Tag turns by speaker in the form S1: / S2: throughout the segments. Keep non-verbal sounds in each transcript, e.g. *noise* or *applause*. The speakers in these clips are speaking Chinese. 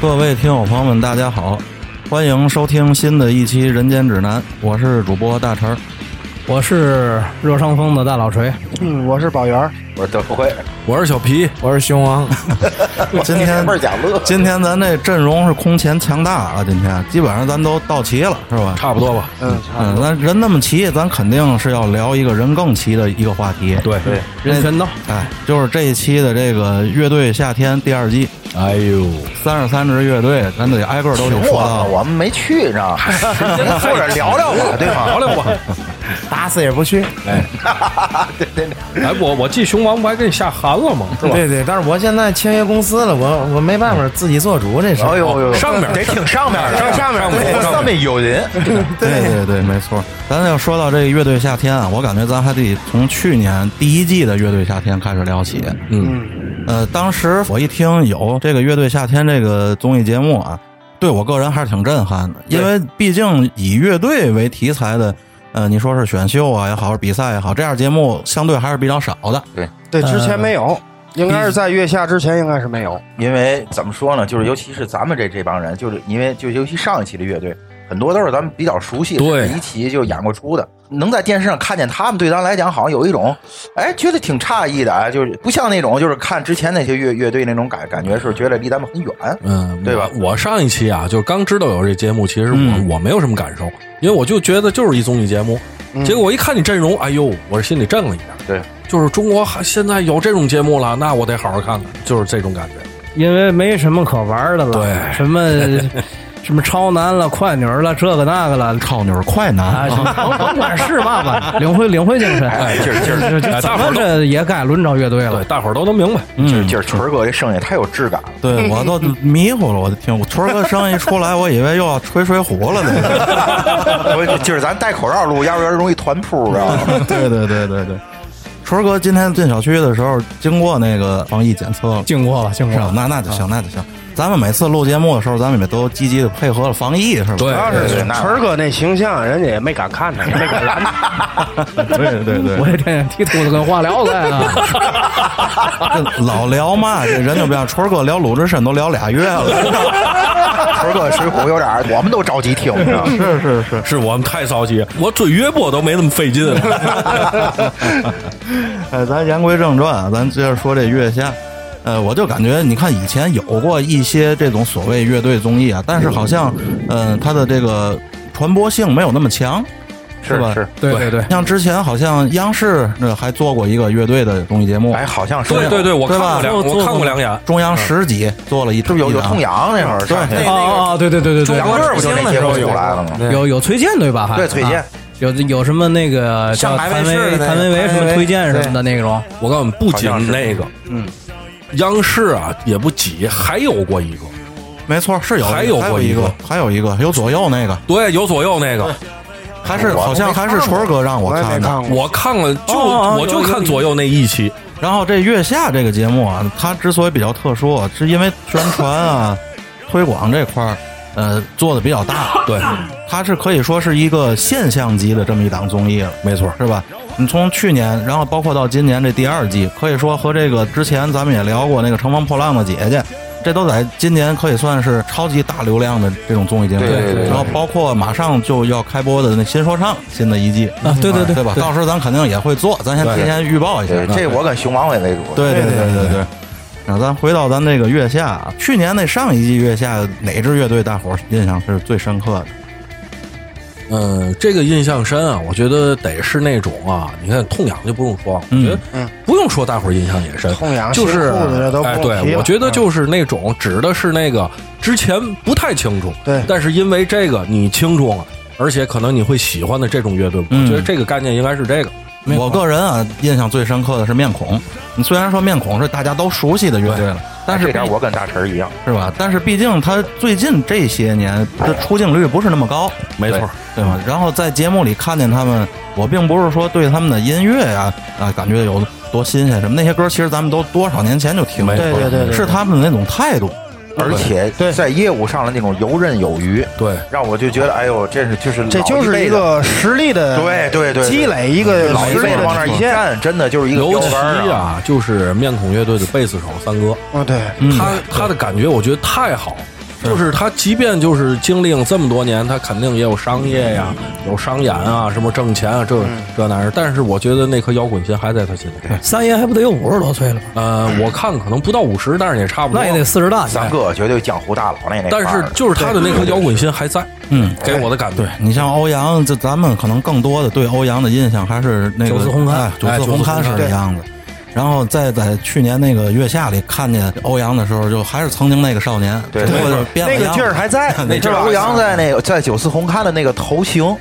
S1: 各位听友朋友们，大家好，欢迎收听新的一期《人间指南》，我是主播大陈儿。
S2: 我是热伤风的大老锤，
S3: 嗯，我是宝源儿，
S4: 我是德辉，
S5: 我是小皮，
S6: 我是熊王。
S1: *laughs* 今天
S5: *laughs*
S4: 倍儿讲乐，
S1: 今天咱这阵容是空前强大啊！今天基本上咱都到齐了，是吧？
S5: 差不多
S4: *laughs*
S5: 吧。
S3: 嗯，
S1: 嗯，咱人那么齐，咱肯定是要聊一个人更齐的一个话题。
S2: 对对，人权道，
S1: 哎，就是这一期的这个乐队夏天第二季，
S5: 哎呦，
S1: 三十三支乐队，咱得挨个儿都得说到。
S4: 我们没去，你知道吗？或者聊聊吧，对吗？
S5: 聊聊
S4: *laughs*
S5: 吧。
S6: 打死也不去。
S4: 对对对，
S5: 哎，我我记熊王不还给你下函
S4: *laughs*
S5: 了吗？是吧？
S6: 对对，但是我现在签约公司了，我我没办法自己做主这事。
S4: 哎
S3: 哦
S4: 呦呦，
S5: 上面
S4: 得挺上面的，
S6: 上面
S2: 嗯
S4: 对
S6: 上面
S4: 上面有人，
S1: 对对对，没错。咱要说到这个乐队夏天啊，我感觉咱还得从去年第一季的乐队夏天开始聊起。
S3: 嗯，
S1: 呃，当时我一听有这个乐队夏天这个综艺节目啊，对我个人还是挺震撼的，因为毕竟以乐队为题材的，呃，你说是选秀啊也好，是比赛也好，这样节目相对还是比较少的。
S3: 对，之前没有，应该是在月下之前应该是没有，
S4: 因为怎么说呢，就是尤其是咱们这这帮人，就是因为就尤其上一期的乐队，很多都是咱们比较熟悉，
S5: 对
S4: 第一期就演过出的，能在电视上看见他们，对咱来讲好像有一种，哎，觉得挺诧异的啊，就是不像那种就是看之前那些乐乐队那种感感觉是觉得离咱们很远，
S5: 嗯，
S4: 对吧
S5: 我？我上一期啊，就是刚知道有这节目，其实我、
S1: 嗯
S5: 我没有什么感受，因为我就觉得就是一综艺节目。
S3: 嗯
S5: 结果我一看你阵容，哎呦，我是心里震了一下。
S4: 对，
S5: 就是中国还现在有这种节目了，那我得好好看看，就是这种感觉。
S2: 因为没什么可玩的了，
S5: 对
S2: 什
S3: *laughs*
S2: 么什么超男了、快女了，这个那个了，
S3: *laughs*
S1: 靠妞儿快
S2: 啊，
S1: 男
S2: 什
S1: 啊，
S2: 么甭甭管是嘛吧，领会领会精神，
S4: 哎，劲儿劲儿
S2: 就就
S5: 哎
S2: 怎
S5: 大伙
S2: 么
S5: 儿都
S2: 着也该轮着乐队
S5: 对，
S2: 了，
S5: 大伙儿都能明白。
S1: 嗯，
S4: 劲儿，纯儿哥这声音太有质感了。
S1: 对我都迷糊了，我就听我春儿哥声一出来，我以为又要吹水壶了呢。
S4: 我就是咱戴口罩录，要不然容易团扑，知道吗？
S1: *laughs* 对对对对对，春儿哥今天进小区的时候，经过那个防疫检测了，
S2: 经过了，经
S1: 是
S2: 过
S1: 吧？
S2: 了，
S1: 那那就行，那就行。咱们每次录节目的时候，咱们也都积极的配合了防疫，是吧？
S5: 对
S3: 主要是
S4: 对对那
S3: 纯哥那形象，人家也没敢看他，也没敢拦他，
S1: 对对对
S2: 我这天天剃秃子跟化疗似的，
S1: 这 *laughs* 老聊嘛，这人就变。春儿哥聊鲁智深都聊俩月 *laughs* 了，
S4: 春儿哥《水浒》有点儿，我们都着急听，你知道
S3: 嗯
S4: 吗？
S1: 是是是。
S5: 是我们太骚气，我追约播都没那么费劲。
S1: 呃，咱言归正传，咱接着说这月下。呃，我就感觉，你看以前有过一些这种所谓乐队综艺啊，但是好像，呃，它的这个传播性没有那么强，是吧？
S4: 是，
S2: 对对对，
S1: 像之前好像央视那还做过一个乐队的综艺节目，
S4: 哎，好像是
S5: *laughs* 对对对，我看过
S1: 对
S5: 两，
S1: 吧
S5: 我看过两眼。
S1: 中央十几做了一，啊
S4: 是不是有有痛
S1: 一档
S4: 痒那会儿上去
S1: 对
S2: 哦
S5: 啊
S2: 哦哦，对对对对
S4: 中
S2: 对
S4: 央，
S5: 个
S4: 二不就那节目出来了吗？
S2: 有有崔健对吧？还
S4: 对，崔
S2: 啊
S4: 健，
S2: 有有什么那个
S6: 像
S2: 叫
S6: 白
S2: 谭
S6: 卫士
S2: 维
S6: 的那
S2: 谭维
S6: 个
S2: 维什
S6: 谭维
S2: 么
S6: 维
S2: 推荐什么的那种，
S5: 我告诉你，不仅
S4: 好像是
S5: 那个，嗯，央视啊也不挤，还有过一个，
S1: 没错，是有一个，
S5: 还
S1: 还
S5: 有过
S1: 有
S5: 一
S1: 一
S5: 个
S1: 个，还有一个有左右那个，
S5: 对，有左右那个，
S1: 还是
S4: 我
S1: 好像
S4: 没
S1: 还
S4: 看
S1: 是
S4: 过
S1: 春儿哥让我
S3: 我也
S1: 看
S3: 没
S1: 的。
S3: 看过。
S5: 我看了就
S2: 哦哦
S5: 我就
S2: 有有
S5: 看左右那一期，
S1: 然后这月下这个节目啊，它之所以比较特殊啊，是因为宣传啊、推广这块儿，呃，做的比较大。
S5: 对，
S1: 它是可以说是一个现象级的这么一档综艺了，
S5: 没错，
S1: 是吧？你从去年，然后包括到今年这第二季，可以说和这个之前咱们也聊过那个《乘风破浪的姐姐》，这都在今年可以算是超级大流量的这种综艺节目。
S4: 对对对
S1: 然后包括马上就要开播的那新说唱新的一季
S2: 啊对对对
S1: 对吧？到时候咱肯定也会做，咱先提前预报一下
S4: 对，。
S1: 嗯
S4: 这我跟熊王伟为主。
S1: 对对对对对。然后咱回到咱这个月下啊，去年那上一季月下哪支乐队大伙儿印象是最深刻的？
S5: 嗯，这个印象深啊，我觉得得是那种啊，你看痛痒就不用说了，我
S1: 嗯
S5: 觉得
S3: 嗯
S5: 不用说，大伙儿印象也深，
S3: 痛痒
S5: 就是
S3: 新裤子这都不
S5: 哎，
S3: 用提
S5: 对，
S3: 了
S5: 我觉得
S3: 嗯
S5: 就是那种指的是那个之前不太清楚，
S3: 对
S5: 但是因为这个你清楚了，而且可能你会喜欢的这种乐队，
S1: 嗯
S5: 我觉得这个概念应该是这个，
S1: 我个人啊，印象最深刻的是面孔。你虽然说面孔是大家都熟悉的乐队了，但是
S4: 这点我跟大陈一样，
S1: 是吧？但是毕竟他最近这些年的出镜率不是那么高，
S5: 没错，
S1: 对吗？然后在节目里看见他们，我并不是说对他们的音乐呀啊感觉有多新鲜什么，那些歌其实咱们都多少年前就听过，
S5: 没
S3: 对对对对
S1: 是他们的那种态度。
S4: 而且在业务上的那种游刃有余，
S5: 对，
S4: 让我就觉得，哎呦，这是就是
S3: 这就
S4: 老
S3: 是
S4: 辈
S3: 一
S4: 的
S3: 个实力的
S4: 对对对对
S3: 积累一个
S4: 老一
S3: 实力
S4: 辈
S3: 的
S4: 的往那儿
S3: 体
S4: 一
S3: 现。
S4: 站，真的就是一个
S5: 尤
S4: 标
S5: 其
S4: 杆儿啊。
S5: 啊，就是面孔乐队的贝斯手三哥，
S3: 嗯，对，
S1: 嗯
S5: 他他的感觉我觉得太好了，就是他即便就是经历了这么多年，他肯定也有商业呀，有商演啊，什么挣钱啊，这这那儿。但是我觉得那颗摇滚心还在他心里。
S2: 三爷还不得有五十多岁了吧？
S5: 呃，我看可能不到五十，但是也差不多。
S2: 那也得四十大几。
S4: 三哥绝对江湖大佬那那范
S5: 但
S4: 儿
S5: 是
S4: 的
S5: 就是他的那颗摇滚心还在，
S1: 嗯，
S5: 给我的感觉
S1: 对。你像欧阳，这咱们可能更多的对欧阳的印象还是那个
S2: 九四红勘
S1: 哎九
S5: 哎
S1: 四红勘
S5: 九四红勘
S1: 时的样子。然后再在去年那个月下里看见欧阳的时候，就还是曾经那个少年，
S4: 对
S1: 只不过
S4: 对
S1: 就是变了
S3: 那个
S1: 样
S3: 劲儿还
S1: *laughs*
S3: 在，
S4: 那
S3: 劲
S4: 阵
S3: 儿
S4: 儿
S1: 啊
S4: 欧
S3: 还在
S4: 阳在那个在九四红勘的那个头型，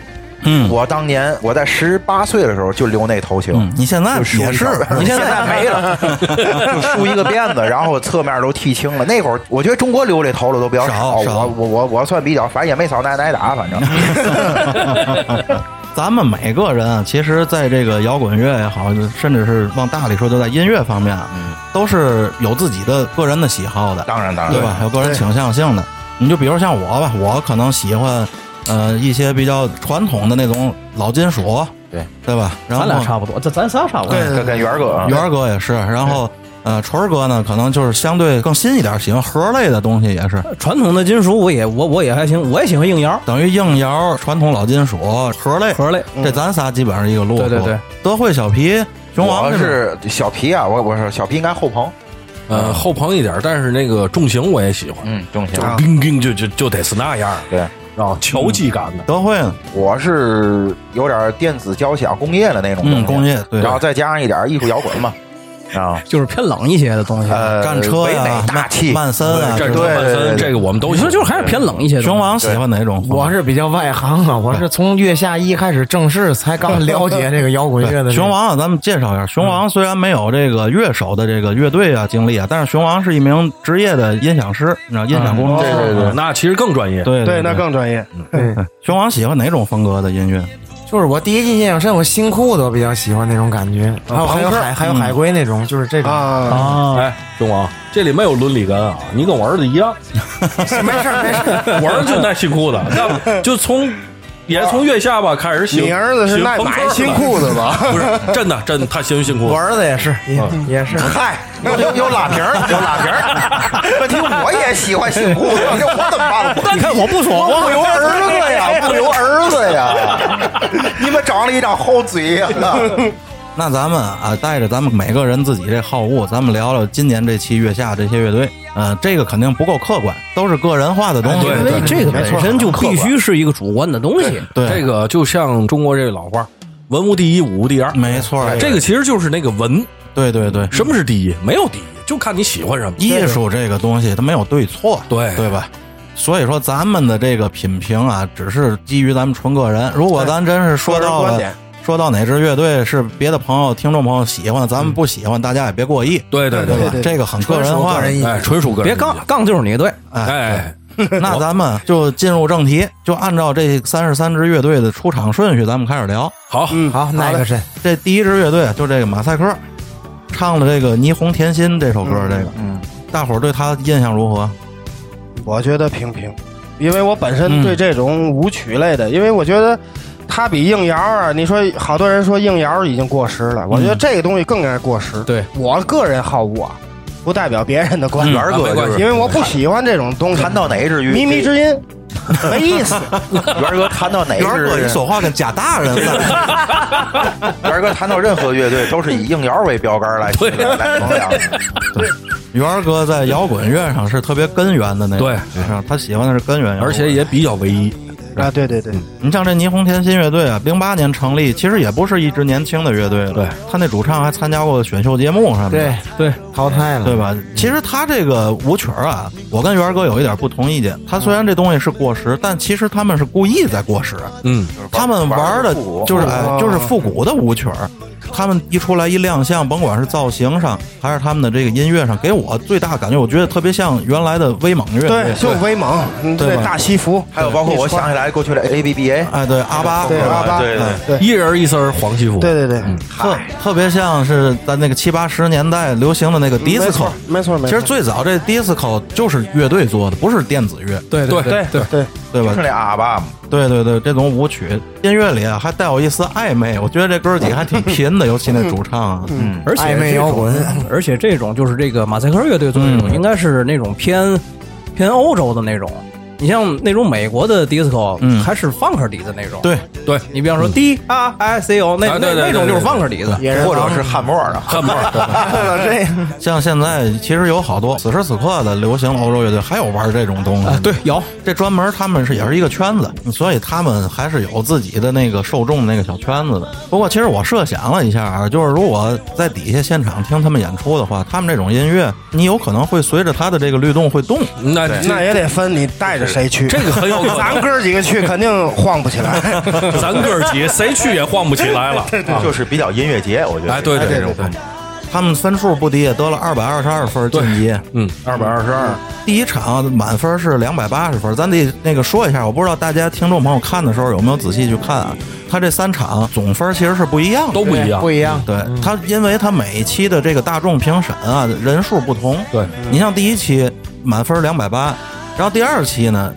S1: 嗯，
S4: 我当年我在十八岁的时候就留那头型，
S1: 嗯，你现在
S4: 梳
S1: 也
S4: 一
S1: 是
S4: 头，
S1: 你现
S4: 现
S1: 在
S4: 在没了，就梳一个辫子，然后侧面都剃青了。那会儿我觉得中国留这头发都比较
S1: 少少嗯
S4: 我我我我算比较，反正也没少挨挨打，反正
S1: 咱们每个人啊，其实在这个摇滚乐也好，甚至是往大里说，就在音乐方面啊，都是有自己的个人的喜好的，
S4: 当然当
S1: *laughs*
S4: 然嗯
S1: 对吧？有个人倾向性的。你就比如像我吧，我可能喜欢呃一些比较传统的那种老金属，
S4: 对
S1: 对吧？然后
S6: 咱俩
S2: 嗯
S6: 差不多，这咱仨差不多。
S1: 对
S4: 跟跟元儿哥啊
S1: 元儿哥也是，然后呃纯儿哥呢，可能就是相对更新一点，喜欢核类的东西也是。
S2: 传统的金属我也我我也还行，我也喜欢硬摇
S1: 等于硬摇、传统老金属、核类，
S2: 壳类。
S1: 这咱仨基本上一个路数。
S2: 对对对，
S1: 德惠小皮、熊王
S4: 我
S1: 这边
S4: 是小皮啊，我我说小皮应该后棚，
S5: 呃，后棚一点，但是那个重型我也喜欢，
S4: 嗯，中型
S5: 就是叮叮就就就得是那样，
S4: 对
S5: 啊，敲击感的。
S1: 德惠呢
S4: 我是有点电子交响工业的那种东
S1: 嗯，
S4: 西，
S1: 工业对，
S4: 然后再加上一点艺术摇滚嘛，啊，
S2: 就是偏冷一些的东西，
S4: 呃，
S1: 战车啊
S4: 唯
S1: 呀
S4: 美、大气，
S1: 曼曼森啊，这
S5: 这这
S1: 种
S4: 对
S5: 曼森这个我们都
S2: 你
S5: 喜
S2: 说
S5: 欢，
S2: 就是还是偏冷一些的东西。嗯
S1: 熊王喜欢哪种？
S6: 我是比较外行啊，我是从月下一开始正式
S2: *laughs*
S6: 才刚了解这个摇滚乐的。
S1: 熊，王啊，咱们介绍一下。熊王虽然没有这个乐手的这个乐队啊经历啊，但是熊王是一名职业的音响师，你知道音响工程师。
S3: 嗯对对对
S5: 那其实更专业。
S1: 对对，
S3: 对，那更专业。
S1: 熊王喜欢哪种风格的音乐？
S6: 就是我第一印象深，我新裤子我比较喜欢那种感觉，还有还有
S2: 呃
S3: 朋克
S6: 海还有海龟那种，就是这种。
S3: 啊，
S2: 嗯啊，
S5: 哎，熊王，这里没有伦理根啊，你跟我儿子一样，
S6: *laughs* 没事儿没事儿，
S5: 我儿子就耐新裤子，那就从也从月下吧开始喜欢。
S3: 你儿子是
S5: 喜欢
S3: 耐
S5: 朋克
S3: 买
S5: 的
S3: 新裤子吧？
S5: *laughs* 不是真的，真的他喜欢新裤
S6: 我
S5: 子。
S6: 儿子也是
S2: 嗯
S6: 也也是。
S2: 啊
S4: 嗨，又又又拉皮儿，又拉皮儿。问题我也喜欢新裤子，我这我怎么办？我
S2: 你看我不说
S4: 不留儿子呀，不留儿子呀！你们长了一张厚嘴呀！
S1: 那咱们啊，带着咱们每个人自己这好恶，咱们聊聊今年这期月下这些乐队。呃，这个肯定不够客观，都是个人化的东西。
S2: 因为这个本身就必须是一个主观的东西。
S1: 对，
S5: 这个就像中国这个老话儿，文无第一，武无第二。
S1: 没错，
S3: 哎
S5: 这个其实就是那个文，
S1: 对对对，
S5: 什么是第一？没有第一，就看你喜欢什么。
S1: 艺术这个东西它没有对错，
S5: 对
S1: 对吧？所以说咱们的这个品评啊，只是基于咱们纯个人。如果咱真是说到
S3: 个人观
S1: 了
S3: 点
S1: 说到哪支乐队是别的朋友、听众朋友喜欢，咱们不喜欢，大家也别过意，
S5: 对对对
S1: 吧？这个很个人化。
S5: 对，哎，纯属个人
S2: 别
S5: 意见
S2: 杠，杠就是你对，
S5: 哎，
S1: 那咱们就进入正题，就按照这三十三支乐队的出场顺序，咱们开始聊。
S5: 好，
S3: 嗯
S6: 好，那个谁，
S1: 这第一支乐队就这个马赛克，唱的这个《霓虹甜心》这首歌，这个
S4: 嗯，
S1: 大伙儿对他印象如何？
S3: 我觉得平平，因为我本身对这种舞曲类的，因为我觉得它比硬摇啊，你说好多人说硬摇已经过时了，我觉得这个东西更应该过时。
S2: 对
S3: 我个人好恶，不代表别人的观点，
S4: 元哥就是
S3: 因为我不喜欢这种东
S4: 嗯
S3: 西。
S4: 谈到哪一支乐
S3: 靡靡之音，没意思。啊
S4: 元哥谈到哪一
S1: 元儿哥，你
S4: 支
S1: 说话跟假大人似的。
S4: 元哥谈到任何乐队都是以硬摇为标杆来来衡量。
S1: 元儿哥在摇滚乐上是特别根源的那种，
S5: 对
S1: 是他喜欢的是根源摇滚，
S5: 而且也比较唯一。
S3: 啊，对对对，
S1: 你像这霓虹甜心乐队啊，零八年成立，其实也不是一支年轻的乐队了，
S5: 对，
S1: 他那主唱还参加过选秀节目什么的，
S6: 对
S2: 对，
S6: 淘汰了，
S1: 对吧？其实他这个舞曲儿啊，我跟元儿哥有一点不同意见，他虽然这东西是过时，但其实他们是故意在过时，
S5: 嗯，
S1: 他们玩的就是哎就是复古的舞曲儿。他们一出来一亮相，甭管是造型上还是他们的这个音乐上，给我最大感觉，我觉得特别像原来的威猛乐队，
S3: 对，就威猛，嗯
S1: 对
S3: 对
S1: 吧
S3: 大西服，
S4: 还有包括我想起来过去的 A B B A，啊
S1: 哎，对，阿巴，
S3: 对阿巴，
S4: 对对
S3: 对
S5: 一人一身黄西服。
S3: 对对对，
S1: 特特别像是在那个七八十年代流行的那个
S3: 没
S1: disco
S3: 错。没错没错。
S1: 其实最早这 disco 就是乐队做的，不是电子乐，
S2: 对
S5: 对
S2: 对对，
S3: 对，
S1: 对吧
S4: 就是？那啊阿爸嘛，
S1: 对对对，这种舞曲音乐里啊还带有一丝暧昧，我觉得这哥儿几个还挺贫的，尤其那主唱啊，嗯，
S2: 而且
S6: 暧昧
S2: 这种 *laughs*
S6: 摇滚，
S2: 嗯而且这种就是这个马赛克乐队做这种，应该是那种偏偏欧洲的那种。你像那种美国的 disco，
S1: 嗯
S2: 还是放克底子那种。
S1: 对，
S5: 对，
S2: 你比方说 D R I C O 那
S5: 啊
S2: 那
S5: 对对
S2: 那种
S5: 对
S2: 就是
S5: 对
S2: 放克底子。
S6: 也是
S4: 或者是汉默的，
S5: 汉默尔，
S3: 这
S1: 像现在其实有好多此时此刻的流行欧洲乐队，还有玩这种东西、
S2: 啊，对，，有
S1: 这专门他们是也是一个圈子，所以他们还是有自己的那个受众那个小圈子的。不过其实我设想了一下啊，就是如果在底下现场听他们演出的话，他们这种音乐，你有可能会随着他的这个律动会动。
S5: 那
S3: *laughs* 那 *laughs* 也得分你带着谁去，
S5: 这个很有可能
S3: *laughs* 咱哥几个去肯定晃不起来。
S5: 咱哥儿几谁去也晃不起来了。
S4: 就是比较音乐节，我觉得。
S5: 哎，对对对对，
S1: 他们分数不低，得了二百二十二分晋级。
S5: 嗯，二百二十二，
S1: 第一场满分是两百八十分，咱得那个说一下，我不知道大家听众朋友看的时候有没有仔细去看啊？他这三场总分其实是不一样的，
S5: 都不一样，
S6: 不一样。
S1: 对他，因为他每一期的这个大众评审啊，人数不同。
S5: 对，
S1: 你像第一期满分两百八，然后第二期呢，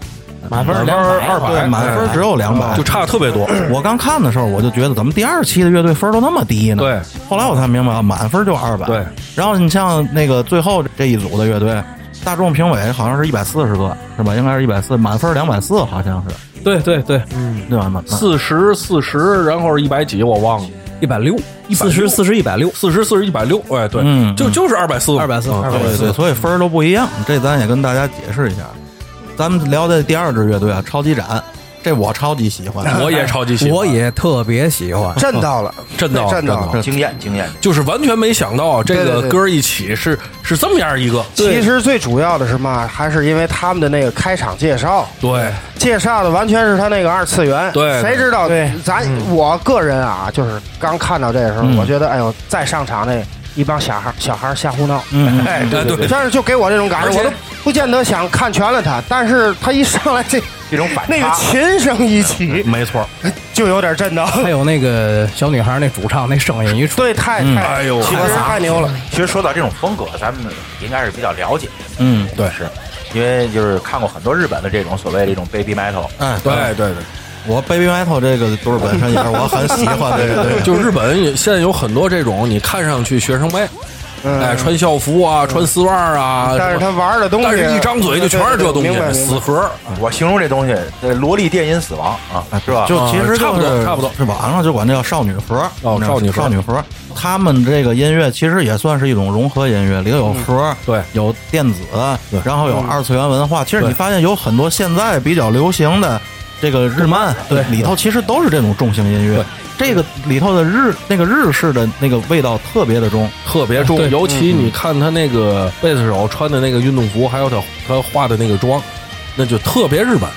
S6: 满分两百
S5: 200
S1: 对，满分只有两百
S5: 就。差特别多。
S1: 我刚看的时候，我就觉得怎么第二期的乐队分都那么低呢？
S5: 对，
S1: 后来我才明白，满分就二百。
S5: 对，
S1: 然后你像那个最后这一组的乐队，大众评委好像是一百四十个，是吧？应该是一百四，满分两百四，好像是，
S2: 对对对，
S1: 对吧？满
S5: 四十四十，然后一百几我忘了，
S2: 一百六，四十四十一百六，
S5: 四十四十一百六，哎对，
S1: 嗯
S5: 就就是二百四，
S2: 二百四，
S5: 嗯
S2: 二百
S1: 对对，所以分儿都不一样，这咱也跟大家解释一下。咱们聊的第二支乐队啊，超级展，这我超级喜欢。
S5: 我也超级喜欢，
S2: 我也特别喜欢。
S3: 震到了，
S5: 震到了
S3: 震到
S5: 震到
S3: 了。
S4: 经验经验。
S5: 就是完全没想到这
S3: 对
S5: 个
S3: 对对
S5: 歌儿一起是是这么样一个，
S3: 其实最主要的是嘛，还是因为他们的那个开场介绍，
S5: 对哎
S3: 介绍的完全是他那个二次元。
S5: 对
S3: 谁知道
S6: 对？
S3: 咱我个人啊，就是刚看到这个时候，
S1: 嗯
S3: 我觉得，哎呦，再上场那一帮小孩小孩瞎胡闹，
S1: 嗯，嗯
S5: 哎对对，
S3: 但是就给我这种感
S5: 而
S3: 觉，
S5: 且
S3: 我都不见得想看全了他，但是他一上来这
S4: 这种反
S3: 那个
S4: 差，
S3: 琴声一起，
S5: 没错儿，
S3: 就有点震到。
S2: 还有那个小女孩那主唱那声音一
S3: *laughs*
S2: 出，
S3: 对，太
S1: 嗯
S3: 太，
S5: 哎呦
S3: 其实
S5: 太
S3: 太牛了。
S4: 其实说到这种风格，咱们应该是比较了解，
S1: 嗯，
S5: 对
S4: 是因为就是看过很多日本的这种所谓的这种 baby metal，
S1: 哎，
S5: 对对对。。
S1: 我 Baby Metal 这个就是本身也是我很喜欢的乐队
S5: 就日本也现在有很多这种，你看上去学生妹，哎，穿校服啊，穿丝袜啊，
S3: 但是
S5: 什
S3: 他
S5: 么
S3: 玩的东西，
S5: 但是一张嘴就全是这东
S3: 嗯对对对明白
S5: 西，
S3: 明白
S5: 死核儿。
S4: 我形容这东西，这萝莉电音死亡啊，是吧？
S1: 哎就其实
S5: 差
S1: 就
S5: 不多
S1: 是
S5: 差不多
S1: 是网上就管这叫少女盒
S5: 哦少女盒
S1: 少女盒。他们这个音乐其实也算是一种融合音乐，里头有盒，
S5: 对
S1: 有电子，然后有二次元文化。其实你发现有很多现在比较流行的这个日漫，对里头其实都是这种重型音乐
S5: 对。
S1: 这个里头的日那个日式的那个味道特别的重，
S5: 特别重，尤其
S3: 嗯
S5: 你看他那个贝斯手穿的那个运动服，还有他他化的那个妆，那就特别日本，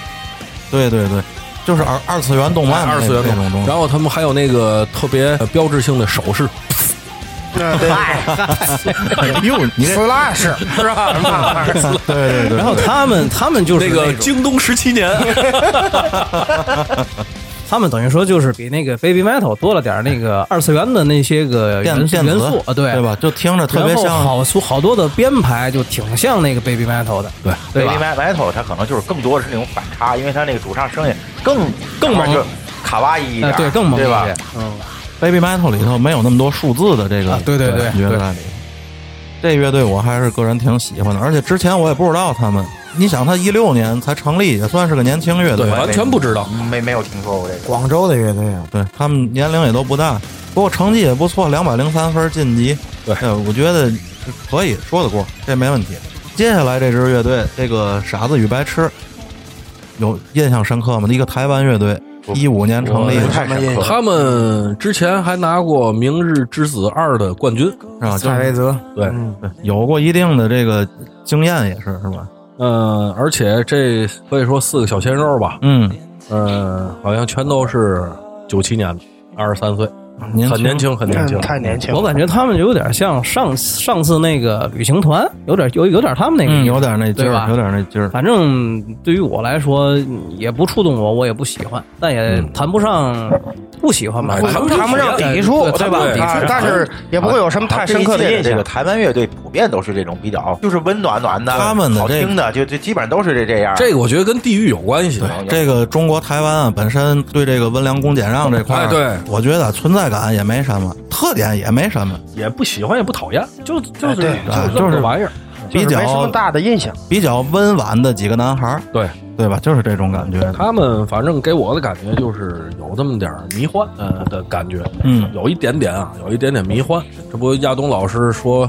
S1: 对对对，就是二二次元动漫
S5: 哎二次元
S3: 嗯
S1: 那种东
S5: 风。
S1: 西
S5: 然。后他们还有那个特别呃标志性的手 *laughs* 势，
S3: 嗯对
S1: 哟，你这
S3: ，Flash 是 *laughs* 吧？
S1: 哎对对对，
S2: 然后他们他们就是
S5: 那个
S2: 种
S5: 京东十七年，
S2: 他们等于说就是比那个 Baby Metal 多了点那个二次元的那些个
S1: 电
S2: 元
S1: 电
S2: 元
S1: 子
S2: 素啊，对
S1: 对？吧？就听着特别
S2: 然后
S1: 像
S2: 好出好多的编排就挺像那个 Baby Metal 的，对对
S4: baby
S2: 吧？
S4: metal 它可能就是更多的是那种反差，因为它那个主唱声音更
S2: 更猛
S4: 就是卡哇伊一点，
S2: 哎对，更猛一
S4: 对吧
S2: 些？。
S1: Baby Metal 里头没有那么多数字的这个、
S2: 啊对对对
S1: 感觉在里头。这乐队我还是个人挺喜欢的，而且之前我也不知道他们。你想，他一六年才成立，也算是个年轻乐队
S5: 对，，完全不知道。
S4: 没没有听说过这个。
S6: 广州的乐队啊，
S1: 对他们年龄也都不大，不过成绩也不错，两百零三分晋级。
S5: 对
S1: 呃我觉得是可以说得过，这没问题。接下来这支乐队，这个傻子与白痴，有印象深刻吗？一个台湾乐队，一五年成立的，
S4: 太深刻了，
S5: 他们之前还拿过《明日之子二》的冠军，
S1: 是吧？就
S6: 蔡维泽，
S3: 嗯
S5: 对，
S1: 对嗯有过一定的这个经验，也是是吧？
S5: 嗯，而且这可以说四个小鲜肉吧，
S1: 嗯，
S5: 嗯，好像全都是九七年的，二十三岁，
S1: 年
S5: 很年轻，很年轻
S3: 嗯，太年轻了，
S2: 我感觉他们有点像上上次那个旅行团，有点有有点他们那个
S1: 嗯，
S2: 意思
S1: 有点那劲
S2: 对吧
S1: 儿，有点那劲儿。
S5: 哎
S2: 反正对于我来说嗯也不触动我，我也不喜欢，但也谈不上不喜欢吧。
S5: 哎
S2: 反正
S3: 谈不上抵触，
S2: 对
S3: 对
S2: 谈不
S3: 吧
S2: 上抵？
S3: 啊
S2: 触，
S3: 但是也不会有什么太深刻的
S4: 这一
S3: 印
S4: 届这
S3: 象
S4: 个。台湾乐队普遍都是这种比较，就是温暖暖的，
S1: 他们的
S4: 好
S1: 这个
S4: 听的，就就基本上都是这这样。
S5: 这个我觉得跟地域有关系。
S1: 这个中国台湾啊，本身对这个温良恭俭让这块儿，
S5: 哎对
S1: 我觉得存在感也没什么，特点也没什么。
S5: 也不喜欢也不讨厌，就就是
S3: 对
S5: 就
S1: 哎啊就是
S5: 这么个玩意儿。
S3: 就是
S1: 比较
S3: 没什么大的印象。
S1: 比较温婉的几个男孩儿，
S5: 对
S1: 对吧？就是这种感觉。
S5: 他们反正给我的感觉就是有这么点儿迷幻呃的感觉，
S1: 嗯
S5: 有一点点啊，有一点点迷幻。这不亚东老师说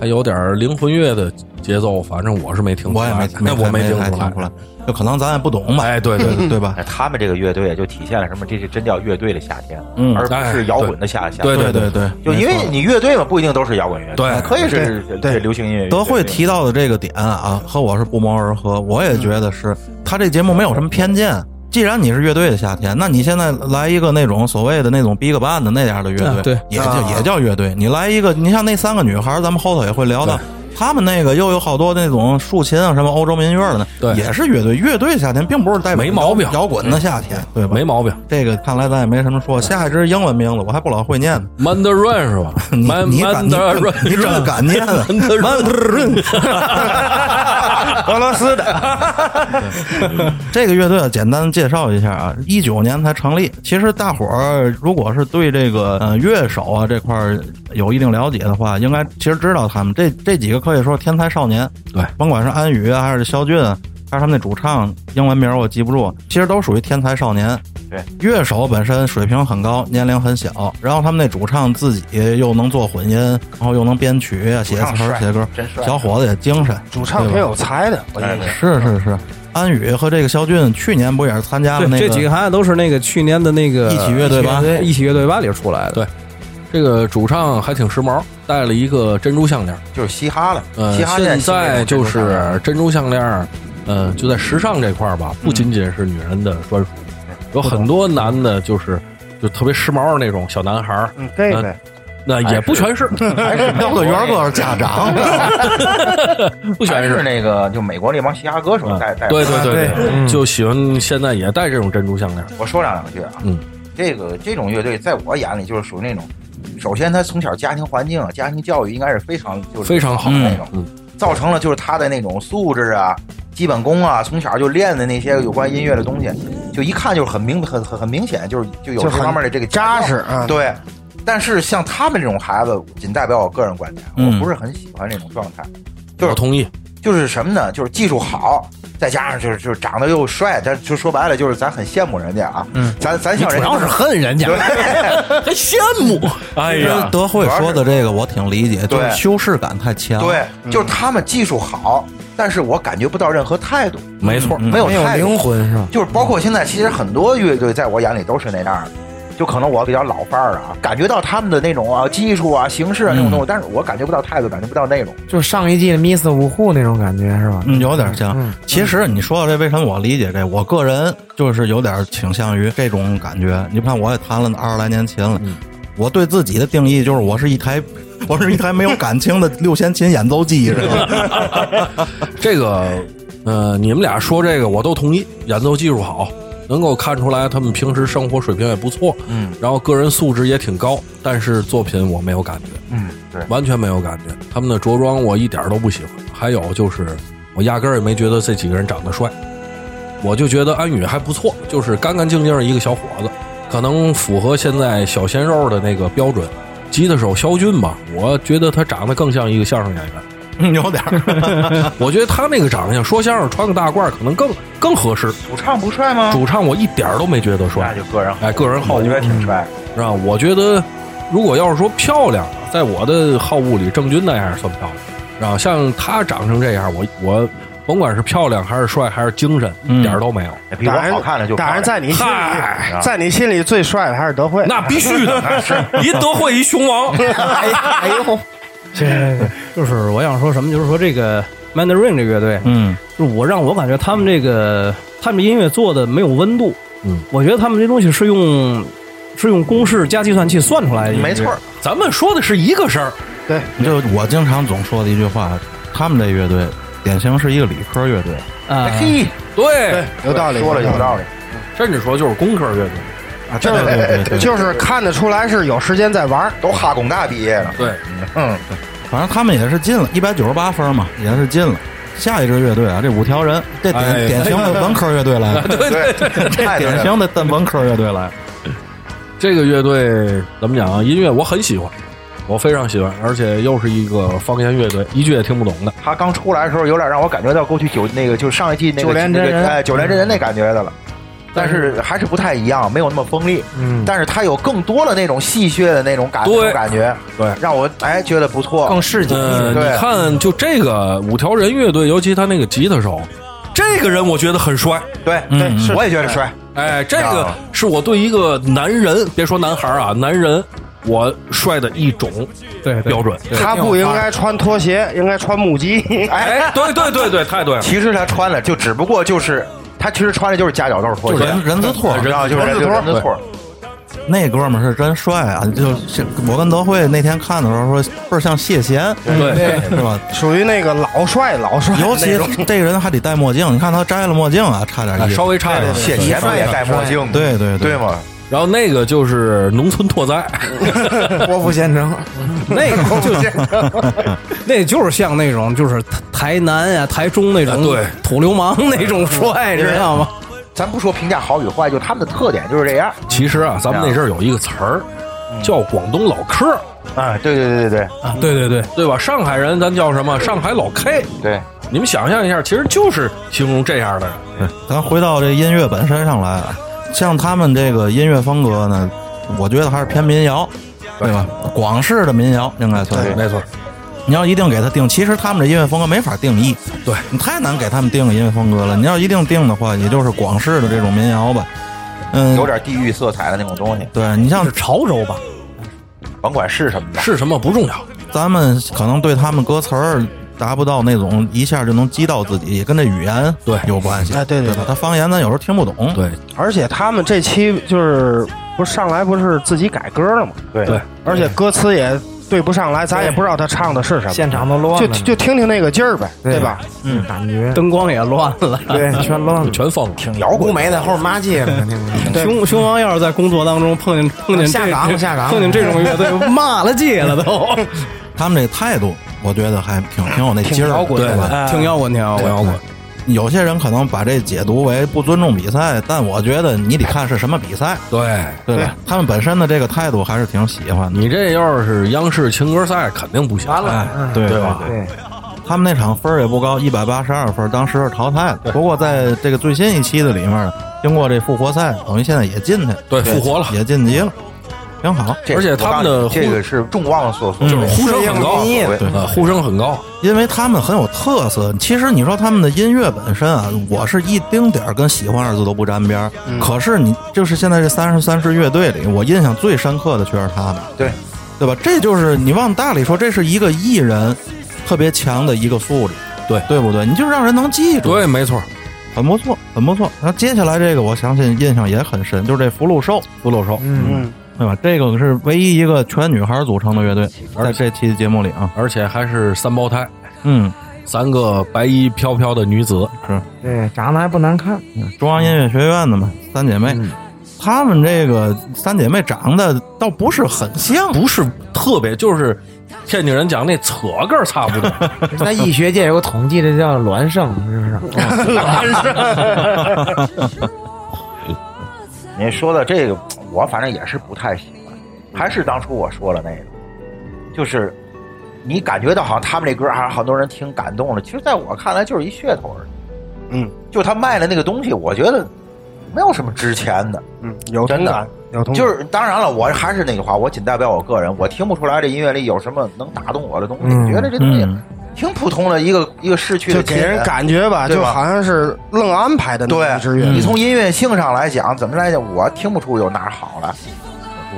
S5: 还有点儿灵魂乐的节奏，反正我是没听出
S1: 我也没
S5: 来，那我
S1: 没
S5: 没听
S1: 太
S5: 出来。
S1: 出来，就可能咱也不懂吧。
S5: 哎，对对对
S1: 对吧？
S4: 哎他们这个乐队就体现了什么？这是真叫乐队的夏天，
S1: 嗯
S4: 而不是摇滚的夏夏。
S5: 对
S1: 对对，
S4: 就
S1: 没
S4: 因为
S1: 错
S4: 你乐队嘛，不一定都是摇滚乐队，
S5: 对
S4: 可以是对流行音乐。
S1: 德惠提到的这个点啊，和我是不谋而合。我也觉得是
S5: 嗯
S1: 他这节目没有什么偏见。既然你是乐队的夏天，那你现在来一个那种所谓的那种 Big Band 的那样的乐队，
S5: 啊对
S1: 也叫也叫乐队。你来一个，你像那三个女孩儿，咱们后头也会聊到，他们那个又有好多那种竖琴啊，什么欧洲民乐的呢，
S5: 对
S1: 也是乐队。乐队夏天并不是代表
S5: 没毛病嗯
S1: 摇滚的夏天，对吧？
S5: 没毛病。
S1: 这个看来咱也没什么说。下一支英文名字我还不老会念呢。
S5: Mandarin 是吧
S1: *laughs* 你
S5: ？Man
S1: 你敢你
S5: Mandarin，
S1: 你真敢念啊
S5: *laughs* Mandarin，
S3: 俄罗斯的，
S1: *laughs* 这个乐队简单介绍一下啊，一九年才成立。其实大伙儿如果是对这个呃乐手啊这块儿有一定了解的话，应该其实知道他们这这几个可以说天才少年。
S5: 对
S1: 甭管是安宇啊，还是肖俊啊，还是他们那主唱，英文名我记不住，其实都属于天才少年。
S4: 对，
S1: 乐手本身水平很高，年龄很小，然后他们那主唱自己又能做混音，然后又能编曲啊、写
S4: 主唱
S1: 词儿、
S4: 帅
S1: 写歌，
S4: 真帅
S1: 小伙子也精神。
S3: 主唱挺有才的，我觉得。
S1: 是是是，安宇和这个肖俊去年不也是参加了
S2: 对，
S1: 那
S2: 这几个孩子都是那个去年的那个
S1: 一起乐队吧
S2: 一起乐队吧里出来的。
S5: 对 *laughs* 这个主唱还挺时髦，戴了一个珍珠项链。
S4: 就是嘻哈了，
S5: 呃
S4: 嘻，哈
S5: 现
S4: 是那
S5: 在
S4: 种
S5: 就
S4: 这种
S5: 是珍珠项链儿，呃，就在时尚这块儿吧，不仅仅是女人的专属，有很多男的，就是就特别时髦的那种小男孩儿，
S3: 嗯，对对，
S5: 那也不全是， *laughs*
S4: 还是
S1: 要不元哥是家长，
S5: 不全
S4: 还是
S5: 是。
S4: 那个就美国那帮嘻哈歌手带带。
S5: 嗯对对对
S3: 啊
S5: 对，就喜欢现在也戴这种珍珠项链儿。
S4: 我说两句啊，
S5: 嗯，
S4: 这个这种乐队在我眼里就是属于那种，首先他从小家庭环境、家庭教育应该是非常就是
S5: 非常好
S4: 的那种，
S5: 嗯
S4: 造成了就是他的那种素质啊、基本功啊，从小就练的那些有关音乐的东西，就一看就是很明很很很明显，就是就有
S3: 就
S4: 这
S3: 很
S4: 方面的这个
S3: 扎
S4: 家教
S3: 实啊。
S4: 对。但是像他们这种孩子，仅代表我个人观点，
S1: 嗯
S4: 我不是很喜欢这种状态。就是
S5: 我同意，
S4: 就是什么呢？就是技术好，再加上就是就是长得又帅，但就说白了就是咱很羡慕人家啊。嗯，咱咱像人家
S6: 恨人家
S4: *laughs* 对
S5: 还羡慕。哎
S1: 因为
S5: 呀，
S1: 德惠说的这个我挺理解，就是
S4: 对
S1: 修饰感太强。，
S4: 对，就是他们技术好，但是我感觉不到任何态度，
S5: 没错，
S1: 嗯
S4: 没有
S6: 没有
S4: 态度
S6: 灵魂是吧？
S4: 就是包括现在，其实很多乐队在我眼里都是那样的，就可能我比较老范儿啊，感觉到他们的那种啊技术啊形式啊那种东西，但是我感觉不到态度，感觉不到内容。
S6: 就上一季的 Miss 五户那种感觉是吧？
S1: 嗯，有点像
S6: 嗯。
S1: 其实你说到这，为什么我理解这？我个人就是有点倾向于这种感觉。你看，我也弹了二十来年琴了，我对自己的定义就是我是一台。 *laughs* 我是一台没有感情的六弦琴演奏机，是吧？
S5: 这个，呃，你们俩说这个我都同意，演奏技术好，能够看出来他们平时生活水平也不错，
S4: 嗯
S5: 然后个人素质也挺高，但是作品我没有感觉，
S4: 嗯，对，
S5: 完全没有感觉。他们的着装我一点都不喜欢，还有就是我压根儿也没觉得这几个人长得帅，我就觉得安宇还不错，就是干干净净的一个小伙子，可能符合现在小鲜肉的那个标准。吉他手肖俊吧，我觉得他长得更像一个相声演员。
S1: 嗯有点儿
S5: 我觉得他那个长相，说相声穿个大褂儿可能更更合适。
S4: 主唱不帅吗？
S5: 主唱我一点儿都没觉得
S4: 那
S5: 帅，
S4: 就个人好，
S5: 哎，个人好
S4: 啊我
S5: 恶
S4: 觉得挺帅。
S5: 是吧？我觉得如果要是说漂亮，在我的好恶里，郑钧那样算漂亮，是吧？像他长成这样，我我甭管是漂亮还是帅还是精神，
S4: 嗯
S5: 一点儿都
S4: *laughs*
S5: 没有。
S4: 比我好看的就
S3: 当然在你心
S5: 嗨
S3: 里，在你心里最帅的还是德 *laughs* 惠。
S5: 那必须的，
S4: *laughs*
S5: 是一德惠一熊王，
S6: 哎哎呦，
S2: 这 *laughs* 就是我想说什么，就是说这个 Mandarin 这乐队，
S1: 嗯，
S2: 就是我让我感觉他们这个他们音乐做的没有温度。
S5: 嗯，
S2: 我觉得他们这东西是用是用公式加计算器算出来的，
S4: 没错儿。，
S5: 咱们说的是一个事儿，
S1: 就我经常总说的一句话，他们这乐队典型是一个理科乐队，
S2: 啊，
S5: *laughs*
S4: 嘿，
S5: 对
S3: *laughs* 对，，有道理，
S4: 说了有道理。
S5: 甚至说就是工科乐队，
S3: 理，啊就是就是看得出来是有时间在玩儿。
S4: 都哈工大毕业的，
S5: 对，
S4: 嗯，
S1: 反正他们也是进了一百九十八分嘛，也是进了。下一支乐队啊，这五条人，这典、
S5: 哎
S1: 典型的文科乐队来了，
S5: 对
S4: 对，太对
S1: 典
S4: 了
S1: 型的文科乐队来了。
S5: 这个乐队怎么讲啊？音乐我很喜欢，我非常喜欢，而且又是一个方言乐队，一句也听不懂的。
S4: 他刚出来的时候，有点让我感觉到过去九那个就上一季那个
S3: 九连真
S4: 那
S3: 人
S4: 个哎九连真人那感觉的了，但是还是不太一样，没有那么锋利，
S5: 嗯，
S4: 但是他有更多的那种戏谑的那种感
S5: 对
S4: 那种感觉，
S5: 对，
S4: 让我哎觉得不错
S6: 更。市井一
S5: 呃，
S6: 点。
S5: 你
S4: 对
S5: 看，就这个五条人乐队，尤其他那个吉他手，这个人我觉得很帅。
S4: 对，
S1: 嗯
S3: 对，
S1: 嗯
S3: 是
S4: 我也觉得帅。
S5: 哎，这
S4: 是
S5: 个
S4: 啊
S5: 是我对一个男人，别说男孩儿啊，男人我帅的一种
S2: 对对
S5: 标准。
S3: 他不应该穿拖鞋，应该穿木屐。
S5: 哎，对对对对，太对了。
S4: 其实他穿了，就只不过就是他其实穿的就是夹脚豆拖鞋，
S1: 人人字拖，
S4: 知道就是
S3: 人字拖
S4: 人字拖。
S1: 那哥们儿是真帅啊！就是我跟德惠那天看的时候说，倍儿像谢贤，
S5: 对，哎
S1: 是吧？
S3: *laughs* 属于那个老帅老帅
S1: 尤其
S3: 那种。
S1: 这个人还得戴墨镜，你看他摘了墨镜啊，差点意思。
S5: 哎稍微差一点。
S4: 谢爷们儿也戴墨镜，
S1: 对对
S4: 对吗？
S5: 然后那个就是农村拓哉， *laughs*
S6: 郭富县城，
S2: 那个就是， *laughs* 那就是像那种就是台南呀、台中那种
S5: 啊对
S2: 土流氓那种帅，你知道吗？
S4: 咱不说评价好与坏，就他们的特点就是这样。
S5: 其实啊，咱们那阵儿有一个词儿
S4: 嗯
S5: 叫广东老客，
S4: 啊，对对对对对
S2: 啊，对对对，
S5: 对吧？上海人咱叫什么？上海老 K。
S4: 对，
S5: 你们想象一下，其实就是形容这样的人。
S1: 咱回到这音乐本身上来啊，像他们这个音乐风格呢，我觉得还是偏民谣，对吧？广式的民谣应该算是。
S5: 没错，
S1: 你要一定给他定，其实他们这音乐风格没法定义，
S5: 对
S1: 你太难给他们定个音乐风格了。你要一定定的话，也就是广式的这种民谣吧。嗯，
S4: 有点地域色彩的那种东西，
S1: 对你像
S2: 是潮州吧？
S4: 甭管是什么吧。
S5: 是什么不重要。
S1: 咱们可能对他们歌词儿达不到那种一下就能击到自己，也跟这语言
S5: 对
S1: 有关系。
S3: 哎对对
S1: 对吧？他方言咱有时候听不懂。
S5: 对，
S3: 而且他们这期就是不是上来不是自己改歌了吗？
S4: 对
S5: 对
S3: 而且歌词也对不上来，咱也不知道他唱的是什么，
S6: 现场都乱
S3: 就
S6: 了，
S3: 就听听那个劲儿呗，
S6: 对
S3: 对吧？
S6: 嗯感觉
S2: *laughs* 灯光也乱了。
S6: 对全乱了。
S5: 全放了。
S4: 挺摇
S6: 乌
S4: 滚，
S6: 梅在后面骂街了，那个
S3: 对
S2: 熊熊王要是在工作当中碰见碰见这
S6: 哦下岗下岗
S2: 碰见这种乐队，
S6: *laughs*
S2: 骂了街了都，
S1: 他们这态度，我觉得还挺挺有那劲儿的，对吧？
S2: 挺摇滚，挺摇
S5: 挺
S2: 滚。
S5: 摇滚，
S1: 有些人可能把这解读为不尊重比赛，但我觉得你得看是什么比赛，
S5: 对
S1: 对吧？他们本身的这个态度还是挺喜欢的。
S5: 你这要是央视情歌赛，肯定不行。完
S1: 哎，对
S5: 对
S1: 对
S5: 吧？
S6: 对，
S1: 他们那场分儿也不高，一百八十二分，当时是淘汰的。不过在这个最新一期的里面，经过这复活赛，等于现在也进去，
S5: 对，复活了，
S1: 也晋级了，挺好。
S4: 这
S5: 而且他们
S4: 我
S5: 的
S4: 告诉你这个是众望所所
S5: 就是呼声很高
S6: 顺应民意，
S4: 对
S5: 呃，呼声很高。
S1: 因为他们很有特色。其实你说他们的音乐本身啊，我是一丁点儿跟喜欢二字都不沾边儿。可是你就是现在这三十三支乐队里，我印象最深刻的却是他们，
S4: 对
S1: 对吧？这就是你往大里说，这是一个艺人特别强的一个素质，
S5: 对
S1: 对不对？你就让人能记住，
S5: 对，没错，
S1: 很不错，很不错。那接下来这个，我相信印象也很深，就是这福禄寿，福禄寿，
S6: 嗯，
S1: 对吧？这个是唯一一个全女孩组成的乐队，在这期节目里啊，
S5: 而且还是三胞胎，
S1: 嗯，
S5: 三个白衣飘飘的女子。
S6: 对，长得还不难看，
S1: 中央音乐学院的嘛，三姐妹，
S3: 嗯
S1: 她们这个三姐妹长得倒不是很像，
S5: 不是特别，就是天津人讲那扯个儿差不多。
S6: 在医学界有个统计，这叫孪生，是不是？
S4: 你说的这个，我反正也是不太喜欢，还是当初我说了那个，就是你感觉到好像他们这歌还是很多人听感动了，其实在我看来就是一噱头而已。
S3: 嗯，
S4: 就他卖的那个东西，我觉得没有什么值钱的。
S3: 嗯，有
S4: 真
S3: 同
S4: 的
S3: 感，有同感，
S4: 就是当然了，我还是那句话，我仅代表我个人，我听不出来这音乐里有什么能打动我的东西。
S6: 嗯
S4: 觉得这东西
S1: 嗯，
S4: 挺普通的一个一个逝去
S3: 就
S4: 的
S3: 给
S4: 亲
S3: 人感觉吧，
S4: 对
S3: 就
S4: 吧
S3: 好像是愣安排的那
S4: 对
S3: 么一支乐
S6: 嗯
S4: 你
S3: 队。
S4: 从音乐性上来讲，怎么来讲，我听不出有哪儿好来，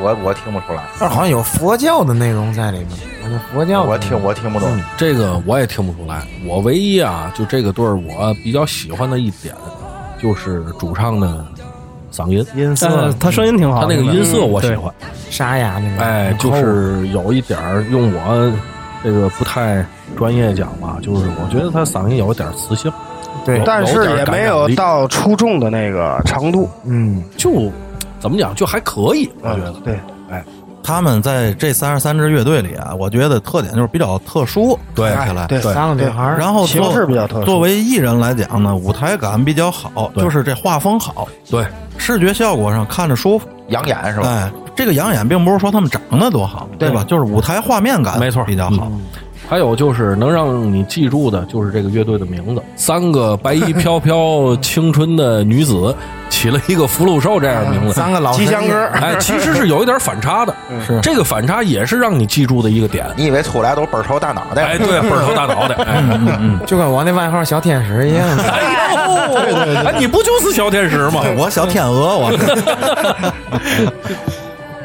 S4: 我我听不出来，
S6: 但是好像有佛教的内容在里面，我那佛教
S4: 我听我听不懂。
S5: 嗯这个我也听不出来。我唯一啊，就这个队儿，我比较喜欢的一点就是主唱的嗓音，
S6: 音
S2: 但
S6: 色
S2: 是呃他声音挺
S5: 他
S2: 好的，嗯
S5: 那个音色我喜
S2: 啊对
S5: 欢。
S6: 沙哑那个，
S5: 哎，就是有一点儿，用我这个不太专业讲吧，就是我觉得他嗓音有一点儿磁性，
S6: 对，
S3: 但
S5: 有
S3: 是
S5: 点
S3: 也
S5: 感
S3: 没
S5: 染
S3: 有
S5: 力
S3: 到出众的那个程度，啊
S6: 嗯，
S5: 就怎么讲，就还可以，我觉得。
S3: 对，
S1: 她们在这三十三支乐队里啊，我觉得特点就是比较特殊，
S5: 对
S1: 看起来。
S3: 对
S6: 三个女孩儿，
S1: 然后
S3: 形
S1: 作
S3: 式比较特殊
S1: 作为艺人来讲呢，舞台感比较好，
S5: 对
S1: 就是这画风好，
S5: 对，
S1: 视觉效果上看着舒服。
S4: 养眼是吧？
S1: 哎，这个养眼并不是说他们长得多好，对吧？就是舞台画面感，
S5: 没错
S1: 比较好。
S5: 还有就是能让你记住的，就是这个乐队的名字。三个白衣飘飘青春的女子起了一个福禄寿这样的名字，
S6: 三个老
S3: 吉祥歌儿，
S5: *laughs* 哎，其实是有一点反差的。
S1: 是
S5: 这个反差也是让你记住的一个点。
S4: 你以为出来都是倍儿头大脑袋？
S5: 哎， *laughs* 对，倍儿头大脑袋。哎，
S6: 就跟我那外号小天使一样。
S5: 哎呦，哎，你不就是小天使吗？
S1: 哎我小天鹅，我。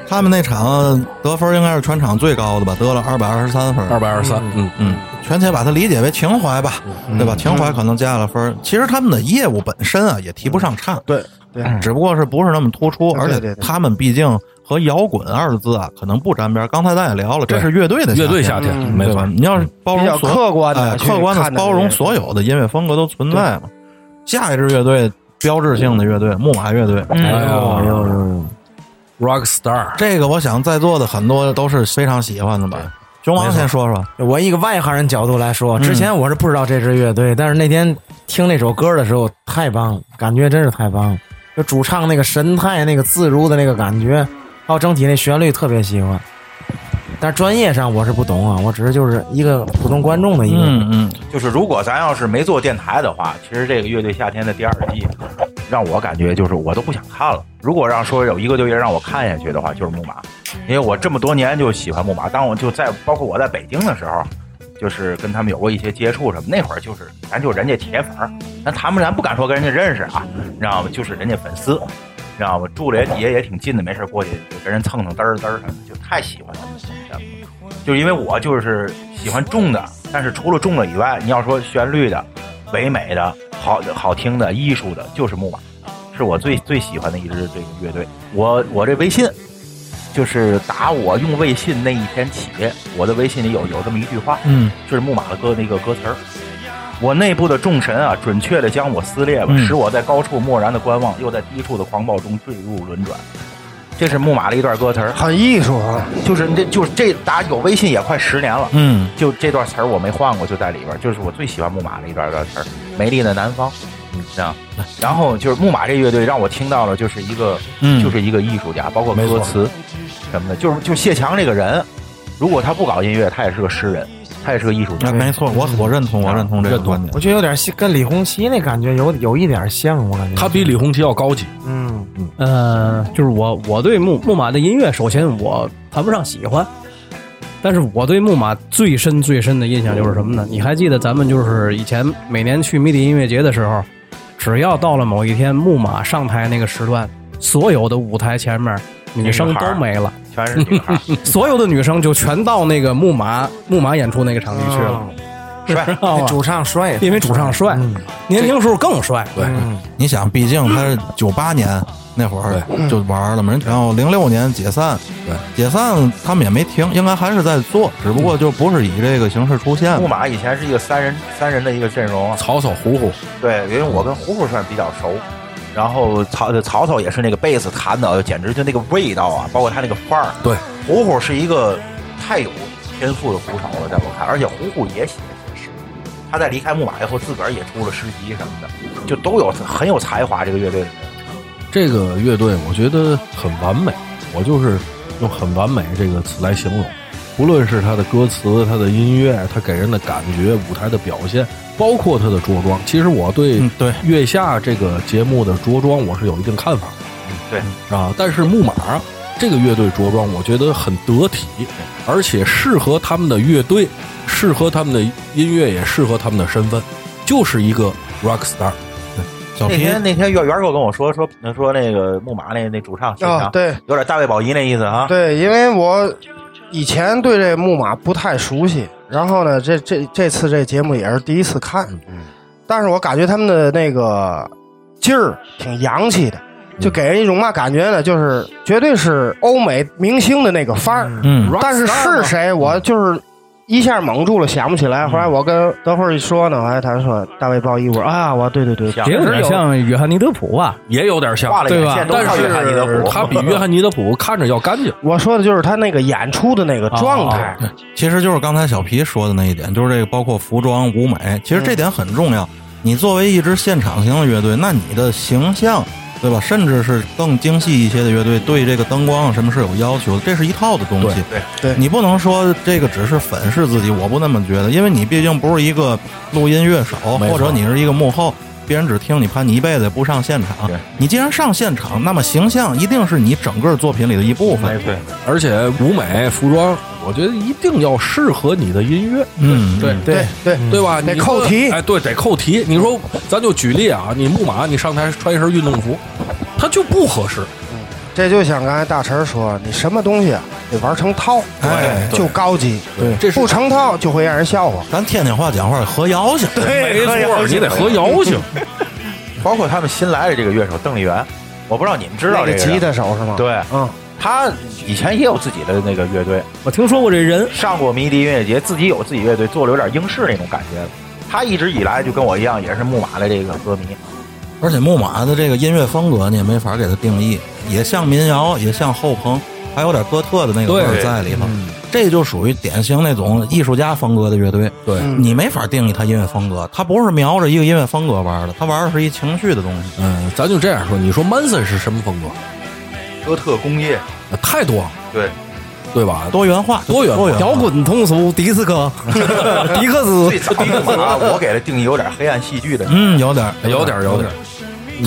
S1: 他们那场得分应该是全场最高的吧，得了二百二十三分，
S5: 二百二十三，嗯嗯，
S1: 全且把它理解为情怀吧，对吧？情怀可能加了分儿。其实他们的业务本身啊，也提不上差，
S3: 对对，
S1: 只不过是不是那么突出，
S3: 对
S1: 而且
S3: 对对
S1: 他们毕竟和摇滚二字啊，可能不沾边儿。刚才咱也聊了，这
S5: 对
S1: 是乐队的
S5: 乐队
S1: 夏
S5: 夏
S1: 天，
S5: 天，
S1: 对
S5: 没错
S1: 吧。你要是包容
S3: 比较
S1: 所
S3: 客观地
S1: 哎
S3: 去
S1: 客观的
S3: 看待
S1: 包
S3: 这
S1: 容
S3: 个
S1: 所有的音乐风格都存在嘛。下一支乐队，标志性的乐队，木马乐队。
S5: 哎呦，Rock Star，
S1: 这个我想在座的很多都是非常喜欢的吧。熊王先说说，
S6: 我一个外行人角度来说，之前我是不知道这支乐队，但是那天听那首歌的时候，太棒了，感觉真是太棒了。就主唱那个神态、那个自如的那个感觉，还有整体那旋律，特别喜欢。但是专业上我是不懂啊，我只是就是一个普通观众的一个。
S1: 嗯嗯，
S4: 就是如果咱要是没做电台的话，其实这个乐队夏天的第二季，让我感觉就是我都不想看了。如果让说有一个队让我看下去的话，就是木马，因为我这么多年就喜欢木马。当我就在包括我在北京的时候，就是跟他们有过一些接触什么，那会儿就是咱就人家铁粉儿，咱他们咱不敢说跟人家认识啊，你知道吗？就是人家粉丝。你知道吗？住的也底下也挺近的，没事过去就跟人蹭蹭嘚儿嘚儿什么的，就太喜欢他们了。就是因为我就是喜欢重的，但是除了重的以外，你要说旋律的、唯美的、好好听的、艺术的，就是木马，是我最最喜欢的一支这个乐队。我我这微信，就是打我用微信那一天起，我的微信里有有这么一句话，
S1: 嗯，
S4: 就是木马的歌那个歌词儿。我内部的众神啊，准确的将我撕裂吧，
S1: 嗯
S4: 使我在高处漠然的观望，又在低处的狂暴中坠入轮转。这是木马的一段歌词儿，
S3: 很艺术啊。
S4: 就是这就是这打有微信也快十年了，
S1: 嗯，
S4: 就这段词儿我没换过，就在里边儿，就是我最喜欢木马的一段段词儿，《美丽的南方》，嗯，这样。然后就是木马这乐队让我听到了，就是一个，
S1: 嗯
S4: 就是一个艺术家，包括歌词什么的，就是就谢强这个人，如果他不搞音乐，他也是个诗人，他也是个艺术
S1: 那
S4: 家。
S1: 哎啊没错，我我认同，我嗯认同这个观点
S6: 我。觉得有点像跟李红旗那感觉有有一点像，我感觉
S5: 他比李红旗要高级。
S6: 嗯，
S2: 呃，就是我我对木木马的音乐，首先我谈不上喜欢，但是我对木马最深最深的印象就是什么呢？你还记得咱们就是以前每年去迷笛音乐节的时候，只要到了某一天木马上台那个时段，所有的舞台前面女生都没了，
S4: 全是女孩儿，
S2: 所有的女生就全到那个木 *laughs* 马木马演出那个场地去了，知
S4: 帅
S2: 道吗
S6: 那啊主唱帅，
S2: 因为主唱帅，
S6: 嗯
S2: 哎年轻时候更帅，对
S6: 嗯，
S1: 你想，毕竟他是九八年那会儿就玩了嘛，人然后零六年解散，
S5: 对，
S1: 解散他们也没停，应该还是在做，只不过就不是以这个形式出现
S4: 木
S1: 了。
S4: 马以前是一个三人三人的一个阵容，啊
S5: 草草糊糊，
S4: 对，因为我跟胡胡算比较熟，然后曹曹操也是那个贝斯弹的，哎简直就那个味道啊，包括他那个范儿。
S5: 对，
S4: 胡胡是一个太有天赋的鼓手了，在我看，而且胡胡也写写诗，他在离开木马以后，自个儿也出了诗集什么的，就都有很有才华。这个乐队里面
S5: 这个乐队我觉得很完美，我就是用很完美这个词来形容。无论是他的歌词、他的音乐、他给人的感觉、舞台的表现，包括他的着装，其实我对
S1: 嗯，对，
S5: 月下这个节目的着装我是有一定看法的。
S4: 对
S5: 啊，但是木马这个乐队着装，我觉得很得体，而且适合他们的乐队，适合他们的音乐，也适合他们的身份，就是一个 rock star。
S1: 小
S4: 那
S1: 皮
S4: 天那天袁袁狗跟我说说说那个木马那那主唱谢
S3: 啊
S4: 强，，
S3: 对
S4: 有点大卫宝仪那意思啊。
S3: *laughs* 对，因为我以前对这木马不太熟悉，然后呢，这这这次这节目也是第一次看，
S1: 嗯
S3: 但是我感觉他们的那个劲儿挺洋气的，就给人一种嘛感觉呢，就是绝对是欧美明星的那个范儿。
S1: 嗯，
S3: 但是是谁，我就是一下蒙住了，想不起来。后来我跟德惠一说呢，后来他说大卫鲍伊，我说啊，我对对对，
S4: 像
S2: 也有点像约翰尼德普吧，
S5: 也有点像
S4: 画，了
S2: 对
S4: 眼
S2: 吧
S4: 线，都
S5: 但
S4: 靠约翰尼德
S5: 是
S4: 普。
S5: 他比约翰尼德普看着要干净。
S3: 我说的就是他那个演出的那个状态。
S1: 其实就是刚才小皮说的那一点，就是这个包括服装、舞美，其实这点很重要。你作为一支现场型的乐队，那你的形象对吧？甚至是更精细一些的乐队，对这个灯光什么是有要求的，这是一套的东西。
S4: 对
S3: 对
S1: 你不能说这个只是粉饰自己，我不那么觉得，因为你毕竟不是一个录音乐手，
S5: 没
S1: 或
S5: 错
S1: 者你是一个幕后，别人只听你，怕你一辈子也不上现场
S4: 对。
S1: 你既然上现场，那么形象一定是你整个作品里的一部分。
S4: 哎对，
S5: 而且舞美、服装，我觉得一定要适合你的音乐，
S1: 嗯，
S2: 对
S3: 对对
S5: 对吧？
S3: 得
S5: 你说
S3: 扣题
S5: 哎，对，得扣题。你说，咱就举例啊，你木马，你上台穿一身运动服，它就不合适。
S3: 这就像刚才大陈说，你什么东西啊得玩成套，
S1: 哎
S3: 就高级，对，
S5: 这是
S3: 不成套就会让人笑话。
S1: 咱天津话讲话合腰去。
S5: 没
S3: 合
S5: 错，
S3: 谣
S5: 你得合谣性。
S4: 包括他们新来的这个乐手邓丽媛，我不知道你们知道这个
S3: 那个
S4: 人啊
S3: 吉他手是吗？，
S4: 对，
S3: 嗯，
S4: 他以前也有自己的那个乐队，
S2: 我听说过这人，
S4: 上过迷笛音乐节，自己有自己乐队，做的有点英式那种感觉了。他一直以来就跟我一样，也是木马的这个歌迷。
S1: 而且木马的这个音乐风格你也没法给它定义，也像民谣，也像后朋，还有点哥特的那个味儿
S5: 对嗯
S1: 在里头。这就属于典型那种艺术家风格的乐队。
S5: 对
S3: 嗯
S1: 你没法定义他音乐风格，他不是瞄着一个音乐风格玩的，他玩的是一情绪的东西。
S5: 嗯，咱就这样说，你说 Manson 是什么风格？
S4: 哥特工 *laughs* 业，
S5: 呃太多了，
S4: 对，
S5: 对吧？
S1: 多元化，
S5: 多元化
S1: 多元化
S2: 摇滚通俗迪
S1: *laughs*
S2: 斯科，迪克斯
S4: 最早的木马，我给的定义有点黑暗戏剧的。
S1: 嗯，有点儿，
S5: 哎有点儿有点儿，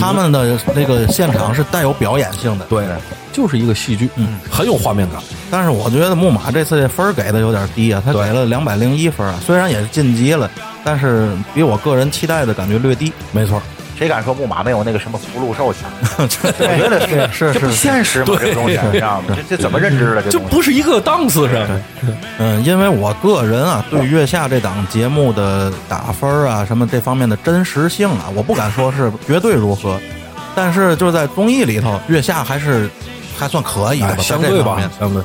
S1: 他们的那个现场是带有表演性的。
S5: 对，就是一个戏剧，
S1: 嗯，
S5: 很有画面感。
S1: 但是我觉得木马这次这分儿给的有点低啊，他
S5: 对
S1: 给了两百零一分啊，虽然也是晋级了，但是比我个人期待的感觉略低。
S5: 没错，
S4: *laughs* 谁敢说木马没有那个什么福禄 *laughs* 寿强？
S1: 我
S4: 我觉
S1: 觉
S4: 得这个
S1: 是
S4: 这不
S1: 是是，
S4: 现实嘛，这个东西，你知道吗？这这怎么认知 *laughs* 的？这
S5: 就
S4: 东西
S5: 不是一个档次上。
S1: 嗯，因为我个人啊，对月下这档节目的打分儿啊，什么这方面的真实性啊，我不敢说是绝对如何，但是就是在综艺里头，月下还是还算可以的吧，
S5: 哎
S1: 在
S5: 相
S1: 这
S5: 对
S1: 方
S5: 吧
S1: 面，
S5: 相对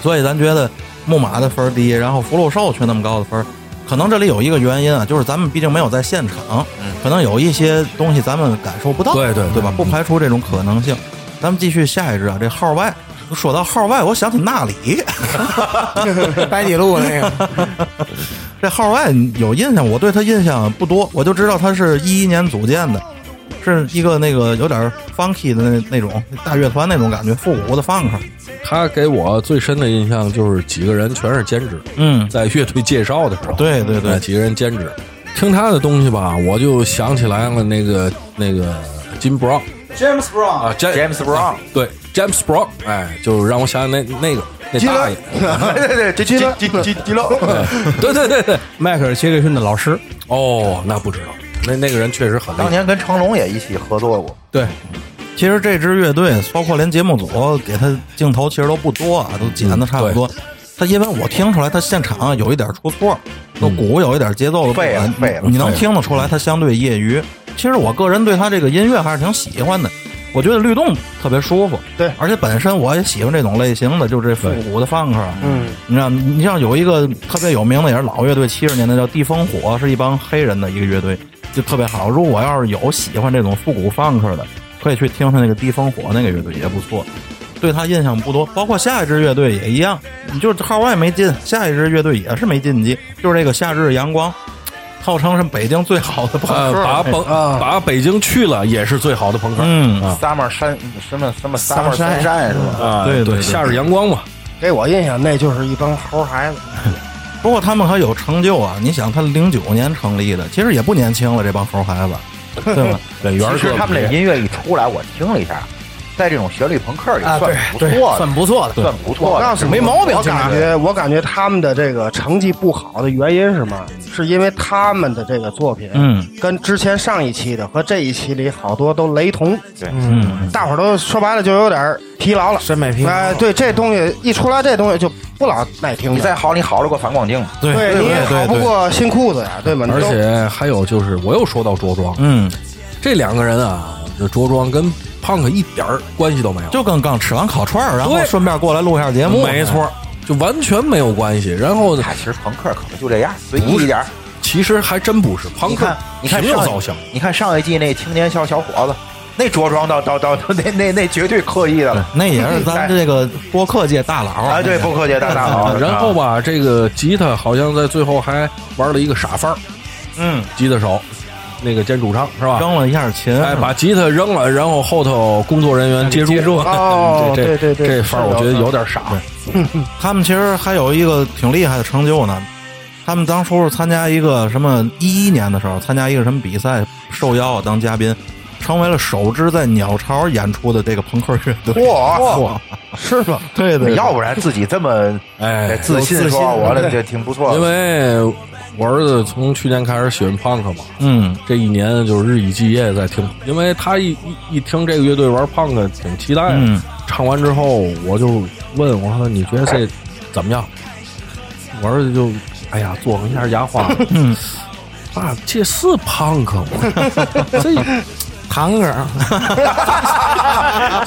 S1: 所以咱觉得木马的分儿低，然后福禄寿却那么高的分儿，可能这里有一个原因啊，就是咱们毕竟没有在现场，可能有一些东西咱们感受不到，
S5: 嗯对对嗯
S1: 对吧？不排除这种可能性。咱们继续下一支啊，这号外。说到号外，我想起那里，
S3: *laughs*
S6: 白底路那个，
S1: *laughs* 这号外有印象，我对他印象不多，我就知道他是一一年组建的，是一个那个有点 funky 的那那种大乐团那种感觉，复古的 funk。
S5: 他给我最深的印象就是几个人全是兼职，
S1: 嗯，
S5: 在乐队介绍的时候，
S1: 对对对
S5: 哎，几个人兼职。听他的东西吧，我就想起来了，那个那个金 Brown
S7: James Brown，
S5: 啊，James
S4: James Brown，
S5: 对 James Brown，哎，就让我想起那那个那
S3: 吉
S5: 大
S1: *laughs*
S3: 勒
S5: 爷，，
S4: *laughs*
S5: 哎
S4: 对对对，这这这这这
S5: 对对对对，
S2: 迈克尔·杰克逊的老师，
S5: 哦，那不知道，那那个人确实很厉
S4: 当
S5: 害，
S4: 年跟成龙也一起合作过。
S2: 对，
S1: 其实这支乐队，包括连节目组给他镜头其实都不多啊，都
S5: 嗯
S1: 剪的差不多。他因为我听出来，他现场啊有一点出错，就鼓有一点节奏的不
S4: 废了
S1: 稳
S4: 废了
S1: 你能
S5: 嗯废了
S1: 听得出来他相对业余。其实我个人对他这个音乐还是挺喜欢的，我觉得律动特别舒服。
S3: 对
S1: 而且本身我也喜欢这种类型的，就是这复古的 funk 啊。
S3: 嗯，
S1: 你知道，你像有一个特别有名的也是老乐队，七十年代叫地风火，是一帮黑人的一个乐队，就特别好。如果我要是有喜欢这种复古 funk 的，可以去听听那个地风火那个乐队也不错。对他印象不多，包括下一支乐队也一样，你就是号外没进，下一支乐队也是没晋级，就是这个夏日阳光，号称是北京最好的朋
S5: 呃，
S1: 克，
S5: 把
S1: 哎
S5: 朋
S3: 啊
S5: 把北京去了也是最好的朋克，
S1: 嗯
S5: 啊
S4: Summer 山什么什么 Summer
S3: 山
S4: 三山是吧？
S5: 啊，
S1: 对对对
S5: 夏日阳光嘛，
S3: 给我印象那就是一帮猴孩子，
S1: 不过他们还有成就啊！你想，他零九年成立的，其实也不年轻了，这帮猴孩子，对吧？
S5: 对，元
S4: 其
S5: 哥
S4: 实他们
S1: 啊
S4: 这音乐一出来，我听了一下，在这种旋律朋克里
S2: 啊
S4: 算
S2: 对
S4: 不错的，
S2: 算不错的。
S4: 算不
S3: 我
S4: 错
S3: 告
S4: 的。
S3: 诉你，
S2: 没毛病
S3: 我
S2: 这玩
S3: 感
S2: 意
S3: 觉，我感觉他们的这个成绩不好的原因是嘛？是因为他们的这个作品，
S1: 嗯，
S3: 跟之前上一期的和这一期里好多都雷同，
S1: 嗯，
S3: 大伙儿都说白了就有点儿疲劳了。
S6: 审美疲劳
S3: 哎，对这东西一出来，这东西就不老耐听了。
S4: 你再好，你好了个反光镜，
S1: 对
S3: 对
S1: 对
S3: 你也
S1: 对
S3: 好不
S1: 对，
S3: 过新裤子呀，对吗？你
S5: 而
S3: 都
S5: 且还有就是，我又说到着装，
S1: 嗯，
S5: 这两个人啊，这着装跟胖克一点儿关系都没有，
S1: 就跟刚吃完烤串儿，然后
S5: 对
S1: 顺便过来录一下节
S2: 啊
S1: 目，
S5: 没错，就完全没有关系。然后
S4: 哎，其实朋克可能就这样，随意一点儿。
S5: 其实还真不是，朋
S4: 你
S5: 克
S4: 看，你看
S5: 挺有
S4: 上
S5: 造型，
S4: 你看上一季那青年小小伙子，那着装到到到到那那那绝对刻意的了。
S1: 那也是咱这个播客界大佬啊
S4: 哎，对，不客气，大大 *laughs*
S5: *laughs*
S4: 啊佬。
S5: 然后吧，这个吉他好像在最后还玩了一个傻范儿，
S1: 嗯，
S5: 吉他手，那个兼主唱是吧？
S1: 扔了一下琴，
S5: 哎，把吉他扔了，然后后头工作人员接住。
S2: 接住
S3: 哦
S5: 这这
S3: 对对对
S5: 这范儿我觉得有点傻。
S1: 他们其实还有一个挺厉害的成就呢。他们当初是参加一个什么一一年的时候，参加一个什么比赛，受邀我当嘉宾，成为了首支在鸟巢演出的这个朋克乐队。
S4: 嚯，哎
S3: 是吗？
S1: 对对
S4: 要不然自己这么
S5: 哎，
S4: 自信说，我的这挺不错
S5: 因
S4: 的。
S5: 为我儿子从去年开始喜欢 punk 嘛，
S1: 嗯，
S5: 这一年就是日以继夜在听，因为他一一一听这个乐队玩 punk 挺期待的。
S1: 嗯
S5: 唱完之后，我就问我说：“你觉得这怎么样？”我儿子就哎呀，做了一下牙花，
S1: *laughs* 嗯，
S5: 爸，这是 punk 吗？ *laughs* 这
S6: 堂哥，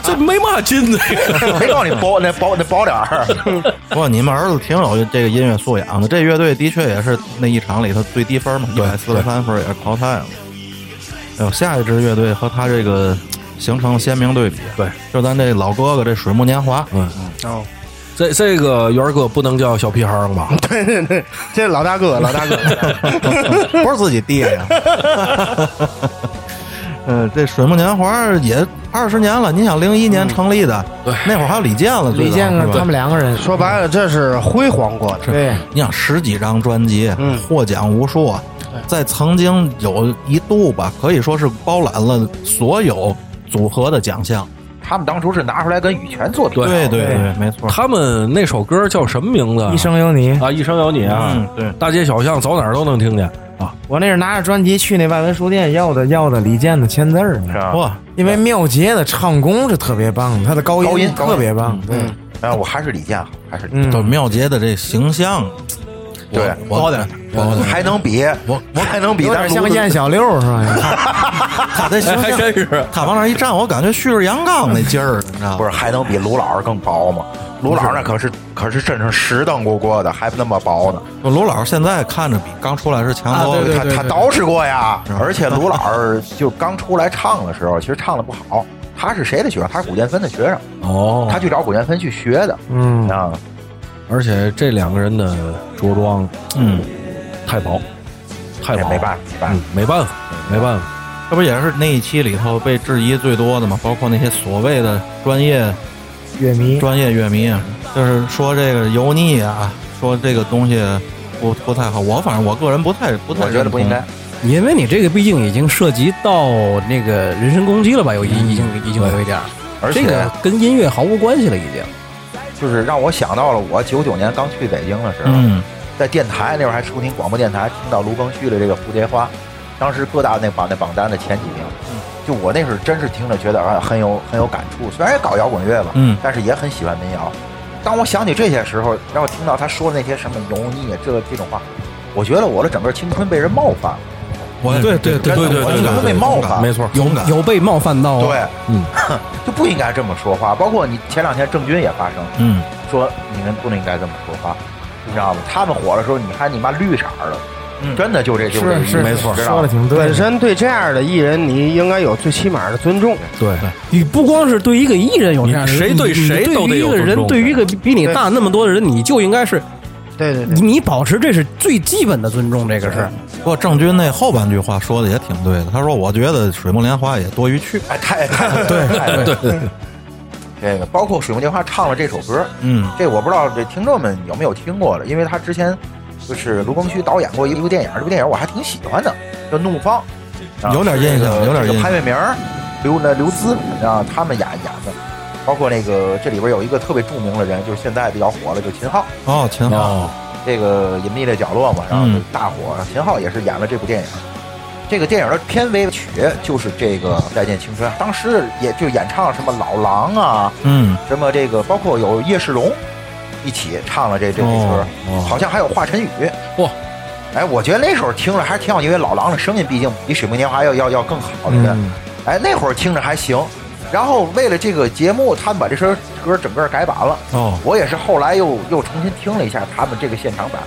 S5: 这没嘛劲，这个。
S4: 谁告诉你薄那薄那薄点儿？ *laughs*
S1: 不过你们儿子挺有这个音乐素养的。这乐队的确也是那一场里头最低分嘛，一百四十三分也是淘汰了。哎呦，下一支乐队和他这个形成了鲜明对比。
S5: 对，
S1: 就咱这老哥哥这水木年华，
S3: 哦，
S5: 这这个元儿哥不能叫小屁孩儿了
S1: *laughs*
S5: 吧？
S3: 对对对，这老大哥，老大哥，
S1: 不是自己爹呀。 *laughs* 呃，这水木年华也二十年了，你想零一年成立的，
S5: 对
S1: 那会儿还有李健了，
S6: 李健啊
S1: 最
S6: 跟
S1: 早是
S6: 嗯他
S1: 吧
S6: 们两个人
S3: 说白了，这是辉煌过的。
S6: 对，
S1: 你想十几张专辑，
S3: 嗯
S1: 获奖无数啊，在曾经有一度吧，可以说是包揽了所有组合的奖项。
S4: 他们当初是拿出来跟羽泉做比较，
S1: 对对
S6: 对
S1: 对，没错。
S5: 他们那首歌叫什么名字啊？
S6: 一生有你。
S5: 啊，一生有你啊！
S1: 嗯，对，
S5: 大街小巷走哪儿都能听见啊！
S6: 我那是拿着专辑去那外文书店要的要的李健的签字儿呢
S4: 是，吧？
S1: 哇，
S6: 因为妙杰的唱功是特别棒，他的高
S4: 高音
S6: 音嗯
S4: 高音
S6: 特别棒。对，
S4: 啊，我还是李健好，还是李健
S1: 对
S6: 嗯，
S1: 妙杰的这形象，
S4: 对
S1: 我
S4: 高点儿，
S1: 高点儿
S4: 还能比，我我还能比，
S6: 有
S4: 但
S6: 点
S4: 是
S6: 像燕小六是 *laughs* 吧？
S1: 他这形
S5: 还
S1: 象，
S5: 真是
S1: 他往那儿一站，我感觉蓄着阳刚那劲儿，你知
S4: *laughs*
S1: 道吗？
S4: 不是还能比卢老师更薄吗？卢老师那可是可是真是石蹬过过的，还不那么薄呢。
S1: 卢老师现在看着比刚出来时强多了。
S4: 他他捯饬过呀，而且卢老师就刚出来唱的时候，其实唱的不好。他是谁的学生？他是古建芬的学生，
S5: 哦
S4: 他去找古建芬去学的
S6: 嗯，
S4: 啊。
S5: 而且这两个人的着装
S1: 嗯，
S5: 太薄，太
S4: 也
S5: 薄，
S4: 哎没办法，没办法，
S5: 嗯没办法，没办法。
S1: 这不也是那一期里头被质疑最多的吗？包括那些所谓的专业
S6: 乐迷
S1: 专业乐迷，啊，就是说这个油腻啊，说这个东西不不太好。我反正我个人不太不太
S4: 我觉得不应该。
S2: 因为你这个毕竟已经涉及到那个人身攻击了吧，有已已经已经有一点儿，
S4: 而
S2: 这
S4: 且
S2: 个跟音乐毫无关系了，已经。
S4: 就是让我想到了我九九年刚去北京的时候，
S1: 嗯，
S4: 在电台那会儿还出听广播电台，听到卢庚戌的这个《蝴蝶花》，当时各大那榜那榜单的前几名。就我那时候真是听着觉得啊很有很有感触，虽然也搞摇滚乐吧，
S1: 嗯
S4: 但是也很喜欢民谣。当我想起这些时候，让我听到他说的那些什么油腻啊这这种话，我觉得我的整个青春被人冒犯了，
S1: 我
S5: 对对对对对
S4: 我
S5: 对
S4: 整个被冒犯，
S5: 没错，
S1: 有感
S2: 有被冒犯到啊，
S4: 对，
S5: 嗯，
S4: *laughs* 就不应该这么说话。包括你前两天郑钧也发声，
S1: 嗯，
S4: 说你们不能应该这么说话，你知道吗？他们火的时候，你还你妈绿色儿的，
S1: 嗯
S4: 真的就这就是
S6: 是
S4: 没错，知道
S6: 说的
S4: 吗？
S6: 挺对
S3: 本
S6: 的。
S3: 身对这样的艺人，你应该有最起码的尊重。
S5: 对，
S2: 你不光是对一个艺人有这样的，
S5: 你谁
S2: 你
S5: 对
S2: 你
S5: 谁
S2: 对
S5: 都得
S2: 于一
S5: 有
S2: 个
S5: 尊
S2: 人，
S5: 重
S2: 对于一个比比你大那么多的人，你就应该是
S3: 对对
S2: 你
S3: 对，
S2: 你保持这是最基本的尊重，这个是。
S1: 不过郑钧那后半句话说的也挺对的，他说：“我觉得水木莲花也多余去。
S4: 哎，太
S1: *laughs*
S4: 太对
S5: *laughs*
S4: 太对对，这个包括水木年华唱了这首歌，”
S1: 嗯，
S4: 这我不知道这听众们有没有听过了，因为他之前就是卢庚戌导演过一部电影，这部电影我还挺喜欢的，叫《怒放》，啊
S1: 有点印象
S4: 这个
S1: 有点印象
S4: 这个潘粤明、刘那刘孜啊，他们演演的，包括那个这里边有一个特别著名的人，就是现在比较火的，就是秦昊。
S1: 哦，秦昊，
S5: 哦，
S4: 这个隐秘的角落嘛，然后就大火。秦昊也是演了这部电影，这个电影的片尾曲就是这个《再见青春》，当时也就演唱什么老狼啊，
S1: 嗯，
S4: 什么这个包括有叶世荣一起唱了这这这歌
S1: 哦，
S5: 哦
S4: 好像还有华晨宇。
S5: 哇！
S4: 哎，我觉得那时候听着还是挺好，因为老狼的声音毕竟比《水木年华》要要要更好的。
S6: 嗯，
S4: 哎，那会儿听着还行。然后为了这个节目，他们把这首歌整个改版了。
S1: 哦，
S4: 我也是后来又又重新听了一下他们这个现场版，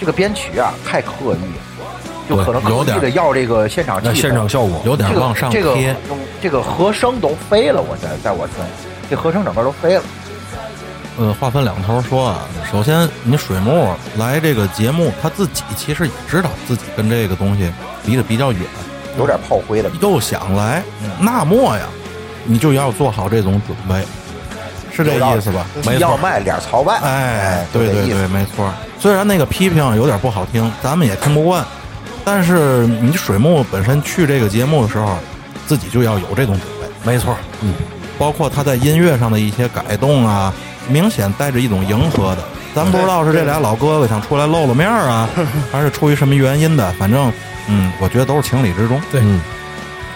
S4: 这个编曲啊太刻意了，就可能
S1: 对有
S4: 刻意的
S1: 点
S4: 要这个现场气
S5: 那
S4: 氛，
S5: 现场效果
S1: 有点
S4: 这个
S1: 往上
S4: 这个
S1: 贴。
S4: 这个和声都飞了，我在在我听，这和声整个都飞了。
S1: 呃，话分两头说啊。首先，你水木来这个节目，他自己其实也知道自己跟这个东西离得比较远，
S4: 有点炮灰的。
S1: 又想来，那么呀，你就要做好这种准备，是这意思吧？没
S4: 要
S1: 错。
S4: 卖脸朝外，
S1: 哎，
S4: 就
S1: 对
S4: 这
S1: 对
S4: 意思
S1: 对，没错。虽然那个批评有点不好听，咱们也听不惯，但是你水木本身去这个节目的时候，自己就要有这种准备。没错，嗯，包括他在音乐上的一些改动啊，明显带着一种迎合的。咱不知道是这俩老哥哥想出来露露面儿
S4: *laughs*
S1: 啊，还是出于什么原因的，反正嗯，我觉得都是情理之中。
S2: 对
S1: 嗯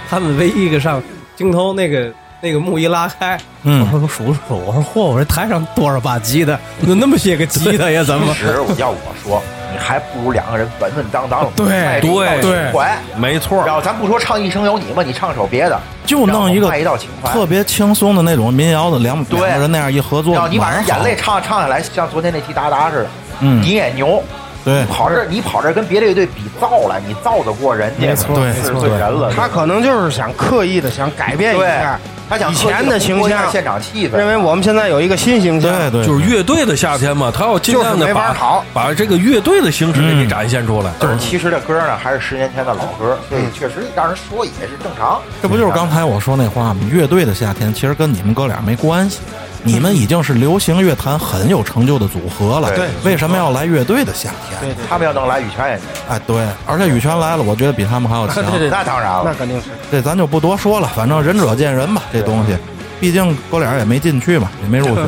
S2: 他们唯一一个上镜头那个那个幕一拉开，我
S1: 嗯，
S2: 说数数，我说嚯，我这台上多少把吉他，有那么些个吉他呀？怎
S4: 其
S2: 么？
S4: 实我要我说，你还不如两个人稳稳当当的，
S2: 对
S4: 卖力
S5: 对
S4: 道情怀。
S5: 没错
S4: 然后咱不说唱一生有你嘛，你唱首别的，
S1: 就弄一
S4: 然
S1: 个
S4: 后卖一道情怀，
S1: 特别轻松的那种民谣的两
S4: 对
S1: 两个人那样一合作，
S4: 然后你把人
S1: 蛮好
S4: 眼泪唱唱下来，像昨天那期达达似的，
S1: 嗯
S4: 你也牛，
S1: 对
S4: 你跑这儿你跑这儿跟别的乐队比造来，你造得过人家，
S2: 没错
S1: 对
S4: 四十岁人了，
S3: 他可能就是想刻意的想改变一
S4: 对
S3: 下，
S4: 他想
S3: 以
S4: 刻意地
S3: 前的形
S4: 烘托一下
S3: 象
S4: 现场气氛，
S3: 认为我们现在有一个新形象，
S1: 对对，
S5: 就是
S1: 对
S5: 乐队的夏天嘛，他要尽量
S3: 就是
S5: 的
S3: 没法
S5: 把
S3: 跑
S5: 把这个乐队的形式给你展现出来。
S4: 就是其实这歌呢还是十年前的老歌，所以确实让人说也是正常。
S1: 这不就是刚才我说那话吗？乐队的夏天其实跟你们哥俩没关系，你们已经是流行乐坛很有成就的组合了。
S4: 对，
S1: 为什么要来乐队的夏天？
S4: 他们要能来羽泉也行，
S1: 哎，对，而且羽泉来了，我觉得比他们还要强。
S4: 那当然
S3: 那
S4: 了，
S3: 肯定是。
S1: 这咱就不多说了，反正仁者见仁吧，这东西，毕竟哥俩也没进去嘛，也没入选，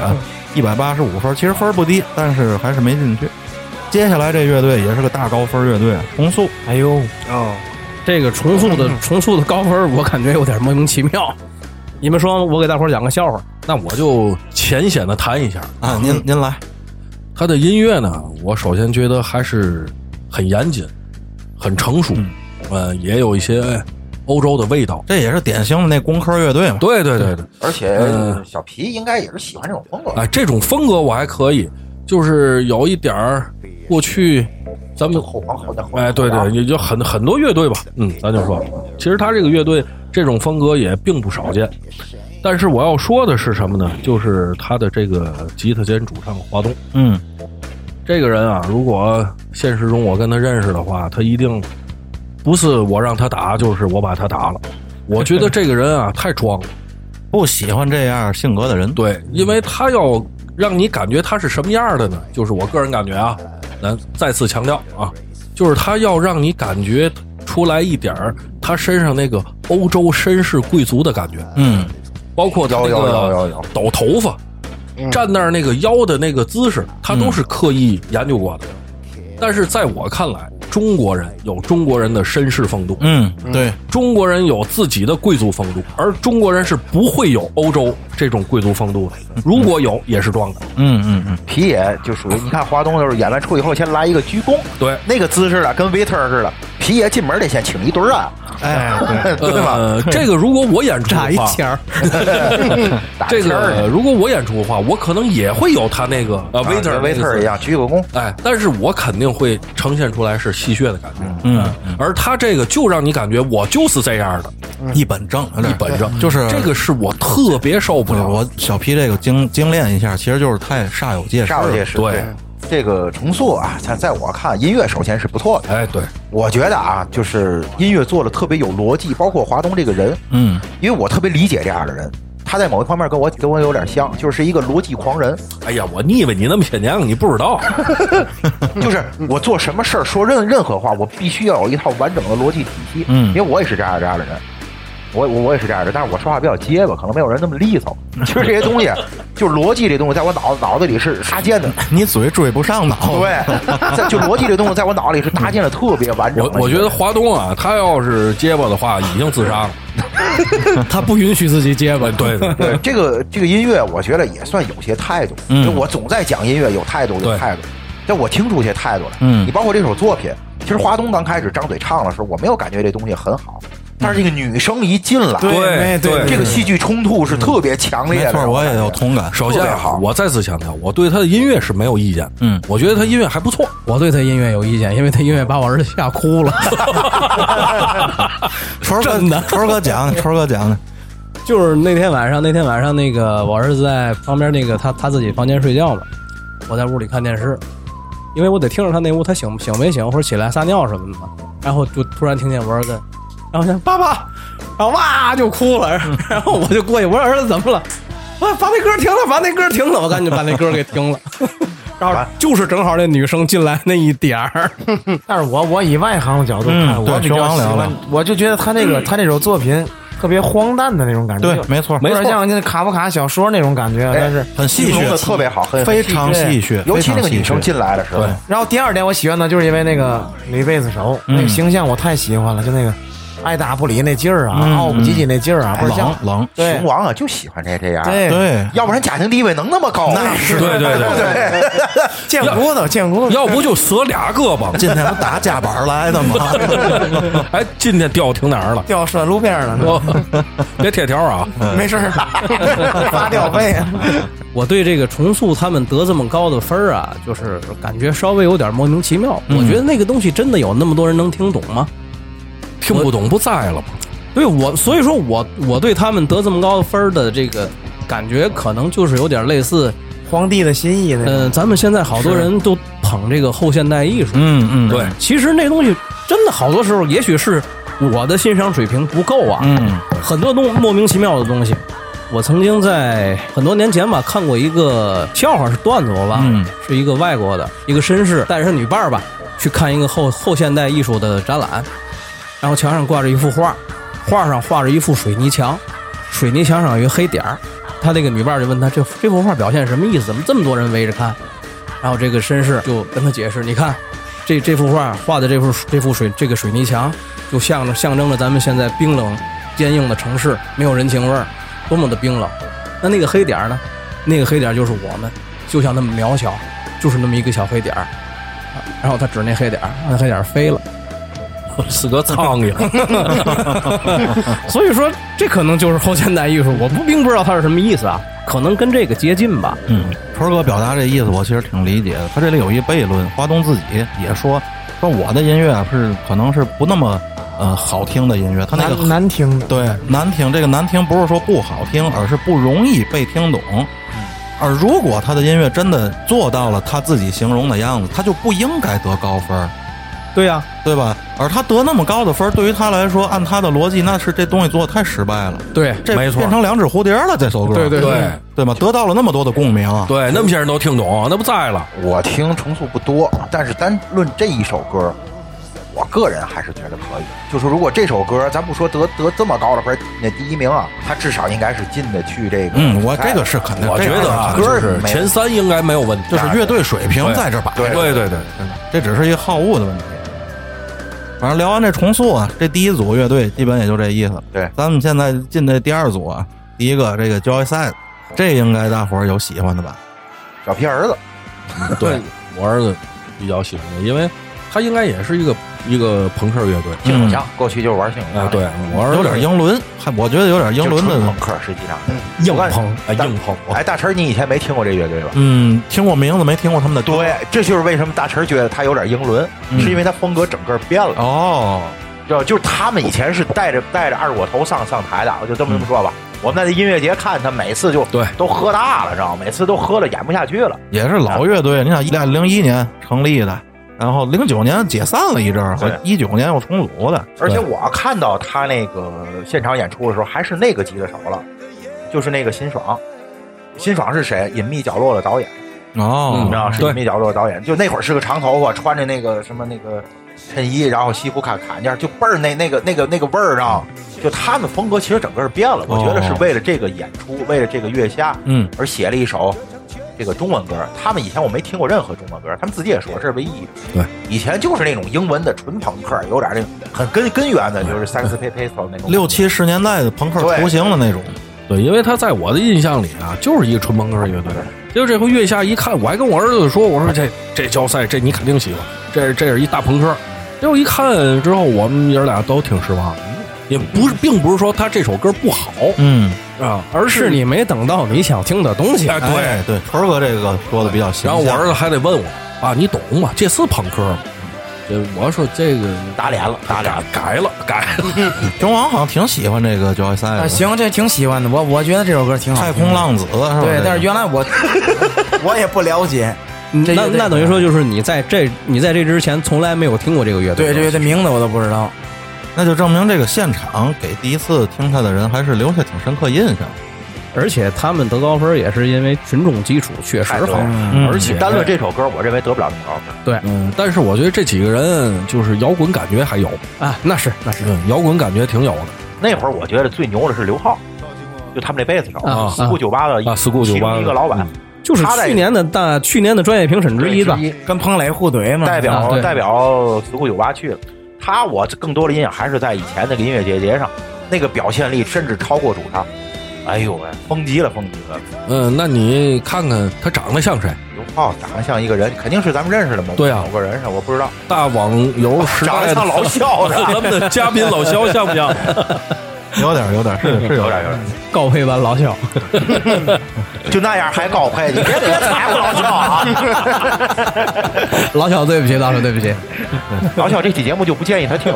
S1: 一百八十五分，其实分儿不低，但是还是没进去。接下来这乐队也是个大高分乐队，啊红素。
S8: 哎呦，
S3: 嗯，
S2: 这个重塑的重塑的高分，我感觉有点莫名其妙。你们说，我给大伙儿讲个笑话。
S5: 那我就浅显的谈一下
S1: 啊，您您来，
S5: 他的音乐呢，我首先觉得还是很严谨、很成熟，呃，也有一些欧洲的味道。
S1: 这也是典型的那工科乐队嘛。
S5: 对对对对，
S4: 而且
S5: 嗯
S4: 小皮应该也是喜欢这种风格。
S5: 哎，这种风格我还可以，就是有一点儿过去咱们
S4: 后皇后的后，
S5: 哎，对对，也就很很多乐队吧，嗯，咱就说，其实他这个乐队这种风格也并不少见。但是我要说的是什么呢？就是他的这个吉他兼主唱华东
S1: 嗯，
S5: 这个人啊，如果现实中我跟他认识的话，他一定不是我让他打，就是我把他打了。我觉得这个人啊，太装了。
S1: 不喜欢这样性格的人。
S5: 对，因为他要让你感觉他是什么样的呢？就是我个人感觉啊，咱再次强调啊，就是他要让你感觉出来一点儿他身上那个欧洲绅士贵族的感觉，
S1: 嗯，
S5: 包括他
S4: 有
S5: 那
S4: 有有有
S5: 个
S4: 有
S5: 抖头发、站那儿那个腰的那个姿势，他都是刻意研究过的。但是在我看来，中国人有中国人的绅士风度，
S1: 嗯，对，
S5: 中国人有自己的贵族风度，而中国人是不会有欧洲这种贵族风度的。如果有，也是装的。
S1: 嗯嗯嗯，
S4: 皮也就属于你看华东就是演完出以后先来一个鞠躬，
S5: 对
S4: 那个姿势啊，跟 waiter 似的。皮爷进门得先请一堆儿啊，
S1: 哎，对，
S4: 对吧？
S5: 呃，这个如果我演出
S2: 打
S5: 的
S2: 一
S5: 话，
S2: 签儿，
S4: 打
S5: 这
S4: 尖儿
S5: 个如果我演出的话，我可能也会有他那个呃
S4: 啊跟
S5: waiter 那个
S4: waiter 一样鞠个躬，
S5: 哎，但是我肯定会呈现出来是戏谑的感觉。
S1: 嗯，
S5: 而他这个就让你感觉我就是这样的，
S1: 一本正，一
S5: 一本
S2: 嗯
S5: 正，
S1: 就是
S5: 这个是我特别受
S1: 不
S5: 不
S1: 是
S5: 了。
S1: 我小皮这个精精炼一下，其实就是太煞有介事
S4: 煞
S1: 了。
S4: 有介事。
S5: 对，
S4: 这个重塑啊，在在我看，音乐首先是不错的。
S5: 哎，对，
S4: 我觉得啊，就是音乐做的特别有逻辑，包括华东这个人，
S1: 嗯，
S4: 因为我特别理解这样的人，他在某一方面跟我跟我有点像，就是一个逻辑狂
S5: *laughs*
S4: 人，
S5: 哎呀，我腻歪你那么些年了，你不知道。
S4: 就是我做什么事儿说任任何话，我必须要有一套完整的逻辑体系，
S1: 嗯
S4: 因为我也是这样这样的人。我我我也是这样的，但是我说话比较结巴，可能没有人那么利索。 *laughs* 其实这些东西，就是逻辑这东西，在我脑脑子里是搭建的，
S1: *laughs* 你嘴追不上脑。，
S4: 对，在就逻辑这东西，在我脑里是搭建的特别完整
S5: 我
S4: 的。
S5: 我觉得华东啊，他要是结巴的话，已经自杀 *laughs* 了。
S2: 他不允许自己结巴。
S5: 哎对 *laughs* 对
S4: 对这个这个音乐，我觉得也算有些态度。
S1: 嗯
S4: 就我总在讲音乐有态度有
S5: 对
S4: 态度，但我听出一些态度来。
S1: 嗯
S4: 你包括这首作品，其实华东刚开始张嘴唱的时候，我没有感觉这东西很好，
S1: 嗯
S4: 但是这个女生一进来，
S5: 哎对对
S4: 这个戏剧冲突是特别强烈
S1: 嗯没
S4: 的。
S1: 错，我也有
S4: 感觉
S1: 同感。
S5: 首先
S4: 特别好
S5: 啊，我再次强调，我对他的音乐是没有意见。
S1: 嗯
S5: 我觉得他音乐还不错。
S2: 我对他音乐有意见，因为他音乐把我儿子吓哭了。
S1: 春儿
S2: 真的
S1: *laughs* 哥，春儿哥讲的，春儿哥讲的，
S2: 就是那天晚上，那天晚上那个我儿子在旁边那个他他自己房间睡觉嘛，我在屋里看电视，因为我得听着他那屋他醒醒没醒或者起来撒尿什么的嘛，然后就突然听见我儿子然后像爸爸，然后哇就哭了，然后我就过去，我说儿子怎么了？啊，把那歌停了，把那歌停了，我赶紧把那歌给停了。然后就是正好那女生进来那一点儿，
S6: 但是我我以外行的角度看，
S1: 嗯对
S6: 我比较
S1: 熊王
S6: 喜
S1: 聊
S6: 欢
S1: 聊，
S6: 我就觉得他那个他那首作品特别荒诞的那种感觉，
S1: 对，没错，
S6: 有点像那卡夫卡小说那种感觉。但是，
S1: 很戏
S4: 形容
S1: 谑，
S4: 的特别好，很
S1: 非常戏谑，
S4: 尤其那个
S1: 非常戏谑
S4: 女生进来的时候，
S1: 对
S6: 然后第二点我喜欢的就是因为那个女贝斯手
S1: 嗯
S6: 那个形象，我太喜欢了，就那个爱打不理那劲儿啊，
S1: 嗯
S6: 傲不唧唧那劲儿啊，不是像
S1: 冷冷，
S6: 对
S4: 熊王啊就喜欢这这样，
S6: 对
S4: *laughs*
S1: 对，
S4: 要不然家庭地位能那么高？那是
S5: *laughs* 对对对，
S6: 见骨头见骨
S5: *laughs*
S6: 头，
S5: 要不就折俩胳 *laughs* 膊。
S1: 今天不打夹板来的吗？
S5: 哎，今天掉停哪 *laughs* 儿了？
S6: 掉拴路边了呢，
S5: 哦，别贴条啊！
S1: 嗯
S6: 没事
S1: *laughs*
S6: 儿，发吊费。
S2: 我对这个重塑他们得这么高的分儿啊，就是感觉稍微有点莫名其妙。
S1: 嗯
S2: 我觉得那个东西真的有那么多人能听懂吗？
S5: 听不懂不在了吗？
S2: 对我，所以说我我对他们得这么高分儿的这个感觉，可能就是有点类似，
S6: 皇帝的心意那种，
S2: 嗯、咱们现在好多人都捧这个后现代艺术，
S1: *laughs* 嗯嗯，
S5: 对，
S2: 其实那东西真的好多时候，也许是我的欣赏水平不够啊，
S1: 嗯
S2: 很多东莫名其妙的东西。我曾经在很多年前吧看过一个笑话，是段子我忘了，
S1: 嗯
S2: 是一个外国的一个绅士带着他女伴儿吧去看一个后后现代艺术的展览，然后墙上挂着一幅画，画上画着一幅水泥墙，水泥墙上有一个黑点儿。他那个女伴儿就问他这这幅画表现什么意思？怎么这么多人围着看？然后这个绅士就跟他解释，你看这这幅画画的这幅这幅水这个水泥墙，就象征象征着咱们现在冰冷、坚硬的城市，没有人情味儿，多么的冰冷。那那个黑点儿呢？那个黑点儿就是我们，就像那么渺小，就是那么一个小黑点儿。啊然后他指那黑点儿，那黑点儿飞了。
S5: 是个苍蝇。
S2: *laughs* 所以说，这可能就是后现代艺术。我不并不知道它是什么意思啊，可能跟这个接近吧。
S1: 嗯，春儿哥表达这意思，我其实挺理解的。他这里有一悖论，华东自己也说说我的音乐啊是可能是不那么呃好听的音乐，他那个
S6: 难难听的，
S1: 对难听，这个难听不是说不好听，而是不容易被听懂。
S2: 嗯
S1: 而如果他的音乐真的做到了他自己形容的样子，他就不应该得高分儿，
S2: 对呀、
S1: 对吧？而他得那么高的分儿，对于他来说，按他的逻辑，那是这东西做的太失败了。
S2: 对，
S1: 这
S5: 没错
S1: 变成两只蝴蝶了。这首歌，
S2: 对对
S5: 对
S1: 对吧？得到了那么多的共鸣，啊
S5: 对，那么些人都听懂，那不在了。
S4: 我听重塑不多，但是单论这一首歌，我个人还是觉得可以。就是如果这首歌，咱不说得得这么高的分，那第一名啊，它至少应该是进得去这个。
S1: 嗯，我这个是肯定，
S5: 我
S1: 这
S5: 觉
S1: 个
S5: 得啊，
S1: 是肯定
S4: 歌
S5: 就
S4: 儿
S5: 是
S4: 没
S5: 前三应该没有问题。
S1: 就是乐队水平
S5: 对
S1: 在这摆着，
S4: 对
S5: 对对对，
S1: 这只是一个好恶的问题。反正聊完这重塑啊，这第一组乐队基本也就这意思。
S4: 对
S1: 咱们现在进这第二组啊，第一个这个 Joy Side，这应该大伙儿有喜欢的吧？
S4: 小皮儿子，
S5: 对我儿子比较喜欢的，因为他应该也是一个一个朋克乐队。
S4: 性手枪，过去就是玩性手
S5: 啊
S1: 嗯
S4: 枪，，
S5: 对我儿子
S1: 有点英伦，还我觉得有点英
S4: 就
S1: 伦
S4: 纯
S1: 的
S4: 朋。克，实际上。
S5: 硬
S4: 我
S5: 碰，哎，
S4: 但
S5: 硬碰。
S4: 哎，大陈儿，你以前没听过这乐队吧？
S1: 嗯，听过名字没听过他们的歌？
S4: 对，这就是为什么大陈儿觉得他有点英伦，
S1: 嗯
S4: 是因为他风格整个变了。
S1: 哦，
S4: 知道，就是他们以前是带着带着二锅头上上台的，啊我就这么这么说吧。我们在音乐节看他，每次就
S5: 嗯对
S4: 都喝大了，知道吗？每次都喝了演不下去了。
S1: 也是老乐队。你想，一零一年成立的，然后零九年解散了一阵儿，和
S4: 对
S1: 一九年又重组的。
S4: 而且我看到他那个现场演出的时候，还是那个吉他手了，就是那个辛爽。辛爽是谁？《隐秘角落》的导演，
S1: 哦，
S4: 嗯你知道吗是
S5: 啊对
S4: 《隐秘角落》的导演。就那会儿是个长头发，穿着那个什么那个衬衣，然后西服坎坎肩儿，就倍儿那那个那个那个味儿啊！就他们风格其实整个是变了。我觉得是
S1: 哦
S4: 为了这个演出，为了这个月下，
S1: 嗯，
S4: 而写了一首这个中文歌。他们以前我没听过任何中文歌，他们自己也说这是唯一。
S5: 对，
S4: 以前就是那种英文的纯朋克，有点那种很根根源的，就是 Sex p i s t o l 那种
S1: 六七十年代的朋克
S4: 对
S1: 雏形的那种。
S5: 对，因为他在我的印象里啊，就是一个纯朋克乐队。结果这回月下一看，我还跟我儿子说：“我说这这交赛，这你肯定喜欢，这这是一大朋克。”结果一看之后，我们爷儿俩都挺失望的，也不是，并不是说他这首歌不好
S1: 嗯，
S5: 啊，
S2: 而是你没等到你想听的东西。
S5: 哎，对。
S1: 哎对，春儿哥这个说的比较形
S5: 然
S1: 象。
S5: 后我儿子还得问我啊，你懂吗？这是朋克吗？这我说这个
S4: 打脸了，打
S5: 改
S4: 脸了。
S5: 改了改了，
S1: 熊王好像挺喜欢这个 Joy Side 的
S6: 啊，行，这挺喜欢的，我我觉得这首歌挺好
S1: 哎太
S6: 听的。
S1: 空浪子是吧？
S6: 对，但是
S1: 原
S6: 原来我我也不了解，这
S2: 那
S6: 乐队
S2: 那等于说，就是你在这你在这之前从来没有听过这个乐队，
S6: 对这乐队名字我都不知道。
S1: 那就证明这个现场给第一次听他的人还是留下挺深刻印象的。
S2: 而且他们得高分也是因为群众基础确实
S4: 太多
S2: 好，
S4: 了
S1: 嗯
S2: 而且
S4: 单论这首歌，我认为得不了那么高分。
S5: 嗯，但是我觉得这几个人就是摇滚感觉还有，
S2: 啊，那是那是
S5: 嗯，摇滚感觉挺有的。
S4: 那会儿我觉得最牛的是刘浩，就他们这贝斯手，
S2: 啊
S4: 四库九八的
S5: 啊四库九八的
S4: 其中一个老板，
S6: 嗯
S2: 就是
S4: 他在
S2: 去年的大去年的专业评审之一吧，
S6: 跟彭磊互怼嘛，
S4: 代
S2: 啊
S4: 表
S2: 对
S4: 代表四库九八去了。他我更多的印象还是在以前那个音乐节节上，那个表现力甚至超过主唱。哎呦喂，疯极了，疯极了！
S5: 嗯，那你看看他长得像谁？
S4: 刘浩长得像一个人，肯定是咱们认识的嘛。
S5: 对啊
S4: 某个人是我不知道，
S5: 大网游
S4: 哦
S5: 时
S4: 长
S5: 代
S4: 得像
S5: 的 *laughs*
S4: 老肖是吧？
S5: 咱们的嘉宾老肖像不
S4: *laughs*
S5: 像？
S1: 有点儿，有点儿，是是
S4: 有
S1: 有
S4: 点有点，
S2: 高配版老肖，
S4: 就那样还高配，你别别踩我老肖啊！
S2: 老肖对不起，老肖对不起，
S4: 老肖这期节目就不建议他听。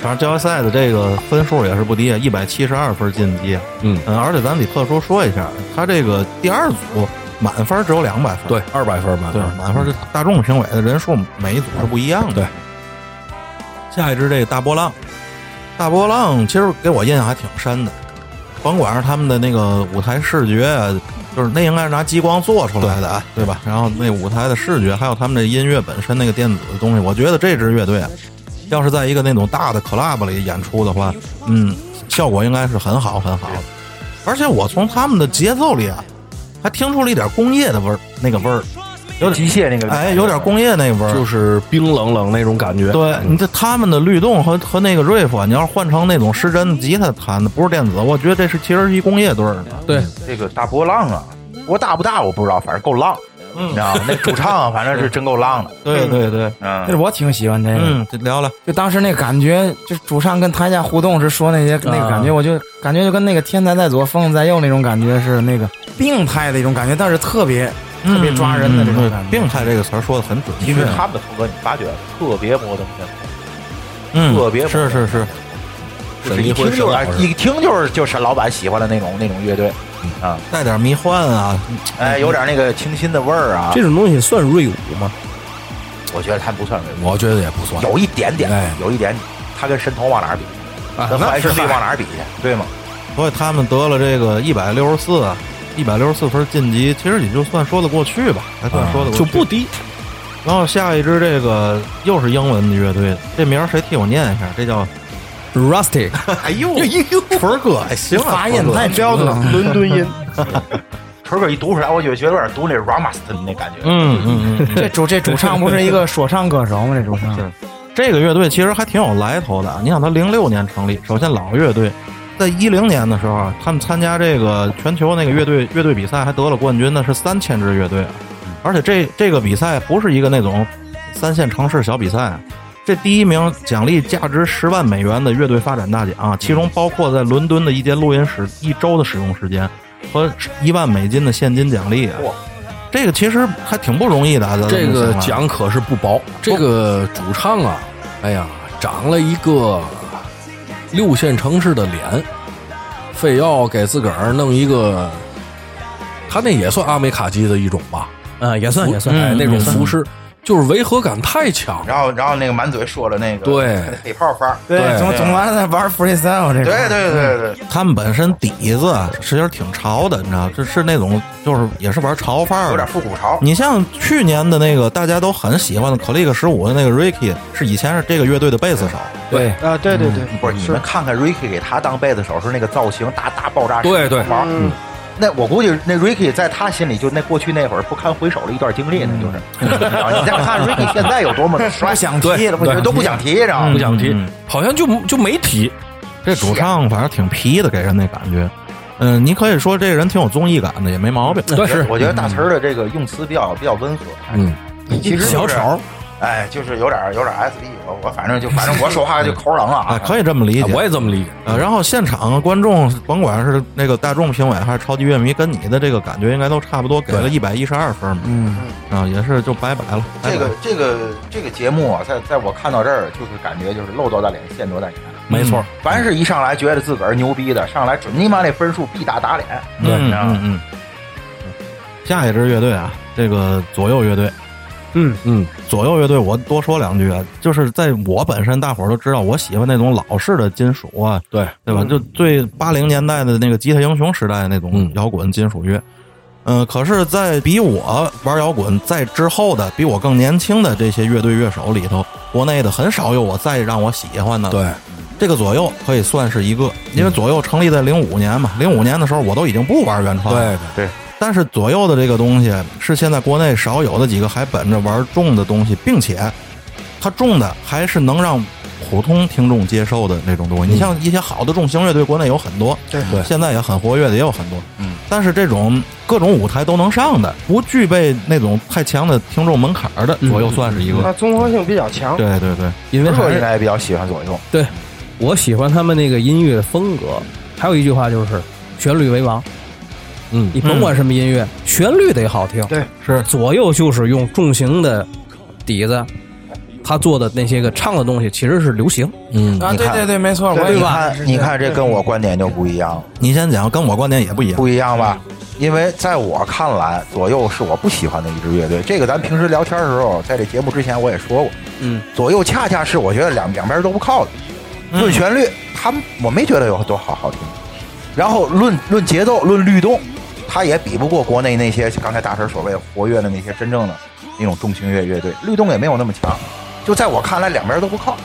S1: 反正交赛的这个分数也是不低，一百七十二分晋级。
S5: 嗯
S1: 而且咱得特殊说一下，他这个第二组满分只有两百分，
S5: 对，二百分满
S1: 对
S5: 分。，
S1: 满分是嗯大众评委的人数每一组是不一样的。
S5: 对，
S1: 下一支这个大波浪，大波浪其实给我印象还挺深的，甭管是他们的那个舞台视觉啊，就是那应该是拿激光做出来的啊，对吧？然后那舞台的视觉，还有他们这音乐本身那个电子的东西，我觉得这支乐队啊，要是在一个那种大的 club 里演出的话，嗯，效果应该是很好很好的。而且我从他们的节奏里啊，还听出了一点工业的味儿，那个味儿，有点
S4: 机械那个，
S1: 哎，有点工业那味儿。
S5: 嗯就是冰冷冷那种感觉，
S1: 对你这他们的律动和和那个 riff，啊你要是换成那种失真吉他弹的，不是电子，我觉得这是其实是一工业队儿的。
S2: 对，
S4: 这个大波浪啊，波大不大我不知道，反正够浪，
S5: 嗯
S4: 你知道吗？那主唱啊反正是真够浪的，
S1: 对对对，
S6: 但是
S4: 嗯，
S6: 我挺喜欢这个，
S1: 嗯，聊聊
S6: 就当时那感觉，就是主唱跟台下互动时说那些那个感觉，我就感觉就跟那个天才在左，疯子在右那种感觉是那个病态的一种感觉，但是特别特别抓人的这种感觉。
S1: 病嗯态这个词儿说的很准确。
S4: 其实他们的风格你发觉特别摩登天
S1: 嗯，
S4: 特别
S1: 是是是，
S4: 就是一听
S5: 神秘
S4: 就是
S5: 会神秘
S4: 一听就是就是老板喜欢的那种那种乐队，
S1: 带点迷幻啊，
S4: 哎，有点那个清新的味儿啊
S2: 这。种东西算瑞舞吗？
S4: 我觉得他们不算伪
S5: 我觉得也不算。
S4: 有一点点
S5: 哎，
S4: 有一点点，他跟神童往哪儿比？
S2: 啊
S4: 跟怀石绿往哪儿比去？对吗？
S1: 所以他们得了这个一百六十四，啊一百六十四分晋级，其实也就算说得过去吧，还算说得过去。
S2: 就不低，
S1: 然后下一支这个又是英文的乐队，这名儿谁替我念一下？这叫
S2: Rusty，
S1: 哎呦哎呦，纯哥哎行啊，
S6: 发音
S1: 纯哥
S6: 太标准了，
S3: 伦敦音，
S4: 纯哥一读出哎来，我就觉得有点读那 Ramaston 那感觉。
S1: 嗯嗯嗯
S6: 这主这主唱不是一个说唱歌手吗？ *laughs* 这主唱
S1: 是嗯这个乐队其实还挺有来头的啊。你想，他零六年成立，首先老乐队，在一零年的时候啊，他们参加这个全球那个乐队乐队比赛，还得了冠军，那是三千支乐队啊。
S5: 嗯
S1: 而且这这个比赛不是一个那种三线城市小比赛啊，这第一名奖励价值十万美元的乐队发展大奖啊，
S5: 嗯
S1: 其中包括在伦敦的一间录音室一周的使用时间和一万美金的现金奖励啊。这个其实还挺不容易的啊，在
S5: 这
S1: 伦敦
S5: 个
S1: 想来
S5: 奖可是不薄，这个主唱啊，哎呀，长了一个六线城市的脸，非要给自个儿弄一个，他那也算阿美卡基的一种吧，
S2: 啊，也算也算，
S5: 哎，
S1: 嗯
S5: 那种服饰就是违和感太强，
S4: 然后然后那个满嘴说了那个
S5: 对
S4: 黑炮范儿，
S5: 对
S6: 总总完了在玩 freestyle 哦这种。
S4: 对对对对，
S1: 他们本身底子啊其实挺潮的，你知道，这是那种就是也是玩潮范
S4: 有
S1: 儿
S4: 点
S1: 的。
S4: 复古潮。
S1: 你像去年的那个大家都很喜欢的 Click 十五的那个 Ricky，是以前是这个乐队的贝斯手，
S5: 对
S3: 啊，对对对，
S4: 不是你们看看 Ricky 给他当贝斯手时候那个造型，大大爆炸式
S5: 对对
S4: 毛
S3: 嗯
S4: 那我估计那 Ricky 在他心里就那过去那会儿不堪回首的一段经历，那就是。你再看 Ricky 现在有多么的帅
S6: 不，想提了，不
S5: 对
S6: 想
S4: 都不
S6: 提
S4: 想提，知道
S5: 不
S4: 吗？
S5: 想提
S1: 嗯，
S5: 好像就就没提，
S1: 这主唱反正挺皮的，给人那感觉。嗯，你可以说这个人挺有综艺感的，也没毛病。
S5: 对是，
S4: 我
S1: 嗯
S4: 觉得大词儿的这个用词比较比较温和，
S5: 嗯，
S4: 其实就是
S2: 小丑，
S4: 哎，就是有点有点 SB，我我反正就反正我说话就口冷了
S1: 啊，
S4: 啊，
S1: 可以这么理解。
S5: 我也这么理解，
S1: 呃，然后现场观众甭管是那个大众评委还是超级乐迷，跟你的这个感觉应该都差不多，给了一百一十二分嘛。
S6: 嗯，
S1: 啊，也是就拜拜了。拜拜
S4: 这个这个这个节目啊，在在我看到这儿，就是感觉就是漏多大脸，现多大眼。
S5: 没错，
S4: 凡是一上来觉得自个儿牛逼的，上来准尼玛那分数必打打脸。
S1: 嗯
S4: 啊
S1: 嗯嗯。下一支乐队啊，这个左右乐队，
S2: 嗯
S5: 嗯，
S1: 左右乐队，我多说两句啊，就是在我本身，大伙儿都知道，我喜欢那种老式的金属啊，
S5: 对
S1: 对吧？就最八零年代的那个吉他英雄时代那种
S5: 嗯
S1: 摇滚金属乐，嗯、可是，在比我玩摇滚在之后的，比我更年轻的这些乐队乐手里头，国内的很少有我再让我喜欢的了。
S5: 对，
S1: 这个左右可以算是一个，因为左右成立在零五年嘛，零五年的时候我都已经不玩原创了，
S5: 对，
S1: 但是左右的这个东西是现在国内少有的几个还本着玩重的东西，并且它重的还是能让普通听众接受的那种东西。你像一些好的重型乐队，国内有很多，
S3: 对
S5: 对
S1: 现在也很活跃的也有很多，
S4: 嗯。
S1: 但是这种各种舞台都能上的，不具备那种太强的听众门槛儿的，左右算是一
S3: 那
S6: 嗯
S1: 个。
S3: 综合性比较强。
S1: 对对对，
S2: 因为
S4: 哥
S2: 还
S4: 应
S2: 是
S4: 该也比较喜欢左右，
S2: 我喜欢他们那个音乐的风格。还有一句话就是旋律为王，
S5: 嗯
S2: 你甭管什么音乐，旋律得好听。
S3: 对，
S2: 是左右就是用重型的底子，他做的那些个唱的东西其实是流行。
S5: 嗯，
S6: 啊，
S4: 你
S6: 对
S4: 看
S6: 对对，没错，我
S4: 你
S6: 也
S4: 看，你看，这跟我观点就不一样，
S1: 你先讲，跟我观点也不一样。嗯
S4: 不一样吧？因为在我看来，左右是我不喜欢的一支乐队。这个咱平时聊天的时候，在这节目之前我也说过，
S2: 嗯，
S4: 左右恰恰是我觉得两两边都不靠的。
S1: 嗯
S4: 论旋律，他们我没觉得有多好好听，然后论论节奏、论律动，他也比不过国内那些刚才大神所谓活跃的那些真正的那种重型乐乐队，律动也没有那么强。就在我看来，两边都不靠。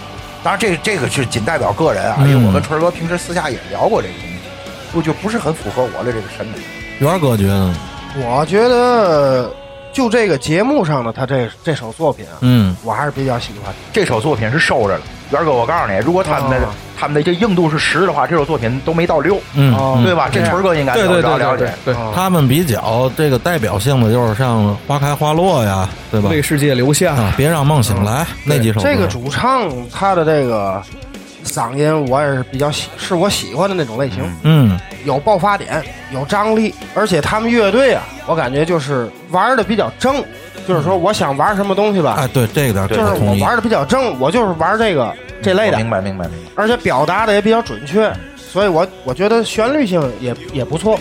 S4: 当然这，这个是仅代表个人啊，因为我跟春儿哥平时私下也聊过这个东西，不就不是很符合我的这个审美。
S1: 元哥觉得呢，
S3: 我觉得就这个节目上的他这这首作品啊，
S1: 嗯，
S3: 我还是比较喜欢。
S4: 这首作品是收着了。元哥，我告诉你，如果他们的、
S3: 哦
S4: 他们的这硬度是十的话，这首作品都没到六，
S1: 嗯
S3: 哦
S4: 对吧？这春儿哥应该
S2: 对
S4: 了
S2: 对
S4: 了
S2: 对
S4: 了
S2: 嗯对
S4: 解
S2: 对。对，
S3: 哦
S1: 他们比较这个代表性的就是像《花开花落》呀，对吧？
S2: 为世界留下。
S1: 啊，别让梦醒来、那几首歌。
S3: 嗯这个主唱他的这个嗓音，我也是比较喜，是我喜欢的那种类型，
S1: 嗯
S3: 有爆发点，有张力，而且他们乐队啊，我感觉就是玩的比较正，就是说我想玩什么东西吧，
S1: 哎，对这个点儿
S3: 就是
S1: 我
S3: 我
S1: 同意。嗯
S3: 玩的比较正，我就是玩这个这类
S4: 我
S3: 的，
S4: 哦明白明白明白。
S3: 而且表达的也比较准确，所以我我觉得旋律性也也不错。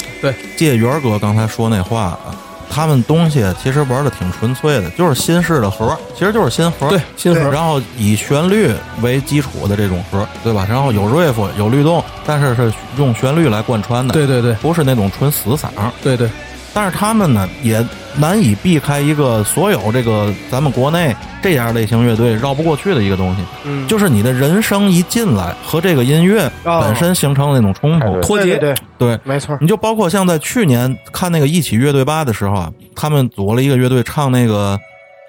S1: 借元哥刚才说那话啊，他们东西其实玩的挺纯粹的，就是新式的核，其实就是新核。
S2: 对，新
S3: 对
S2: 手
S1: 然后以旋律为基础的这种核，对吧？然后
S3: 嗯
S1: 有 riff 有律动，但是是用旋律来贯穿的，
S2: 对对对
S1: 不是那种纯死嗓。
S2: 对对，
S1: 但是他们呢，也难以避开一个所有这个咱们国内这样类型乐队绕不过去的一个东西，
S3: 嗯
S1: 就是你的人声一进来和这个音乐
S3: 哦
S1: 本身形成的那种冲突。
S4: 哎对
S2: 脱节
S3: 对
S1: 对
S3: 没错。
S1: 你就包括像在去年看那个一起乐队吧的时候啊，他们组了一个乐队唱那个，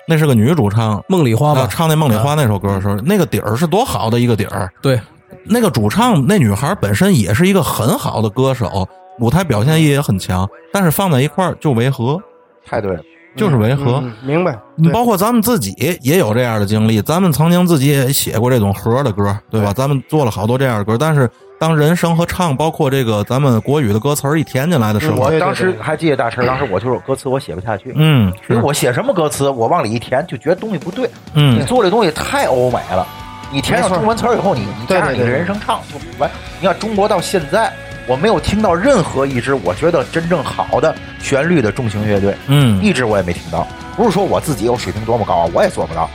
S1: 那是个女主唱，
S2: 梦里花
S1: 啊，
S2: 吧，
S1: 唱那《梦里花》那首歌的时候，那个底儿是多好的一个底儿。
S2: 对，
S1: 那个主唱那女孩本身也是一个很好的歌手，舞台表现力也很强，但是放在一块儿就违和，
S4: 太对了，
S1: 就是违和。
S3: 嗯，明白。
S1: 你包括咱们自己也有这样的经历，咱们曾经自己也写过这种和的歌，对吧？咱们做了好多这样的歌，但是当人声和唱，包括这个咱们国语的歌词儿一填进来的时候，
S4: 我
S3: 对
S4: 当
S3: 对
S4: 时
S3: 对
S4: 还记得大陈，当时我就是歌词我写不下去，
S1: 嗯，
S4: 因为
S1: 是，
S4: 我写什么歌词，我往里一填就觉得东西不对。你
S1: 嗯，
S4: 做这东西太欧美了，你填上
S3: 没错
S4: 中文词儿以后，你你
S3: 对
S4: 加上
S3: 对
S4: 你的
S3: 对
S4: 人声唱就完。你看中国到现在，我没有听到任何一支我觉得真正好的旋律的重型乐队，
S1: 嗯，
S4: 一支我也没听到。不是说我自己有水平多么高啊，我也做不到，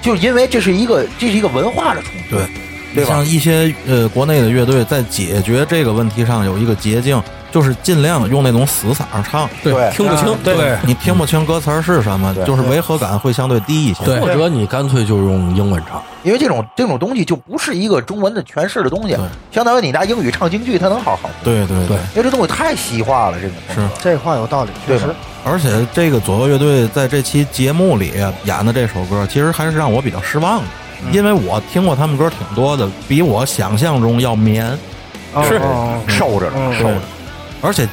S4: 就是因为这是一个这是一个文化的冲突，
S1: 对
S4: 对吧？
S1: 像一些呃国内的乐队在解决这个问题上有一个捷径，就是尽量用那种死嗓儿唱，
S4: 对
S2: 听不清，
S3: 对
S1: 你听不清歌词儿是什么
S4: 对，
S1: 就是违和感会相对低一些。
S2: 对
S5: 或者你干脆就用英文唱，
S4: 因为这种这种东西就不是一个中文的诠释的东西
S1: 对，
S4: 相当于你拿英语唱京剧，它能好好听。
S1: 对对
S5: 对
S4: 因为这东西太西化了，这种东西
S1: 是
S3: 这话有道理，确
S4: 对
S3: 实
S4: 吧。
S1: 而且这个左右乐队在这期节目里演的这首歌，其实还是让我比较失望的，因为我听过他们歌挺多的，比我想象中要绵，
S3: 哦
S2: 是
S3: 哦哦
S4: 受着
S3: 嗯
S4: 了，受着了。
S1: 而且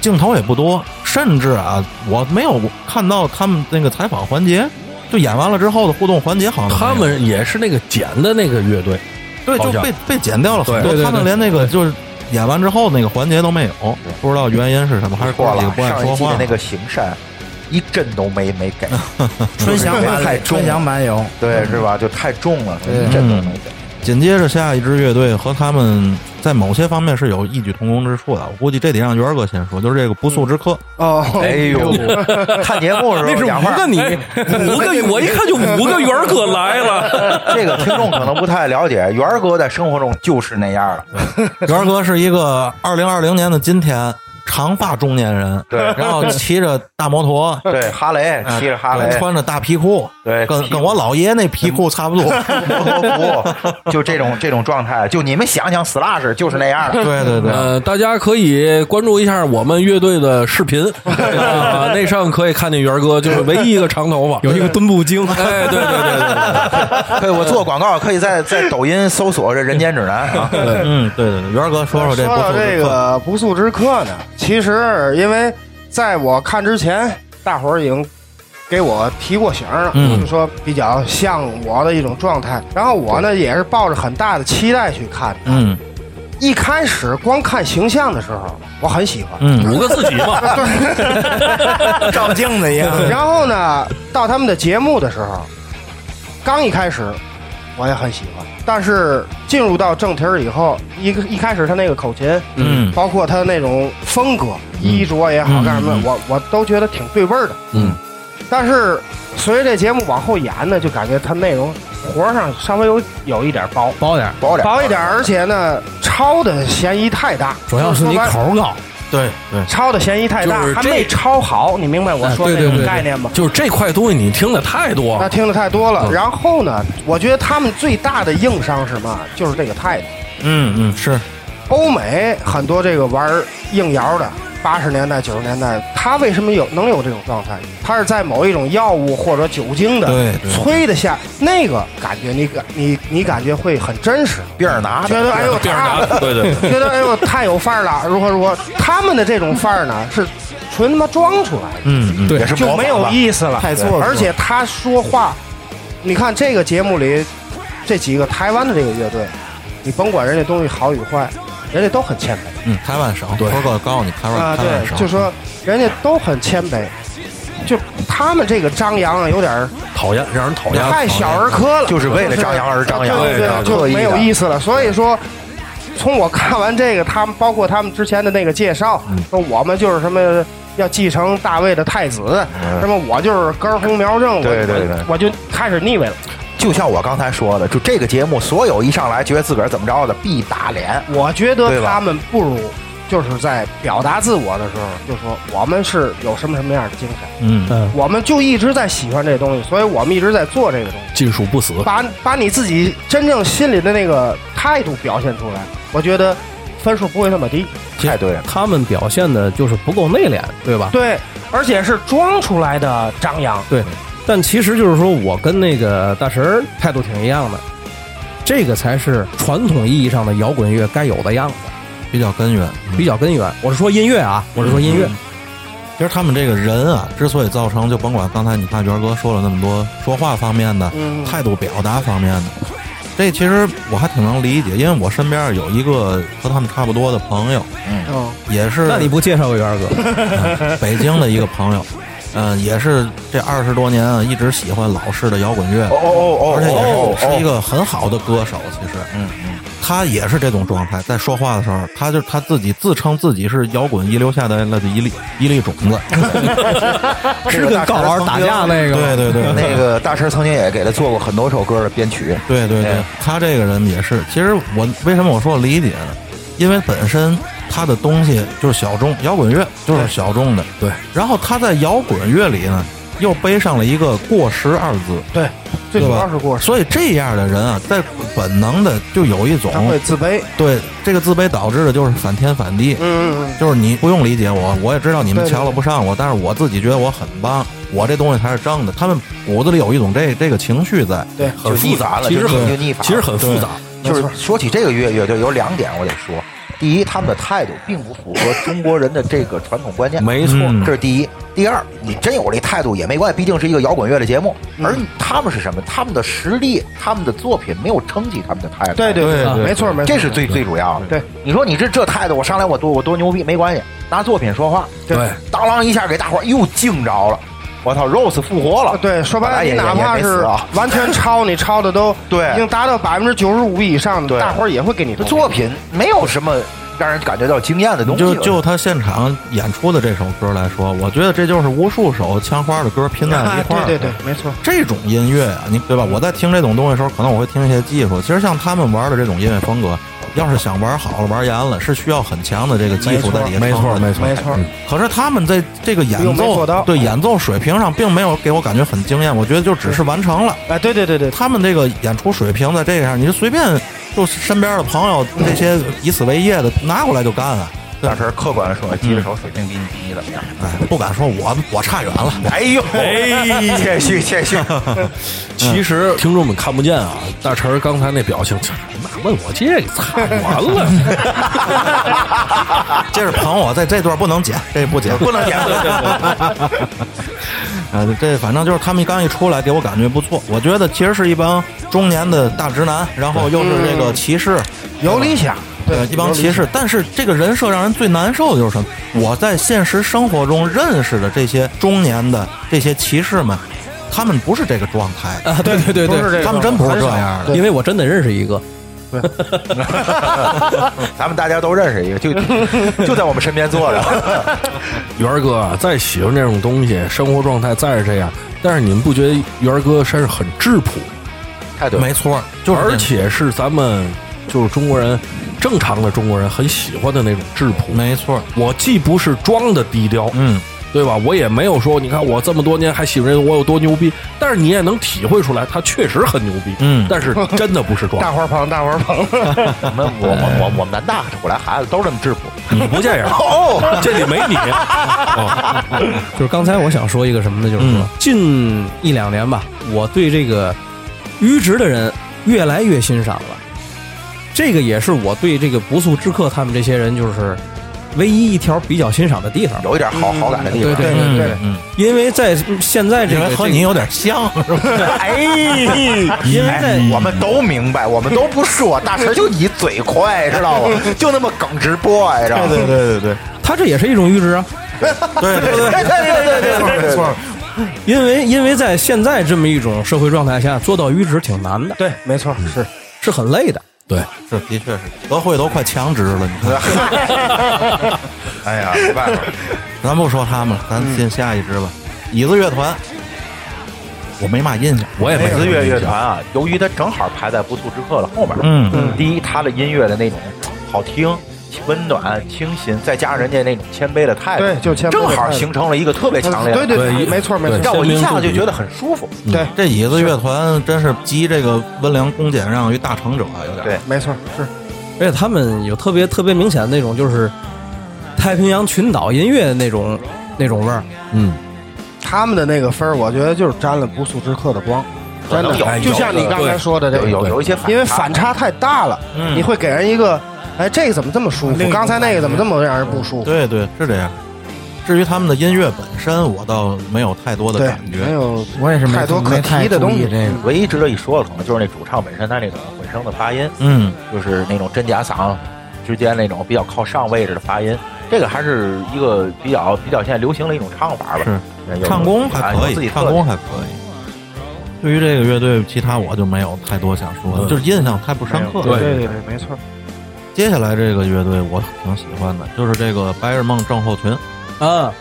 S1: 镜头也不多，甚至啊，我没有看到他们那个采访环节。就演完了之后的互动环节，好像
S5: 他
S1: 都没有
S5: 们也是那个剪的那个乐队，
S1: 对，
S5: 好
S1: 就
S5: 像
S1: 被被剪掉了很多
S2: 对对，对
S1: 他们连那个就是演完之后那个环节都没有，不知道原因是什么，还是
S4: 过
S1: 里
S4: 了
S1: 不爱
S4: 上一
S1: 说
S4: 季
S1: 话
S4: 的那。个行善，一帧都没没给， *laughs*
S6: 纯享版
S4: 太
S6: 里，
S4: 重
S6: 纯
S4: 了
S6: 享版有，
S4: 对，是吧？就太重了，
S6: 对
S4: 一帧都没给。
S1: 紧接着下一支乐队和他们在某些方面是有异曲同工之处的。我估计这得让元儿哥先说，就是这个不速之客。
S3: 哦，
S4: 哎呦，看节目的时候
S2: 那是
S4: 讲话
S2: 五个你，
S5: 五个，我一看就五个元儿哥来了。
S4: 这个听众可能不太了解，元儿哥在生活中就是那样的。
S1: 元儿哥是一个二零二零年的今天长发中年人，
S4: 对
S1: *laughs* 然后骑着大摩托，
S4: 对，哈雷
S1: 呃
S4: 骑着哈雷，
S1: 穿着大皮裤，
S4: 对，
S1: 跟跟我姥爷那皮裤差不多。
S4: 摩托服，就这种这种状态，就你们想想，Slash 就是那样
S1: *laughs*
S4: 的。
S1: 对对对，
S5: 呃，大家可以关注一下我们乐队的视 *laughs* 频，啊，那上可以看见元儿哥，就是唯一一个长头发。
S2: 有 *laughs* 一个蹲
S1: *laughs*
S2: 步精，
S5: 哎，对对对对对。
S4: 对，我做广告可以在在抖音搜索这《人间指南》啊。
S1: 嗯，对对对，元儿哥说这不
S3: 到
S1: 速
S3: 这
S1: 之客。
S3: 个不速之客呢，其实因为在我看之前，大伙儿已经给我提过醒儿了，
S1: 嗯
S3: 就说比较像我的一种状态。然后我呢也是抱着很大的期待去看的。
S1: 嗯
S3: 一开始光看形象的时候，我很喜欢。
S1: 嗯
S5: 五个自己嘛，
S9: 照镜子一样。
S3: *laughs* 然后呢，到他们的节目的时候，刚一开始我也很喜欢，但是进入到正题儿以后，一个一开始他那个口琴，
S1: 嗯
S3: 包括他那种风格、衣着也好，
S1: 嗯
S3: 干什么的，
S1: 嗯
S3: 我我都觉得挺对味儿的。
S5: 嗯，
S3: 但是随着这节目往后演呢，就感觉它内容活儿上稍微有有一点薄，
S2: 包点儿，
S4: 薄点儿，
S3: 薄一点儿，而且呢，抄的嫌疑太大。
S2: 主要是
S3: 说
S2: 你
S3: 白了
S2: 口儿高，
S1: 对对，
S3: 抄的嫌疑太大
S5: 就是，
S3: 还
S5: 这
S3: 没抄好，你明白我
S5: 哎
S3: 说
S5: 对
S3: 那
S5: 对
S3: 种
S5: 对哦对
S3: 概念吗？
S5: 就是这块东西你听的太多
S3: 那
S5: 了。
S3: 听的太多了。
S5: 嗯
S3: 然后呢，我觉得他们最大的硬伤是嘛，就是这个态度。
S1: 嗯嗯是，
S3: 欧美很多这个玩硬摇的，八十年代、九十年代，他为什么有能有这种状态？他是在某一种药物或者酒精的
S1: 对对
S3: 催的下，那个感觉你感你你感觉会很真实，
S4: 别人拿
S3: 觉得
S4: 的。
S3: 哎呦
S5: 别人拿
S3: 他， *laughs*
S5: 的，对对对，
S3: 觉得哎呦太有范儿了，如何如何？他们的这种范儿呢，是纯他妈装出来的。
S1: 嗯嗯
S2: 对
S4: 也是模
S3: 就
S4: 仿吧
S3: 没有意思了，
S9: 太做作
S3: 而且他说话，你看这个节目里这几个台湾的这个乐队，你甭管人家东西好与坏，人家都很谦卑
S1: 嗯，台湾省，
S5: 对
S1: 波哥告诉你，台湾
S3: 啊。
S1: 台湾省，
S3: 对，就说人家都很谦卑，就他们这个张扬啊，有点儿
S5: 讨厌，让人讨厌。
S3: 太小儿科了，
S4: 就是为了张扬而张扬
S3: 对
S4: 对
S3: 对，就
S4: 刻意的
S3: 没有意思了。所以说。从我看完这个，他们包括他们之前的那个介绍，
S4: 嗯
S3: 说我们就是什么要继承大卫的太子，什
S4: 嗯
S3: 么我就是根红苗正，我
S4: 对对对
S3: 我就开始腻歪了。
S4: 就像我刚才说的，就这个节目，所有一上来觉得自个儿怎么着的，必打脸。
S3: 我觉
S4: 对
S3: 得
S4: 吧
S3: 他们不如就是在表达自我的时候，就说我们是有什么什么样的精神，
S1: 嗯
S2: 嗯，
S3: 我们就一直在喜欢这东西，所以我们一直在做这个东西，
S5: 技术不死，
S3: 把把你自己真正心里的那个态度表现出来，我觉得分数不会那么低。
S4: 太对了，
S2: 他们表现的就是不够内敛，对吧？
S3: 对，而且是装出来的张扬。
S2: 但其实就是说我跟那个大神儿态度挺一样的，这个才是传统意义上的摇滚乐该有的样子，
S1: 比较根源。嗯
S2: 比较根源。我是说音乐啊，我是说音乐，
S5: 嗯
S1: 其实他们这个人啊，之所以造成，就甭管刚才你看元哥说了那么多说话方面的、
S3: 嗯，
S1: 态度表达方面的，这其实我还挺能理解，因为我身边有一个和他们差不多的朋友，
S3: 嗯
S1: 也是
S2: 哦那你不介绍个元儿哥，
S1: 北京的一个朋友，嗯、也是这二十多年啊，一直喜欢老式的摇滚乐
S4: 哦，哦哦
S1: 而且
S4: 哦
S1: 也是
S4: 哦
S1: 是一个很好的歌手。其实，
S4: 嗯嗯，
S1: 他也是这种状态，在说话的时候，他就他自己自称自己是摇滚遗留下来的一粒一粒种子。
S4: 哎
S5: 嗯
S2: 是跟高老师打架那个吗？
S1: 对对对，
S4: 哦那个大师曾经也给他做过很多首歌的编曲。
S1: 对对对
S4: 对，
S1: 他这个人也是。其实我为什么我说我理解呢？因为本身他的东西就是小众，摇滚乐就是小众的。
S5: 对，
S1: 然后他在摇滚乐里呢，又背上了一个“过时”二字，
S3: 最主要
S1: 对
S3: 是过失，
S1: 所以这样的人啊，在本能的就有一种
S3: 他会自卑。
S1: 对这个自卑导致的就是反天反地。
S3: 嗯嗯
S1: 就是你不用理解我，我也知道你们
S3: 对对
S1: 瞧了不上我，但是我自己觉得我很棒，我这东西才是正的。他们骨子里有一种这这个情绪在，
S3: 嗯，对，
S5: 很复杂
S4: 了
S5: 其实
S4: 就
S5: 很
S4: 就逆反
S5: 其实很复杂。
S3: 没
S4: 就
S3: 错
S4: 是说起这个乐乐队，有两点我得说。第一，他们的态度并不符合中国人的这个传统观念，嗯
S5: 没
S1: 错
S4: 这是第一。第二，你真有这态度也没关系，毕竟是一个摇滚乐的节目。而他们是什么？他们的实力，他们的作品没有撑起他们的态度。
S3: 对对
S1: 对对
S3: 没错没错，
S4: 这是最最主要的。
S3: 对，
S4: 你说你这这态度，我上来我多我多牛逼没关系，拿作品说话，
S3: 对
S5: 对，
S4: 当啷一下给大伙儿又惊着了。
S7: 我操，Rose 复活了，
S3: 啊对，说白了，
S7: 本来也
S3: 你哪
S7: 也
S3: 怕
S7: 没死
S3: 是
S7: 啊
S3: 完全抄，你抄的都
S7: 对
S3: 已经达到百分之九十五以上的，
S7: 对
S3: 大伙儿也会给你
S7: 这
S3: 投
S7: 作品没有什么让人感觉到惊艳的东西
S1: 就
S7: 了，
S1: 就他现场演出的这首歌来说，我觉得这就是无数首枪花的歌拼在
S3: 啊
S1: 一块儿、
S3: *laughs* 对对嗯对，没错。
S1: 这种音乐啊，你对吧？我在听这种东西的时候，可能我会听一些技术。其实像他们玩的这种音乐风格，要是想玩好了、玩严了，是需要很强的这个技术在里面。
S5: 没错，没
S1: 错。
S5: 错，
S3: 哦
S5: 嗯
S3: 没错，
S1: 可是他们在这个演
S3: 又没做
S1: 奏
S3: 到
S1: 对演奏水平上，并没有给我感觉很惊艳。我觉得就只是完成了
S3: 哎，对对对对，
S1: 他们这个演出水平，在这个上，你就随便就身边的朋友这些以此为业的拿过来就干啊。
S7: 大神客观的说，吉他手水平比你低怎么样？
S1: 哎，不敢说我我差远了。 *laughs*
S7: 哎呦，谦虚谦虚，
S5: 其实
S3: 嗯
S5: 听众们看不见啊，大陈儿刚才那表情，那问我这个擦完了，
S1: 接着捧我，在这段不能剪，这不剪，
S7: 不能演
S1: 啊，这反正就是他们刚一出来，给我感觉不错。我觉得其实是一帮中年的大直男，然后又是这个骑士，
S3: 有理想，
S1: 对，一帮骑士。但是这个人设让人最难受的就是什么？我在现实生活中认识的这些中年的这些骑士们，他们不是这个状态的，
S2: 啊， *laughs* 对对对
S3: 不是
S2: 对，
S3: 这
S1: 他们真不是这样的。
S2: 因为我真的认识一个，
S7: 咱们大家都认识一个，就就在我们身边坐着。
S5: 元儿哥啊，再喜欢这种东西，生活状态再是这样，但是你们不觉得元儿哥身上很质朴，
S7: 太对了，
S1: 没错，就是这
S5: 而且是咱们就是中国人正常的中国人很喜欢的那种质朴。
S1: 没错，
S5: 我既不是装的低调，
S1: 嗯，
S5: 对吧？我也没有说，你看我这么多年还喜欢这个我有多牛逼，但是你也能体会出来，他确实很牛逼，
S1: 嗯
S5: 但是真的不是装
S3: *laughs* 大。伙儿捧，大伙儿捧，
S7: 我们我我我我们南大过来孩子都这么质朴。
S5: 你不这样，哦，这里没你。
S2: 就是刚才我想说一个什么呢？就是说、
S1: 嗯
S2: 近一两年吧，我对这个迂直的人越来越欣赏了。这个也是我对这个不速之客他们这些人就是唯一一条比较欣赏的地方，
S7: 有一点好好感的地方。
S2: 对
S3: 对对
S1: 嗯嗯，
S2: 因为在现在这
S1: 因为
S2: 个
S1: 和你有点像，是吧？
S7: 哎，
S2: 因为在
S7: 我们都明白，我们都不
S4: *laughs*
S7: 说，大神就你嘴快，知道吗？就那么耿直 boy，知道吗？
S1: 对对对
S2: 他这也是一种预知啊，
S1: 对对对
S7: 对对对对对，没错，
S2: 因为因为在现在这么一种社会状态下，做到阈值挺难的，嗯
S3: 对，没错，是
S2: 是很累的。
S5: 对，
S1: 是的确是，德惠都快强直了，你看。
S4: *laughs*
S7: 哎呀，没办法，
S1: 咱不说他们了，咱进下一支吧。椅子乐团，我没嘛印象。
S5: 我也没
S4: 子哎
S7: 哎
S4: 乐乐团啊，由于它正好排在不速之客的后面，
S1: 嗯
S4: 第一，它的音乐的那种好听、温暖、清新，再加上人家那种谦卑的态度，
S3: 对就谦卑的
S4: 正好
S3: 态度
S4: 形成了一个特别强烈的，
S3: 对对
S5: 对
S3: 没错没
S5: 对
S3: 错，
S4: 让我一下子就觉得很舒服。
S3: 对，
S1: 这椅子乐团真是集这个温良恭俭让于大成者，有点。
S4: 对
S3: 没错是，
S2: 而且他们有特别特别明显的那种就是太平洋群岛音乐的那种那种味儿，
S5: 嗯，
S3: 他们的那个分儿，我觉得就是沾了不速之客的光，
S4: 可
S3: 真
S4: 能
S7: 哎
S4: 有
S3: 的，就像你刚才说的这
S4: 有
S3: 个，嗯
S4: 有有一些反，
S3: 因为反差太大了，你会给人一个，哎，这个怎么这么舒服？刚才那个怎么这么让人不舒服？
S1: 对对，是这样。至于他们的音乐本身，我倒没有太多的
S3: 对
S1: 感，
S3: 没
S1: 觉。
S3: 有
S6: 我也是没
S3: 太多可
S6: 没太
S3: 提的
S6: 注
S3: 东
S6: 意
S3: 西。
S6: 这个
S4: 唯一值得一说的，可能就是那主唱本身他那种混声的发音，
S1: 嗯，
S4: 就是那种真假嗓之间那种比较靠上位置的发音，这个还是一个比较比较现在流行的一种唱法吧。嗯
S1: 是
S4: 有，哎
S1: 唱功还可
S4: 有自
S1: 以，
S4: 己
S1: 唱
S4: 特
S1: 功还可以。对于这个乐队，其他我就没有太多想说的，就是印象太不深刻了。
S3: 对对对，没错。
S1: 接下来这个乐队我挺喜欢的，就是这个白日梦症候群，
S2: 啊，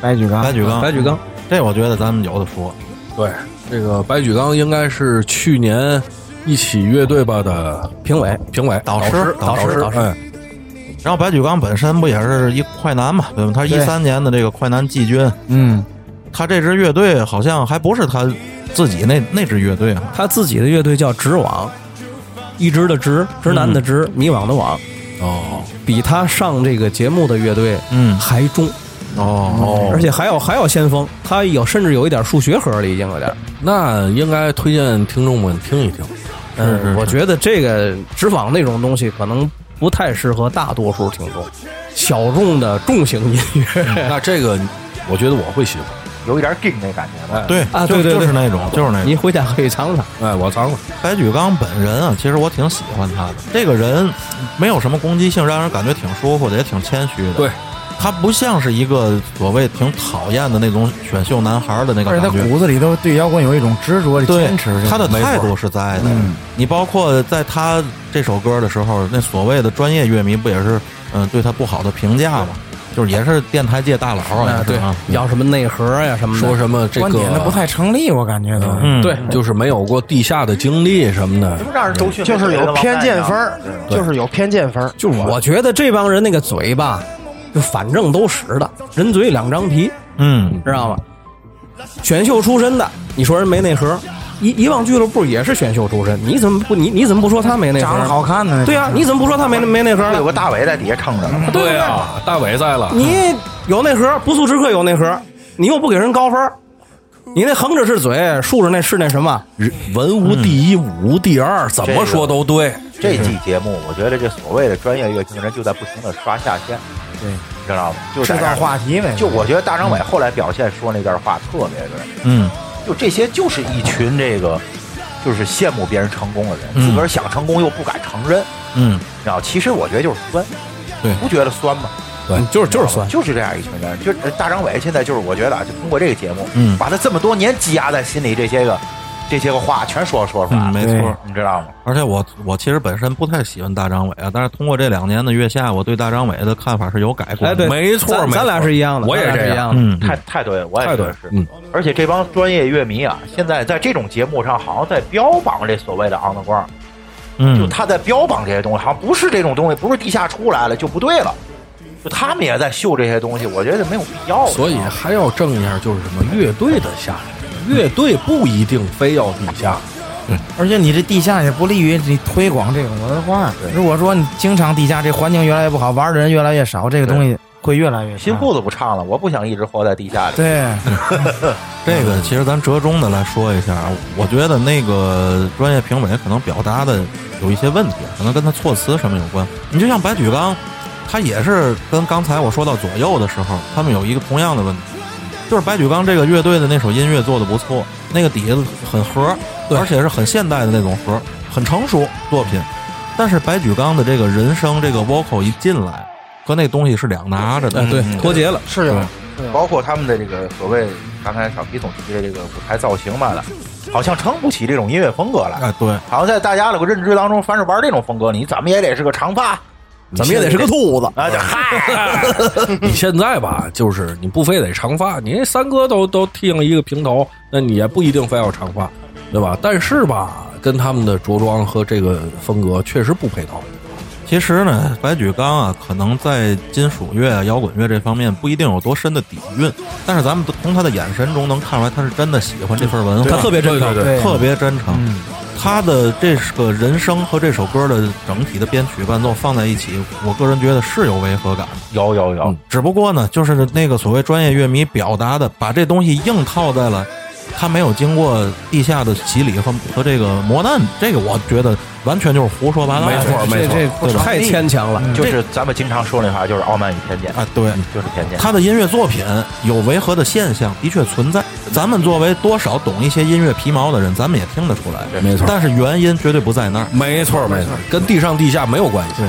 S6: 白举纲，
S1: 白举纲，嗯
S2: 白举纲，
S1: 这我觉得咱们有的说。
S5: 对，这个白举纲应该是去年一起乐队吧的
S2: 评委
S5: 评委
S1: 导
S5: 师
S1: 师
S5: 导
S1: 导师
S5: 导
S1: 导师
S5: 哎，
S1: 然后白举纲本身不也是一快男嘛，对吧？他是一
S3: 对
S1: 三年的这个快男季军，
S6: 嗯，
S1: 他这支乐队好像还不是他自己那那支乐队啊，
S2: 他自己的乐队叫直网，一直的直，直男的
S1: 嗯
S2: 直，迷惘的网，
S5: 哦，
S2: 比他上这个节目的乐队
S1: 嗯，
S2: 还中，
S1: 哦
S2: 而且还要还要先锋，他有甚至有一点数学盒了，已经有点。
S5: 那应该推荐听众们听一听。
S1: 是是
S2: 嗯，我觉得这个直网那种东西可能不太适合大多数听众，小众的重型音乐。
S5: 那这个，我觉得我会喜欢。
S4: 有一点 g 那感觉吧。
S1: 对
S2: 啊
S1: 就
S2: 对对
S1: 就
S2: 对
S1: 是那种，就是那种。
S2: 您回家可以尝尝。
S5: 哎，我藏了。
S1: 白举纲本人啊，其实我挺喜欢他的，这个人没有什么攻击性，让人感觉挺舒服的，也挺谦虚的。
S5: 对，
S1: 他不像是一个所谓挺讨厌的那种选秀男孩的那个
S6: 而且
S1: 感
S6: 他
S1: 觉。
S6: 骨子里都对摇滚有一种执着的
S1: 对
S6: 坚持，这，种
S1: 他的
S6: 没错
S1: 态度是在的
S6: 嗯。
S1: 你包括在他这首歌的时候，那所谓的专业乐迷不也是嗯对他不好的评价嘛？就是也是电台界大佬啊，
S2: 对
S1: 啊，，
S2: 要什么内核呀什么的，
S5: 说什么这
S6: 观点
S5: 个
S6: 他不太成立，我感觉都。
S1: 嗯，
S2: 对，
S5: 就是没有过地下的经历什么的，
S4: 让人都去
S3: 就是有偏见分儿，
S4: 嗯
S3: 就是有偏见分儿。
S2: 就是我觉得这帮人那个嘴巴，就反正都实的，人嘴两张皮，
S1: 嗯，
S2: 知道吗？选秀出身的，你说人没内核，一一望俱乐部也是选秀出身，你怎么不你你怎么不说他没内核？
S6: 长得好看的那种
S2: 对呀、啊你怎么不说他没没内核
S7: 有
S2: 呢？
S7: 个大伟在底下撑着呢。
S5: 对啊，大伟在了，
S2: 你有内核，不速之客有内核，你又不给人高分儿，你那横着是嘴，竖着那是那什么？
S5: 人文无第一，武无第二，怎么说都对。
S4: 这季节目，我觉得这所谓的专业乐评人就在不停的刷下限，
S6: 对，
S4: 知道吗？就
S6: 制
S4: 在这
S6: 造
S4: 儿
S6: 话题呗。
S4: 就我觉得大张伟后来表现说那段话特别对，
S1: 嗯，
S4: 就这些就是一群这个就是羡慕别人成功的人，
S1: 嗯
S4: 自个儿想成功又不敢承认，
S1: 嗯，
S4: 你知道？其实我觉得就是酸，
S1: 对
S4: 不觉得酸吗？
S2: 嗯就是就是酸，
S4: 就是这样一群人。就是大张伟现在就是我觉得啊，就通过这个节目，
S1: 嗯
S4: 把他这么多年积压在心里这些个这些个话全说说出来了，
S1: 嗯没错。
S4: 你知道吗？
S1: 而且我我其实本身不太喜欢大张伟啊，但是通过这两年的月下，我对大张伟的看法是有改观
S2: 哎，
S1: 的。
S2: 对，
S5: 没错
S2: 咱
S5: 没错
S2: 咱俩是一样的，
S5: 我也
S2: 咱俩
S5: 这
S2: 是
S5: 样
S2: 一样的。
S1: 嗯，
S4: 太太对，我也
S5: 太
S4: 觉
S5: 对
S4: 得是，
S5: 嗯，
S4: 而且这帮专业乐迷啊，现在在这种节目上好像在标榜这所谓的 underground，就
S1: 嗯，
S4: 他在标榜这些东西，好像不是这种东西，不是地下出来了就不对了，就他们也在秀这些东西，我觉得没有必要。
S5: 所以还要正一下，就是什么乐队的下限，乐队不一定非要地下。
S6: 而且你这地下也不利于你推广这种文化。如果说你经常地下，这环境越来越不好，玩的人越来越少，这个东西会越来越
S4: 新裤子不唱了，我不想一直活在地下里。
S6: 对，
S1: 这个其实咱折中的来说一下，我觉得那个专业评委可能表达的有一些问题，可能跟他措辞什么有关。你就像白举纲，他也是跟刚才我说到左右的时候，他们有一个同样的问题，就是白举纲这个乐队的那首音乐做的不错，那个底子很合，而且是很现代的那种合，很成熟作品。但是白举纲的这个人声这个 vocal 一进来，和那东西是两拿着的。嗯
S2: 哎，对，脱节了，
S3: 是
S6: 嗯
S3: 有，
S4: 包括他们的这个所谓刚才小皮总提的这个舞台造型嘛的，好像撑不起这种音乐风格来。
S1: 哎，对，
S4: 好像在大家的认知当中，凡是玩这种风格，你怎么也得是个长发
S2: 怎么也得是个兔子。
S4: 啊！这嗨，
S5: 你现在吧，就是你不非得长发，你那三哥都都剃了一个平头，那你也不一定非要长发，对吧？但是吧，跟他们的着装和这个风格确实不配套。
S1: 其实呢，白举纲啊，可能在金属乐、啊、摇滚乐这方面不一定有多深的底蕴，但是咱们从他的眼神中能看出来，他是真的喜欢这份文化，
S2: 他特别真诚，
S6: 对
S1: 特别真诚。他的这个人声和这首歌的整体的编曲伴奏放在一起，我个人觉得是有违和感的。
S4: 有有有
S5: 嗯，
S1: 只不过呢，就是那个所谓专业乐迷表达的，把这东西硬套在了他没有经过地下的洗礼和和这个磨难，这个我觉得完全就是胡说八道。
S5: 没错
S2: 这
S5: 没错
S2: 这
S1: 对吧
S2: 太牵强了。
S4: 就是咱们经常说那话，就是傲慢与偏见，
S1: 啊，对。
S4: 就是偏见。
S1: 他的音乐作品有违和的现象，的确存在。咱们作为多少懂一些音乐皮毛的人，咱们也听得出来。
S5: 没错
S1: 但是原因绝对不在那儿。
S5: 没错，没错，跟地上地下没有关系。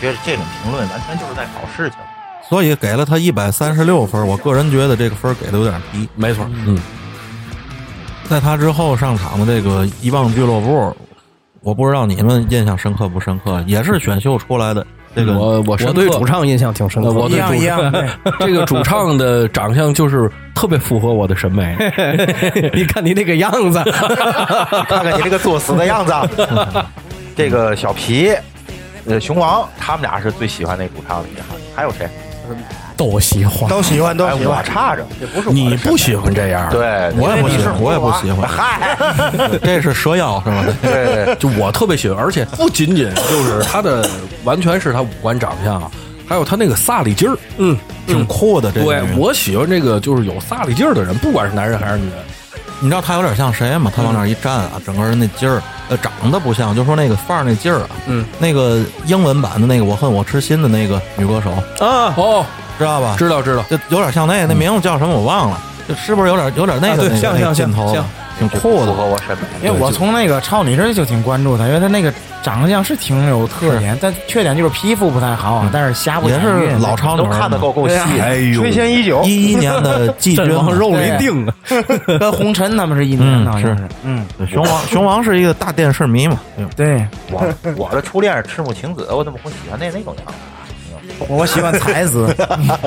S4: 觉得这种评论完全就是在搞事情。
S1: 所以给了他一百三十六分，我个人觉得这个分儿给的有点低。
S5: 没错，嗯，
S1: 在他之后上场的这个遗忘俱乐部，我不知道你们印象深刻不深刻，也是选秀出来的。这个
S5: 我我深
S2: 我
S5: 刻
S2: 对主唱印象挺深刻
S5: 呃
S2: 的，
S5: 我
S6: 一
S5: 对
S6: 样
S5: 主
S6: 一
S2: *laughs*
S6: 样。对
S5: 这个主唱的长相就是特别符合我的审美，
S2: 你看你那个样 *laughs* 子，
S4: 看看你这个作死的样子。啊
S1: *laughs*
S4: 这个小皮，呃，熊王，他们俩是最喜欢那主唱的一个，还有谁？
S2: 都喜欢。 *laughs*
S3: 都喜欢，都
S4: 哎，
S3: 喜
S4: 我
S3: 欢。
S4: 插着，这不是我的
S5: 你不
S4: 事
S5: 喜欢这样
S4: 儿。，对，
S1: 我也不喜欢，我也不喜
S4: 欢。
S1: 欢。 *laughs*
S4: 嗨，
S1: 这是蛇妖是
S5: 嗯
S1: 吧？
S4: 对对对，
S5: 就我特别喜欢，而且不仅仅就是他的，完全是他五官长相啊，还有他那个飒力劲儿。
S2: 嗯，
S1: 挺酷的。这个
S5: 对
S1: 人
S5: 我喜欢这个就是有飒力劲儿的人，不管是男人还是女人。
S1: 你知道他有点像谁吗？他往那儿一站啊，整个人那劲儿，呃，长得不像，就说那个范儿那劲儿啊，
S2: 嗯，
S1: 那个英文版的那个《我恨我痴心》的那个女歌手，
S2: 啊，
S5: 哦，
S1: 知道吧？
S5: 知道知道，
S1: 就有点像那个，那名字叫什么我忘了，就是不是有点有点那
S2: 啊
S1: 个
S2: 对
S1: 那个
S2: 像
S1: 那个
S2: 像
S1: 劲头
S2: 像像
S1: 了？挺酷
S4: 符
S1: 的。
S4: 合我审美。
S6: 因为我从那个超女这就挺关注他，因为他那个长相是挺有特点，但缺点就是皮肤不太好，啊但是瑕不
S1: 嗯也
S6: 掩
S1: 是
S6: 瑜
S1: 老超女
S4: 都
S1: 儿
S4: 看得
S1: 嘛，
S4: 够够细的，
S7: 哎呦
S3: 垂涎已久，
S1: 一一年的季军
S2: 朕
S1: 嘛
S2: 王肉
S6: 对
S2: 没定啊，
S6: 跟红尘他们是一年
S1: 嗯
S6: 的，好像是
S1: 对熊王，熊王是一个大电视迷嘛，对吧
S6: 对，
S4: 我我的初恋是赤木晴子，我怎么会喜欢那那种
S1: *laughs*
S4: 样子？
S6: 我喜欢才子，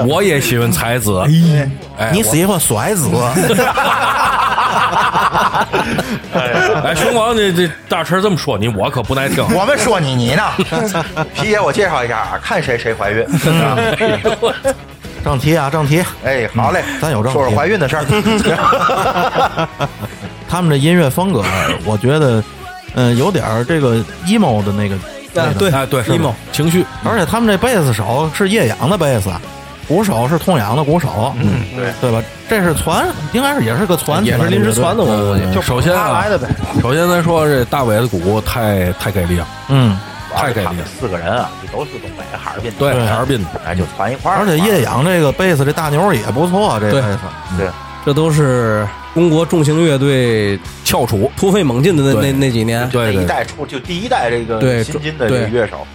S5: 我也喜欢才子，哎，
S1: 你
S5: 我
S1: 喜欢甩子，
S5: 哎，熊王这这大陈这么说你，我可不耐听。
S7: 我们说你你呢，皮姐，我介绍一下啊，看谁谁怀孕。
S1: 正题啊正题，
S7: 哎，好嘞，
S1: 嗯咱有正题
S7: 说说怀孕的事儿。
S1: 他们这音乐风格，我觉得，嗯、有点儿这个 emo 的
S2: 啊
S1: 那个，那个，
S5: 哎对
S1: 是吗
S5: 情绪，
S1: 而且他们这贝斯手是叶阳的贝斯，鼓手是痛仰的鼓手，嗯，对，对吧？这是传，应该是也是个传起
S2: 也
S1: 来，
S2: 是临时传的，我估计。
S5: 呃首先
S3: 他
S5: 啊
S3: 来，的呗。
S5: 首先咱说这大伟的鼓太太给力了，
S1: 嗯，
S5: 太给
S4: 他
S5: 力
S4: 们
S5: 了，
S4: 四个人啊，这都是东北哈尔滨的，
S5: 对，
S1: 对
S5: 哈尔滨的。
S4: 咱就传一块儿。
S1: 而且叶阳这个贝斯这大牛也不错，这
S2: 对
S1: 贝斯，
S2: *laughs* 这都是中国重型乐队
S5: 翘楚，
S2: 突飞猛进的那
S5: 对
S2: 那那几年。
S4: 这
S5: 对
S4: 一
S5: 对，
S4: 代出就第一代这个
S2: 对
S4: 新进的这个
S2: 对
S4: 乐手，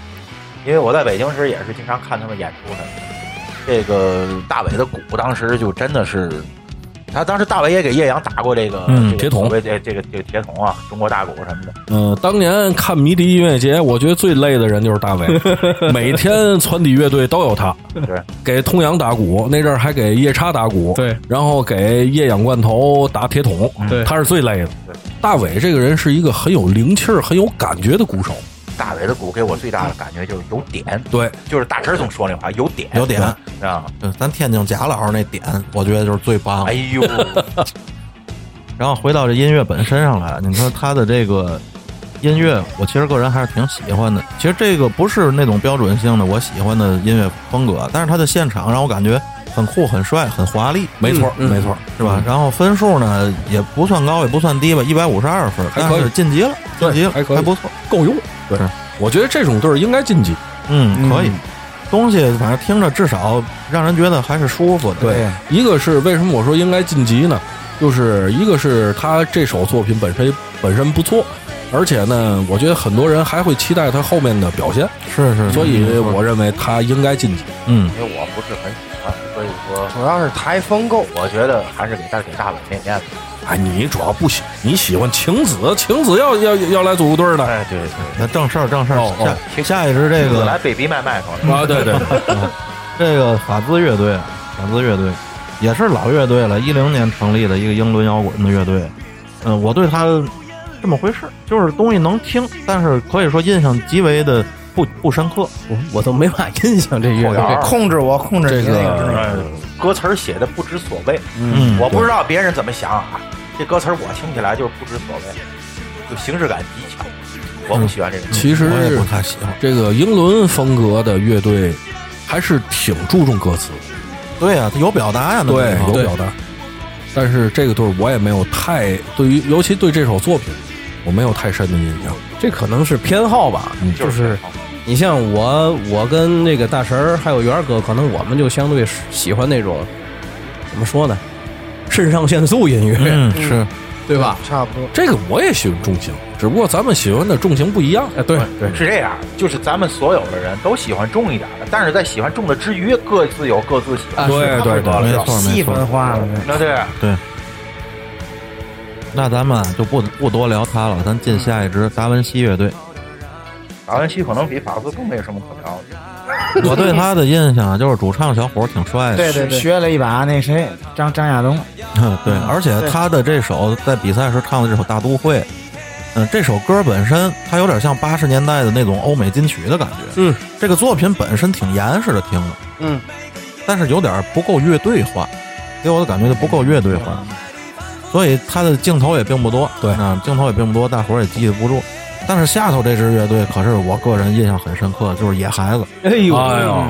S4: 因为我在北京时也是经常看他们演出什么的。这个大伟的鼓当时就真的是，他当时大伟也给叶阳打过这个、
S1: 嗯
S4: 这个
S5: 铁筒
S4: 所谓这这个这个铁桶啊，中国大鼓什么的。
S5: 嗯，当年看迷笛音乐节，我觉得最累的人就是大伟，每天传笛乐队都有他，
S4: 对，
S5: 给通阳打鼓，那阵儿还给夜叉打鼓，
S2: 对，
S5: 然后给夜氧罐头打铁桶，
S2: 对
S5: 他是最累的
S4: 对。
S5: 大伟这个人是一个很有灵气儿、很有感觉的鼓手，
S4: 大伟的鼓给我最大的感觉就是有点，
S5: 对，
S4: 就是大陈总说那话有点，
S1: 有点
S4: 啊，
S1: 对，咱天津贾老师那点，我觉得就是最棒的
S4: 哎。呦，
S1: 然后回到这音乐本身上来，你说他的这个音乐，我其实个人还是挺喜欢的。其实这个不是那种标准性的我喜欢的音乐风格，但是他的现场让我感觉很酷、很帅、很华丽，
S5: 没错，
S2: 嗯嗯
S5: 没错，
S1: 是吧？然后分数呢也不算高，也不算低吧，一百五十二分，
S5: 还
S1: 但
S5: 可以
S1: 是晋级了，晋
S5: 对
S1: 级了，
S5: 还可以
S1: 不错，
S5: 够用。
S1: 对，
S5: 我觉得这种队儿应该晋级。
S1: 嗯，可以。东西反正听着至少让人觉得还是舒服的，
S5: 对，一个是为什么我说应该晋级呢？就是一个是他这首作品本身本身不错，而且呢，我觉得很多人还会期待他后面的表现，
S1: 是是，
S5: 所以我认为他应该晋级。
S1: 嗯，
S4: 因为我不是很喜欢，所以说
S3: 主要是台风够，
S4: 我觉得还是给大给大伟那面子。
S5: 哎，你主要不喜你喜欢晴子，晴子要要要来组个队儿的
S4: 哎，对对。
S1: 那正事儿正事儿
S5: 哦，哦
S1: 下下一支这个
S4: 来 baby 麦麦头，
S2: 嗯
S5: 啊，对对，
S1: 这个法兹乐队，法兹乐队也是老乐队了，一零年成立的一个英伦摇滚的乐队。嗯，我对他这么回事，就是东西能听，但是可以说印象极为的不不深刻。
S2: 我我都没法印象这乐队。
S6: 控制我，控制
S5: 这
S6: 你那个。
S5: 个
S4: 呃歌词儿写的不知所谓，
S1: 嗯
S4: 我不知道别人怎么想啊。这歌词儿我听起来就是不知所谓，就形式感极强，我不喜欢这种。
S5: 其实
S1: 我也不太喜欢。
S5: 这个英伦风格的乐队还是挺注重歌词的。
S1: 对呀、啊，有表达呀、那
S5: 对
S1: 地，方
S5: 有表达。但是这个队儿我也没有太对于，尤其对这首作品，我没有太深的印象。
S2: 这可能是偏好吧，
S5: 嗯
S2: 就是你像我，我跟那个大神儿还有元儿哥，可能我们就相对喜欢那种怎么说呢，肾上腺素音乐，
S1: 嗯，是
S2: 对吧？
S3: 差不多。
S5: 嗯这个我也喜欢重型，只不过咱们喜欢的重型不一样。
S2: 哎，对对，
S4: 是这样，就是咱们所有的人都喜欢重一点的，但是在喜欢重的之余，各自有各自喜欢。
S5: 对对对，
S1: 没错没
S6: 细
S1: 错
S6: 分。化了，
S4: 啊那对，啊
S1: 那咱们就不不多聊他了，咱进下一支达文西乐队。
S4: 达文西可能比法兹更没什么可聊的。
S1: 我对他的印象啊就是主唱小伙儿挺帅的，
S3: 对对对，
S6: 学了一把那谁张张亚东，
S1: 嗯，对，而且他的这首在比赛时唱的这首《大都会》，嗯，这首歌本身它有点像八十年代的那种欧美金曲的感觉。
S2: 嗯，
S1: 这个作品本身挺严实的听的，
S3: 嗯，
S1: 但是有点不够乐队化，给我的感觉就不够乐队化，所以它的镜头也并不多。对啊，镜头也并不多，大伙儿也记得不住。但是下头这支乐队可是我个人印象很深刻，就是野孩子。
S2: 哎呦，
S5: 哎呦，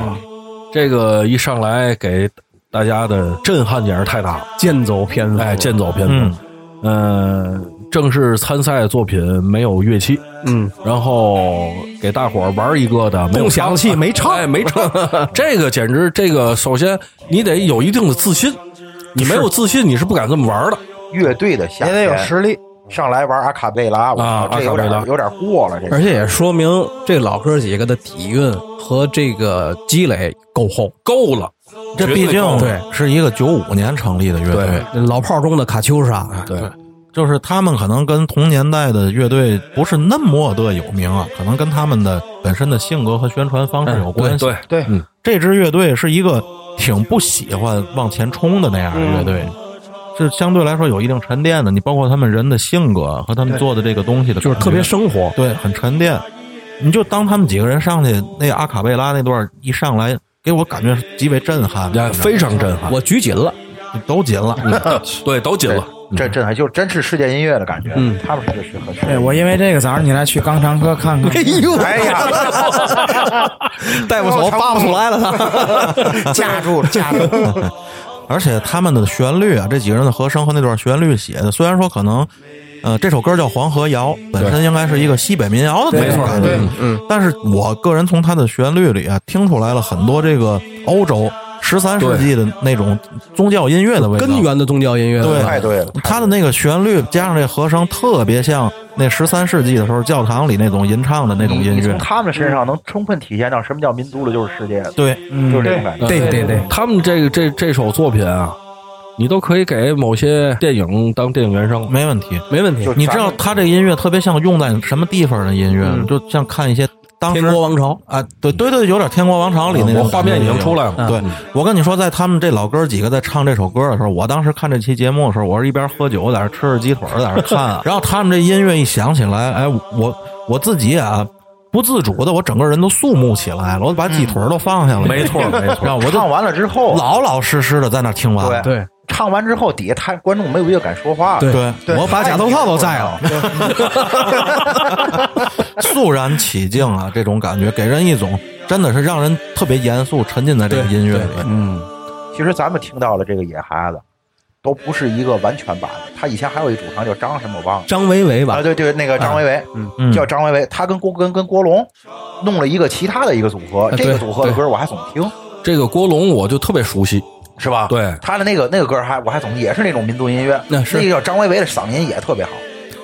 S5: 这个一上来给大家的震撼点儿太大了，
S2: 剑走偏锋，
S5: 哎，剑走偏锋。嗯，正式参赛作品没有乐器，
S2: 嗯，
S5: 然后给大伙儿玩一个啊的，没有
S2: 共享
S5: *laughs*
S2: 器没唱
S5: 哎，
S2: *laughs*
S5: 没唱，这个简直，这个首先你得有一定的自信，你没有自信你是不敢这么玩的，
S4: 乐队的夏
S3: 也得有
S4: 天
S3: 实力。
S4: 上来玩阿卡贝拉，我
S5: 啊
S4: 操，这
S5: 阿
S4: 有
S5: 卡贝
S4: 点
S5: 拉
S4: 有点过了，这
S2: 而
S4: 个
S2: 且也说明这老哥几个的底蕴和这个积累够厚。
S5: 够了，
S1: 这
S5: 绝
S1: 毕竟
S5: 够了
S2: 对
S1: 是一个九五年成立的乐队，
S2: 老炮中的卡秋莎，
S5: 对对
S1: 就是他们可能跟同年代的乐队不是那么的有名啊，可能跟他们的本身的性格和宣传方式有关
S2: 哎
S1: 系。
S5: 对，
S3: 对，
S1: 这支乐队是一个挺不喜欢往前冲的那样的乐队，
S2: 嗯
S1: 是相对来说有一定沉淀的。你包括他们人的性格和他们做的这个东西的感觉，
S2: 就是特别生活。
S1: 对，很沉淀。你就当他们几个人上去，那阿卡贝拉那段一上来，给我感觉是极为震撼的，
S5: 哎非常震撼，
S2: 我举紧了，
S1: 都紧了。
S2: 嗯
S5: 对，都紧了，
S4: 这这还就真是世界音乐的感觉
S2: 嗯，
S4: 他们是是很
S6: 对我因为这个早上你来去肛肠科看看，
S2: *laughs*
S4: 哎呀，
S1: *laughs* 大夫
S4: 手
S1: 扒不出来了，
S6: 架住了架住了，
S1: *laughs* 而且他们的旋律啊，这几个人的和声和那段旋律写的，虽然说可能，呃，这首歌叫《黄河谣》，本身应该是一个西北民谣的那种感觉，嗯，但是我个人从它的旋律里啊，听出来了很多这个欧洲十三世纪的那种宗教音乐的味道，
S2: 根源的宗教音乐。
S1: 对
S4: 太对了，
S1: 它的那个旋律加上这和声，特别像那十三世纪的时候教堂里那种吟唱的那种音
S4: 你从
S1: 乐，
S4: 他们身上能充分体现到什么叫民族了，就是世界了，
S1: 对，
S4: 就是这种感觉。
S6: 对对对，
S5: 他们这个这这首作品啊，你都可以给某些电影当电影原声，
S1: 没问题。
S2: 没问题
S4: 就。
S1: 你知道他这音乐特别像用在什么地方的音乐，
S5: 嗯
S1: 就像看一些当时
S2: 天国王朝，
S1: 啊，对对对，有点《天国王朝》里那
S5: 嗯我
S1: 种
S5: 画面已经出
S1: 来。
S5: 来了，嗯
S1: 对，我跟你说，在他们这老哥几个在唱这首歌的时候，我当时看这期节目的时候，我是一边喝酒，在那吃着鸡腿，在那看
S5: *laughs*
S1: 啊。然后他们这音乐一响起来，哎，我我自己啊，不自主的，我整个人都肃穆起来了，我把鸡腿都放下了。
S5: 嗯没错没
S1: *laughs*
S5: 错
S1: 然后我就
S4: 唱完了之后，
S1: 老老实实的在那听完。
S4: 对
S2: 对，
S4: 唱完之后，底下他观众没有一个敢说话的。
S1: 对，我把假头套都摘了， *laughs* 肃然起敬啊，这种感觉给人一种真的是让人特别严肃，沉浸在这个音乐里。
S4: 嗯，其实咱们听到的这个野孩子，都不是一个完全版的。他以前还有一主唱叫张什么我忘了
S2: 张维维吧
S4: 啊，，对对，那个张维维，
S1: 嗯
S4: 叫张维维，他跟郭跟跟郭龙弄了一个其他的一个组合，
S5: 对
S4: 这个组合的歌我还总听，
S5: 这个郭龙我就特别熟悉，
S4: 是吧？
S5: 对
S4: 他的那个那个歌还我还总也是那种民族音乐，
S2: 那是
S4: 那个叫张维维的嗓音也特别好。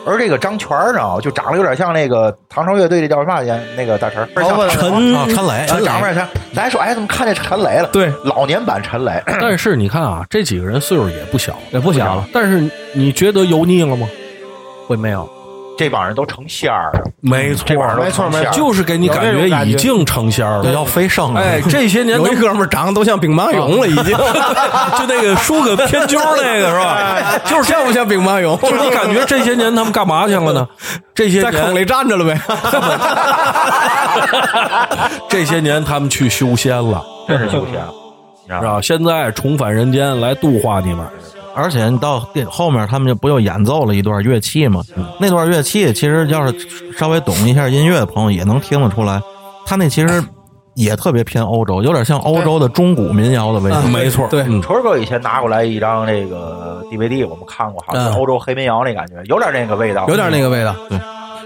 S4: 而这个张全儿呢，就长得有点像那个唐朝乐队的叫什么呀？那个大陈儿，
S3: 问
S4: 陈
S2: 哦
S4: 呃
S1: 啊，
S2: 陈
S1: 陈磊，
S4: 长得有点像。咱还说，哎，怎么看见陈雷了？
S2: 对，
S4: 老年版陈雷，
S5: *laughs* 但是你看啊，这几个人岁数也不小，
S2: 也不小了，
S5: 但是你觉得油腻了吗？
S2: 会没有？
S4: 这帮人都成仙儿了，
S5: 没错
S4: 这帮人都
S3: 没错
S4: 成仙儿
S3: 没错
S5: 就是给你感
S3: 有这种
S5: 觉
S3: 感觉
S5: 已经成仙儿
S1: 对
S5: 了。
S1: 要飞升了。
S5: 哎，这些年
S2: 有
S5: 都
S2: 一哥们儿长得都像兵马俑了，已经
S5: *laughs* 就那个梳个偏揪儿那个是
S2: 哎
S5: 吧？就是像不像兵马俑？就是你感觉这些年他们干嘛去了呢？这些
S2: 在坑
S5: 年，
S2: 里站着了呗。
S5: *laughs* 这些年他们去修仙了，
S4: 真是修仙
S2: *laughs*
S4: 了。
S5: 是吧？现在重返人间来度化你们。
S1: 而且你到电后面，他们就不又演奏了一段乐器吗？那段乐器其实要是稍微懂一下音乐的朋友也能听得出来，他那其实也特别偏欧洲，有点像欧洲的中古民谣的味道。
S5: 没错，
S2: 啊对
S5: 嗯
S4: 锤儿哥以前拿过来一张这个 DVD，我们看过，好像
S2: 嗯
S4: 是欧洲黑民谣那感觉，有点那个味道，
S2: 有点那个味道，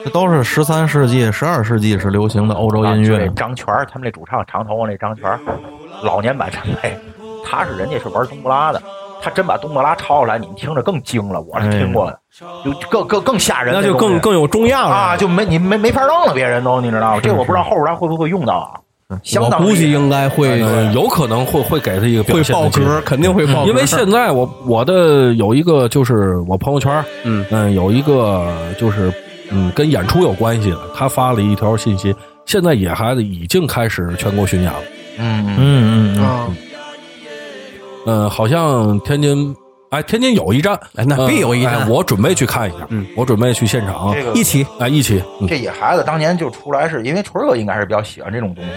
S1: 这都是十三世纪、十二世纪是流行的欧洲音
S4: 啊就
S1: 乐
S4: 这。张全儿，他们那主唱长头发那张全儿，老年版陈雷，他是人家是玩冬不拉的，他真把冬不拉抄下来，你们听着更惊了，我是听过的，就更更更吓人
S2: 哎那就
S4: 那种感觉，
S2: 更更有中样了
S4: 啊，。就没你没没法弄了，别人都你知道吗？这个我不知道后边儿会不会用到啊，
S2: 嗯
S4: 相
S2: 我
S4: 当
S2: 估
S4: 厉
S2: 计
S4: 害
S2: 应该会
S5: 呃，有可能会会给他一个表
S2: 会
S5: 现
S2: 爆
S5: 的机会
S2: 嗝，肯定会爆嗝，
S5: 因为现在我我的有一个就是我朋友圈，
S2: 嗯
S5: 有一个就是嗯跟演出有关系的，他发了一条信息，现在野孩子已经开始全国巡演了，
S4: 嗯嗯
S1: 嗯嗯嗯，
S3: 啊，
S5: 嗯，好像天津哎天津有一站，
S2: 哎那
S5: 嗯
S2: 必有一站
S5: 哎我准备去看一下，
S2: 嗯，
S5: 我准备去现场，
S4: 这个
S2: 一起
S5: 哎一起，嗯
S4: 这野孩子当年就出来是因为锤儿哥应该是比较喜欢这种东西，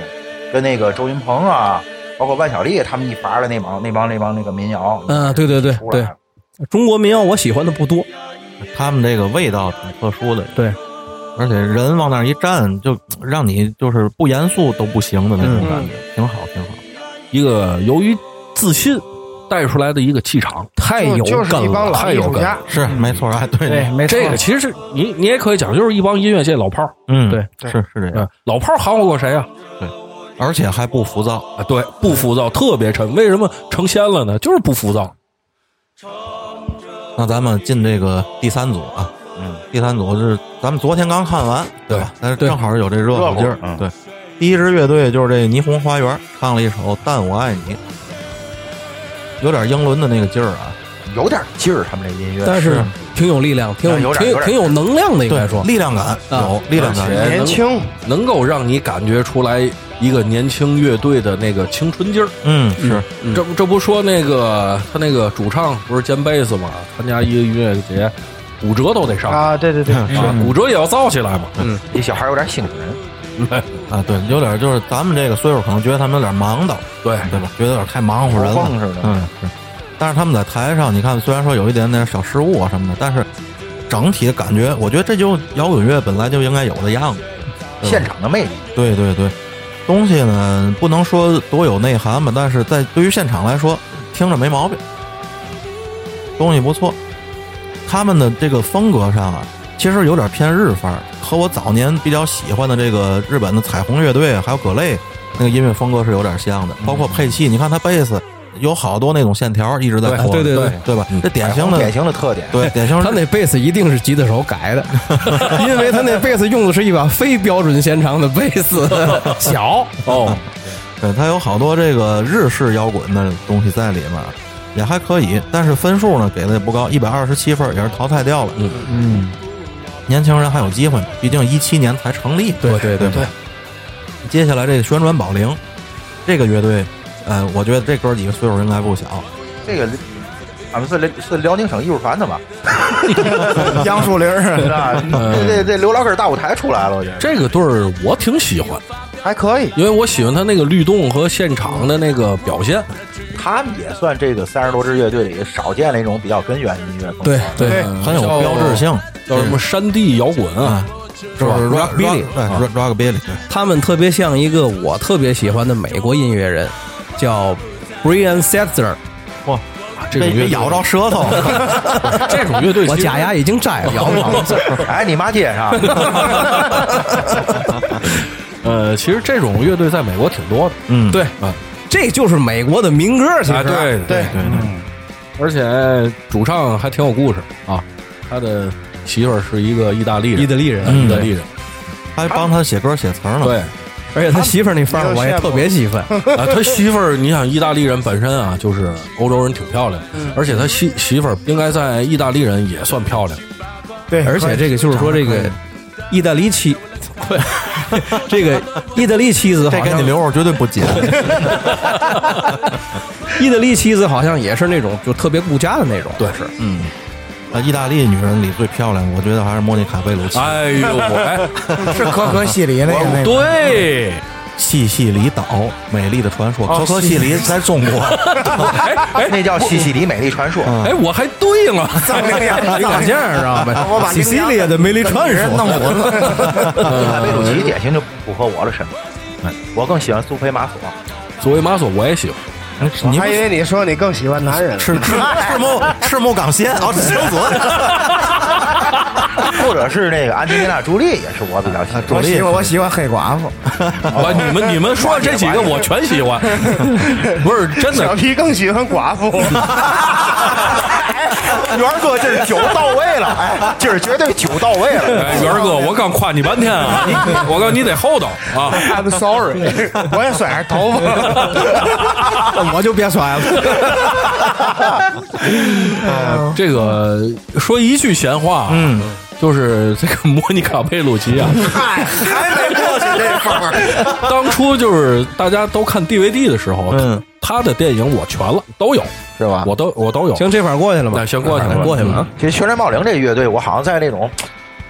S4: 跟那个周云鹏啊，包括万晓利他们一伐的那帮那帮那帮那个民谣，
S2: 嗯对对对
S4: 出来了
S2: 中国民谣，我喜欢的不多，
S1: 他们这个味道挺特殊的，
S2: 对，
S1: 而且人往那儿一站，就让你就是不严肃都不行的那种感觉，挺好，挺好。
S5: 一个由于自信带出来的一个气场，太
S2: 哎
S3: 就
S5: 有
S3: 就是
S5: 梗
S3: 一帮
S5: 了，
S3: 老
S5: 太
S3: 艺
S5: 有
S3: 术
S5: 梗了。
S3: 家，
S1: 是没错，哎，对，
S6: 对，没错
S5: 这个其实你你也可以讲，就是一帮音乐界老炮儿，
S1: 嗯，
S2: 对
S1: 是是这样，
S2: 啊
S5: 嗯，老炮儿含糊过谁啊？
S1: 而且还不浮躁。
S5: 啊，对，不浮躁，特别沉。为什么成仙了呢？就是不浮躁。
S1: 那咱们进这个第三组啊，
S4: 嗯，
S1: 第三组是咱们昨天刚看完，对吧？但是
S5: 对
S1: 正好有这热乎劲儿
S4: 热，乎嗯
S1: 对。第一支乐队就是这霓虹花园，唱了一首《但我爱你》，有点英伦的那个劲儿啊。
S7: 有点劲儿，他们这音乐
S2: 但是挺有力量，挺
S4: 有点
S2: 挺
S4: 有点
S2: 挺有能量的，应该
S1: 对
S2: 说，
S1: 力量感有
S2: 啊
S1: 力量感，
S5: 哎
S3: 年
S5: 能
S3: 轻，
S5: 能够让你感觉出来一个年轻乐队的那个青春劲儿。
S1: 嗯，是
S5: 这不这不说那个他那个主唱不是兼贝斯嘛，参加一个音乐节，骨折都得上啊，
S3: 啊，对对对，
S5: 骨折也要造起来嘛。
S1: 嗯
S4: 这小孩有点兴奋，
S1: 啊，对，有点就是咱们这个岁数可能觉得他们有点忙叨，
S5: 对，
S1: 对吧？觉得有点太忙乎人了，
S4: 似的。
S1: 嗯，是。但是他们在台上，你看，虽然说有一点点小失误啊什么的，但是整体的感觉，我觉得这就摇滚乐本来就应该有的样子。对吧
S7: 现场的魅力。
S1: 对对对，东西呢不能说多有内涵吧，但是在对于现场来说，听着没毛病，东西不错。他们的这个风格上啊，其实有点偏日范儿，和我早年比较喜欢的这个日本的彩虹乐队还有葛类那个音乐风格是有点像的，包括配器，你看他贝斯有好多那种线条一直在拖，
S2: 对对对
S1: 对吧？这典型
S7: 彩虹
S1: 的
S7: 典型的特点，
S1: 对典型
S2: 他那贝斯一定是吉他手改的，因为他那贝斯用的是一把非标准弦长的贝斯，小哦，
S1: 对，它有好多这个日式摇滚的东西在里面，也还可以，但是分数呢给的也不高，一百二十七分也是淘汰掉了。嗯嗯，年轻人还有机会嘛，毕竟一七年才成立。
S2: 哦
S1: 对对对对。接下来这个旋转宝铃，这个乐队，呃，我觉得这哥几个岁数应该不小。
S7: 这个俺们是辽是辽宁省艺术团
S1: *laughs*
S7: 的嘛，
S3: 杨树林儿
S7: 那
S1: 嗯
S7: 这这这刘老根儿大舞台出来了，我觉得
S5: 这个队儿我挺喜欢，
S3: *laughs* 还可以，
S5: 因为我喜欢他那个律动和现场的那个表现。
S7: 他们也算这个三十多支乐队里少见的一种比较根源的音乐风格。
S5: 对
S1: 很有标志，性，
S5: 呃叫叫什么山地摇滚啊，
S1: 是吧
S5: 是啊吧
S1: Rock-
S5: Rockabilly
S1: rock- 对，rock rock billy，
S2: 他们特别像一个我特别喜欢的美国音乐人，叫 Brian Setzer，
S5: 这种乐
S1: 被
S5: 队
S1: 咬着舌头了。
S5: *laughs* 这种乐队，
S2: 我假牙已经摘了，咬不着了。
S7: *laughs* 哎，你妈街
S1: *laughs*
S7: 上，
S5: 呃，其实这种乐队在美国挺多的。
S1: 嗯，
S5: 对
S2: 这就是美国的民歌，其实、
S5: 啊，对对对，而且主唱还挺有故事啊，他的媳妇儿是一个意大利人，
S2: 意大利人，
S1: 嗯
S5: 意大利人，嗯
S1: 还帮他写歌写词儿呢。
S5: 对，
S2: 而且他媳妇儿那范儿我也特别喜欢，
S5: 啊，他媳妇儿，你想意大利人本身啊，就是欧洲人挺漂亮，而且他媳媳妇儿应该在意大利人也算漂亮，
S3: 对，
S2: 而且这个就是说这个意大利妻， *laughs* 快，这个意大利妻子
S1: 这
S2: 好
S1: 给
S2: 像
S1: 你留着绝对不
S5: *laughs*
S1: 紧。
S2: 意大利妻子好像也是那种就特别顾家的那种，对，是
S1: 嗯，啊，意大利女人里最漂亮，我觉得还是莫妮卡贝鲁奇，
S5: 哎呦我
S6: 是可可西里那个那
S5: 哎，
S6: 个。
S5: 对，
S1: 西西里岛美丽的传说，可
S6: 哦
S1: 可西里在中国，
S7: 那叫西西里美丽传说。
S5: 哎我还对
S2: *laughs*
S5: 了，
S2: 一把剑儿知道 *laughs* 吧？
S3: 我把
S2: 西西里亚啊的梅丽传说弄混了， *laughs*
S1: 嗯
S7: 那贝鲁奇典型就不符合我的审美，我更喜欢苏菲玛索。
S5: 作为马索我也喜欢，
S1: 你
S3: 还以为你说你更喜欢男人，
S1: 赤赤赤木赤木港 *laughs* 仙啊，行准，
S7: 或者是那个安吉丽娜·朱莉，也是我比较喜欢。
S1: 主力
S6: 我喜欢黑寡妇，
S5: 啊你们你们说这几个
S2: *laughs*
S5: 我全喜欢，哎 *laughs* 不是真
S3: 小
S5: 的，
S3: 皮更喜欢寡妇， *laughs*
S7: 元儿哥这酒到位了，哎，今儿绝对酒到位了。
S5: 哎，元儿哥我刚夸你半天啊，你我告诉你得厚道啊，
S3: I'm sorry，我也甩着头发。
S2: 我就别摔了。
S5: 这个说一句闲话，嗯，就是这个莫妮卡贝鲁奇啊，
S3: 还没过去这份儿，
S5: *laughs* 当初就是大家都看 DVD 的时候，
S1: 嗯
S5: 他的电影我全了，都有，
S7: 是
S2: 啊
S7: 吧
S5: 我都我都有。
S2: 行，这法过去了吧？
S5: 那行过去了
S2: 嗯 *laughs* 过去了啊。
S7: 其实旋转暴灵这个乐队，我好像在那种，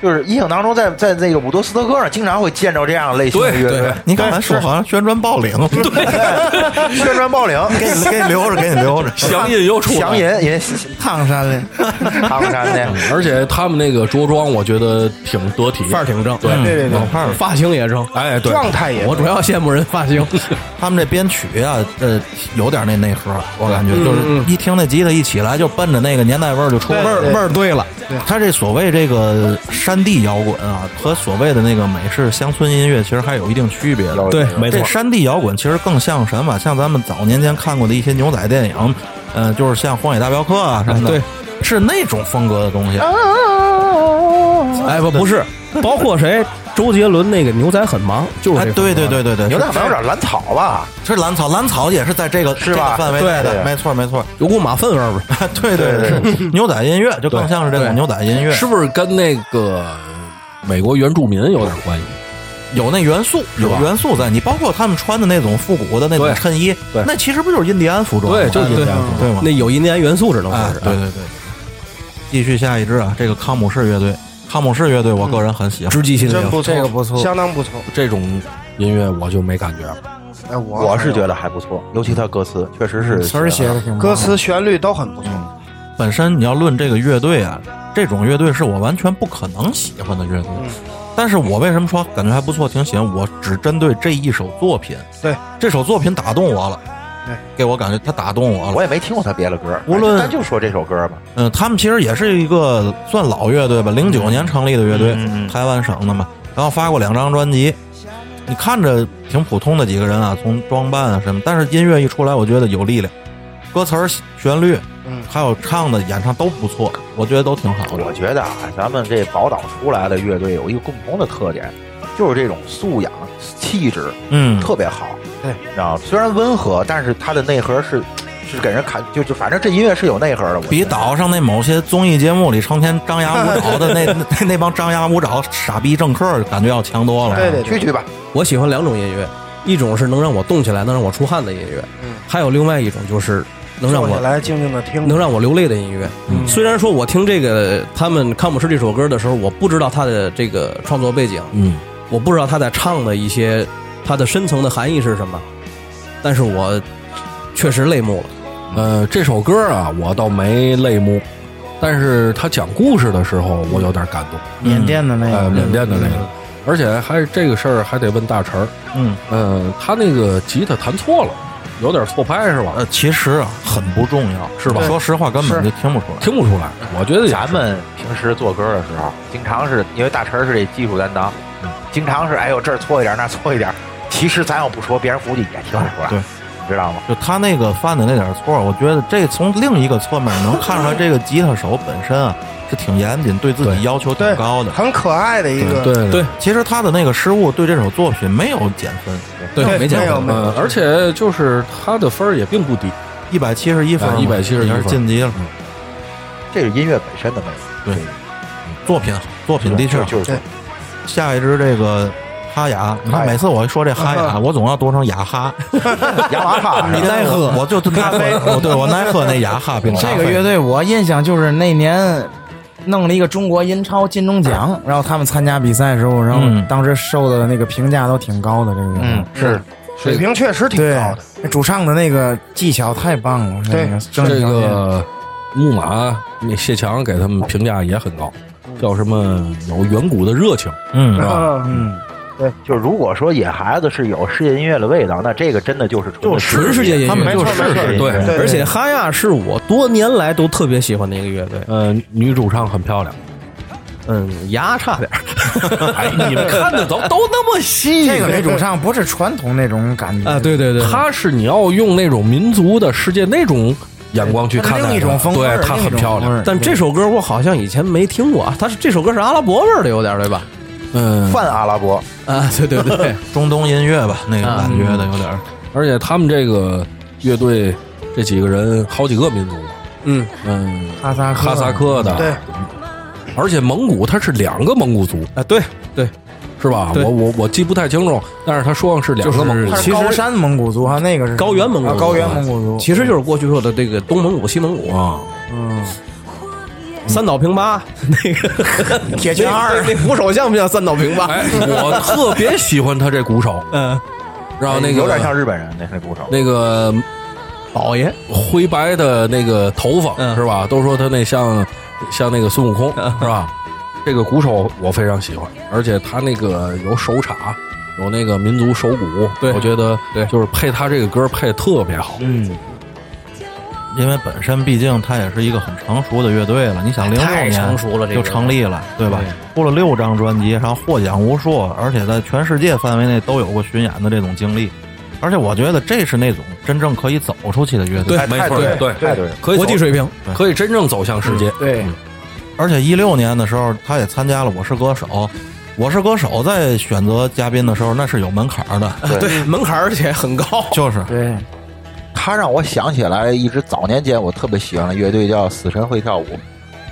S7: 就是印象当中在，在那个伍德斯托克上经常会见着这样类型的
S5: 对
S7: 乐
S5: 对
S7: 队。
S1: 你刚才说好像旋转暴领，
S7: 旋转暴灵，
S1: 给你给你留着，给你留着。
S5: 祥印又出来
S7: 祥
S5: 了，
S7: 银也 *laughs*
S6: 烫山的。
S7: 唐山的，
S5: 而且他们那个着装，我觉得挺得体，
S2: 范儿挺正，
S5: 对
S3: 对对对
S1: 嗯
S2: 老范儿发型也正。
S5: 哎，对，
S3: 状态
S2: *laughs*
S3: 也
S2: 我主要羡慕人发 *laughs* 型，
S1: 他们这编曲啊，呃，有点那内核，我感觉就是一听那吉他一起来，就奔着那个年代味儿就出味
S3: 对
S1: 儿
S3: 对
S1: 味儿对了。他这所谓这个山地摇滚啊，和所谓的那个美式乡村音乐，其实还有一定区别
S7: *laughs*
S1: 的。
S2: 对，没
S1: 这山地摇滚其实更像什呃么？像咱们早年间看过的一些牛仔电影，嗯、就是像《荒野大镖客》啊什么的。
S2: 对，
S1: 是那种风格的东西。
S2: 哎，不不是， *laughs* 包括谁，周杰伦那个牛仔很忙，就是
S1: 哎
S2: 这，
S1: 对对对对对，
S7: 牛
S1: 是
S7: 大有点蓝草吧？
S1: 是蓝草，蓝草也是在这个
S7: 是吧
S1: 这个范围内
S7: 对
S1: 的，
S7: 对
S1: 没错没错， *laughs*
S2: 有股马粪味儿吧？
S1: 对对
S7: 对
S1: 对，是牛仔音乐就更像是这种
S2: 对
S1: 牛仔音乐，
S5: 是不是跟那个美国原住民有点关系？
S1: 有那元素，有元素在。你包括他们穿的那种复古的那种
S5: 对
S1: 衬衣，
S5: 对
S1: 那其实不就是印第安服装吗？
S5: 对就是
S1: 哎
S5: 印
S1: 对
S5: 第安服装
S1: 对吗？
S2: 那有印第安元素，只能
S1: 哎
S2: 说是。，啊
S1: 对对对。继续下一支啊，这个康姆士乐队，康姆士乐队，我个人很喜欢。
S2: 直击心
S3: 真
S2: 灵。
S3: 不错，
S6: 这个不错
S3: 相当不错。
S5: 这种音乐我就没感觉了。
S3: 哎，我
S7: *laughs* 我
S3: 我
S7: 是觉得还不错，尤其他歌词确实
S2: 嗯
S7: 是
S6: 词儿写的挺棒
S3: 歌词旋律都很不错。
S1: 本身你要论这个乐队啊，这种乐队是我完全不可能喜欢的乐队。
S3: 嗯
S1: 但是我为什么说感觉还不错，挺喜欢？我只针对这一首作品，
S3: 对
S1: 这首作品打动我了，
S3: 对，
S1: 给我感觉他打动我了
S7: 我。也没听过他别的歌，
S1: 无论
S7: 咱就说这首歌吧。
S1: 嗯，他们其实也是一个算老乐队吧，零九年成立的乐队，
S4: 嗯嗯嗯
S1: 台湾省的嘛。然后发过两张专辑，你看着挺普通的几个人啊，从装扮啊什么，但是音乐一出来，我觉得有力量，歌词儿、旋律，
S3: 嗯
S1: 还有唱的、演唱都不错，我觉得都挺好的。
S7: 我觉得啊，咱们这宝岛出来的乐队有一个共同的特点，就是这种素养、气质
S1: 嗯，
S7: 特别好。
S3: 对，
S7: 然后虽然温和，但是它的内核是是给人看，就就反正这音乐是有内核的。我觉得
S1: 比岛上那某些综艺节目里成天张牙舞爪的
S3: *laughs*
S1: 那那那帮张牙舞爪傻逼政客，感觉要强多了。
S3: 对对对
S7: 去，去吧，
S2: 我喜欢两种音乐，一种是能让我动起来、能让我出汗的音乐，
S3: 嗯
S2: 还有另外一种就是能让
S3: 坐下
S2: 我
S3: 来静静的听，
S2: 能让我流泪的音乐。
S1: 嗯
S2: 虽然说我听这个他们康姆士这首歌的时候，我不知道他的这个创作背景，
S5: 嗯，
S2: 我不知道他在唱的一些他的深层的含义是什么，但是我确实泪目了。
S5: 呃，这首歌啊，我倒没泪目，但是他讲故事的时候，我有点感动。
S1: 嗯
S6: 缅甸的那
S2: 嗯
S5: 呃，
S6: 个
S5: 缅甸的那个，而且还这个事儿还得问大陈儿。
S1: 嗯，
S5: 呃，他那个吉他弹错了，有点错拍是
S2: 嗯
S5: 吧？
S1: 呃，其实啊，很不重要，是
S5: 吧
S1: 说实话，根本就听不出来。
S5: 听不出来，我觉得也
S7: 咱们平时做歌的时候，经常是因为大陈是这技术担当，经常是哎呦这儿错一点，那儿错一点。其实咱要不说，别人估计也听不出来，
S1: 对
S7: 你知道吗？
S1: 就他那个犯的那点错，我觉得这从另一个侧面能看出来，这个吉他手本身啊是挺严谨，对自己
S5: 对
S1: 要求挺
S3: 对
S1: 高的。
S3: 很可爱的一
S5: 是
S3: 个。
S5: 对对
S2: 对
S1: 其实他的那个失误对这首作品没有减分，
S2: 对，没
S3: 没
S2: 见
S3: 有
S2: 过。
S3: 没有
S5: 呃，，而且就是他的分儿也并不低，
S1: 一百七啊十一分嘛，
S5: 哎171
S1: 也是
S5: 分
S1: 晋级了。
S3: 嗯
S7: 这是音乐本身的魅力。
S1: 对，作品好作品嗯啊的确好。
S7: 就就是
S3: 对
S1: 下一支这个哈雅，你看每次我一说这哈
S2: 嗯
S1: 雅，我总要多成雅哈，
S7: 雅马哈，
S1: 你
S6: 耐喝
S1: 我就耐
S2: *laughs*
S1: 喝，我对我耐喝那雅哈冰
S6: 嗯这
S1: 咖
S6: 个
S1: 啡
S6: 乐队我印象就是那年弄了一个中国银超金
S1: *laughs*
S6: 钟奖，然后他们参加比赛的时候，然后
S1: 嗯
S6: 当时受的那个评价都挺高的。这个乐队
S1: 嗯
S7: 是
S3: 水平确实挺
S6: 对
S3: 高的。，
S6: 那主唱的那个技巧太棒了。
S3: 对
S6: 那个正
S5: 这
S6: 常
S5: 个木马那谢强给他们评价也很高，叫什么有远古的热情，
S1: 嗯
S5: 是吧？
S3: 嗯，
S7: 就如果说野孩子是有世界音乐的味道，那这个真的就是纯
S2: 就是纯世界音乐
S7: 他们就是
S3: 没错
S7: 世界音乐
S5: 没错
S3: 对
S2: 而且哈亚是我多年来都特别喜欢的一个乐队，
S5: 呃，女主唱很漂亮，
S2: 嗯，牙差点儿，
S5: 哎，你们 *laughs* 看的都都那么细
S6: 这个女主唱不是传统那种感觉
S2: 啊，对对对，
S5: 她是你要用那种民族的世界那种眼光去看待
S6: 它
S5: 的，
S6: 另一种风味儿，
S5: 对，她
S6: 另一
S5: 很
S6: 种
S5: 漂
S6: 风味
S5: 亮
S6: 儿。
S2: 但这首歌我好像以前没听过，啊，它是这首歌是阿拉伯味儿的，有点儿对吧？
S5: 嗯，
S7: 泛阿拉伯，
S2: 啊，对对对，
S1: 中东音乐吧，那个感觉的有点儿。
S5: 而且他们这个乐队这几个人好几个民族，
S2: 嗯
S5: 嗯，
S6: 哈萨克
S5: 哈萨克的，
S3: 对，
S5: 而且蒙古它是两个蒙古族，
S2: *laughs* 啊，对对，
S5: 是吧？
S2: 对
S5: 我我我记不太清楚，但是他说是两
S2: 就
S5: 个蒙
S2: 是
S5: 古族，
S6: 它是
S2: 其
S6: 高
S2: 实
S6: 山蒙古族哈，那个是
S2: 高原蒙古
S6: 啊
S2: 族
S6: 高原蒙古族，
S2: 其实就是过去说的这个东蒙古、西蒙古、
S5: 啊，
S2: 三岛平八 *laughs* 那个铁拳二 *laughs* 那鼓手像不像三岛平八？
S5: 哎，我特别喜欢他这鼓手，
S2: 嗯，
S4: 哎
S5: 然哦后那个
S7: 有点像日本人那那鼓手。
S5: 那个
S2: 宝爷，
S5: 灰白的那个头发、
S2: 嗯
S5: 是吧？都说他那像像那个孙悟空、是吧？这个鼓手我非常喜欢，而且他那个有手镲，有那个民族手鼓，
S2: 对
S5: 我觉得
S2: 对
S5: 就是配他这个歌配得特别好。
S1: 因为本身毕竟它也是一个很成熟的乐队了，你想零六
S2: 太哎成熟了
S1: 年
S2: 这个
S1: 就成立了，对吧
S2: 对？
S1: 出了六张专辑，然后获奖无数，而且在全世界范围内都有过巡演的这种经历，而且我觉得这是那种真正可以走出去的乐队。
S5: 对
S4: 哎
S5: 没
S4: 太
S5: 错
S4: 对嗯
S5: 对
S4: 太对了
S5: 可以
S10: 国际
S5: 走
S10: 水平，
S5: 可以真正走向世界。
S3: 对，
S1: 而且一六年的时候，他也参加了《我是歌手》。我是歌手在选择嘉宾的时候，那是有门槛儿的， *laughs*
S4: 对
S2: 对，门槛儿而且很高。
S1: 就是
S6: 对，
S4: 他让我想起来一支早年间我特别喜欢的乐队叫死神会跳舞，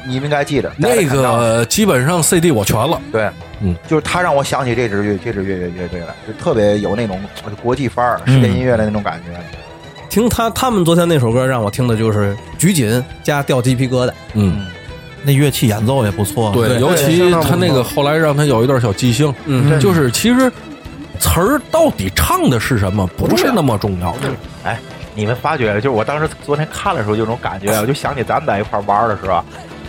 S4: 你们应该记得
S5: 那
S4: 大家看到
S5: 个基本上 CD 我全了，
S4: 对，
S5: 嗯，
S4: 就是他让我想起这支乐这支乐乐乐队来，就特别有那种国际范儿、世界音乐的那种感觉。
S2: 听他他们昨天那首歌让我听的就是拘谨加掉鸡皮疙瘩，
S5: 嗯，
S1: 那乐器演奏也不错。
S5: 啊对，尤其
S3: 相当不
S5: 他那个
S3: 错
S5: 后来让他有一段小即兴，
S2: 嗯，
S5: 就是其实词儿到底唱的是什么不是那么重要，
S11: 你们发觉，就是我当时昨天看的时候，就有种感觉，我就想起咱们在一块玩儿的时候，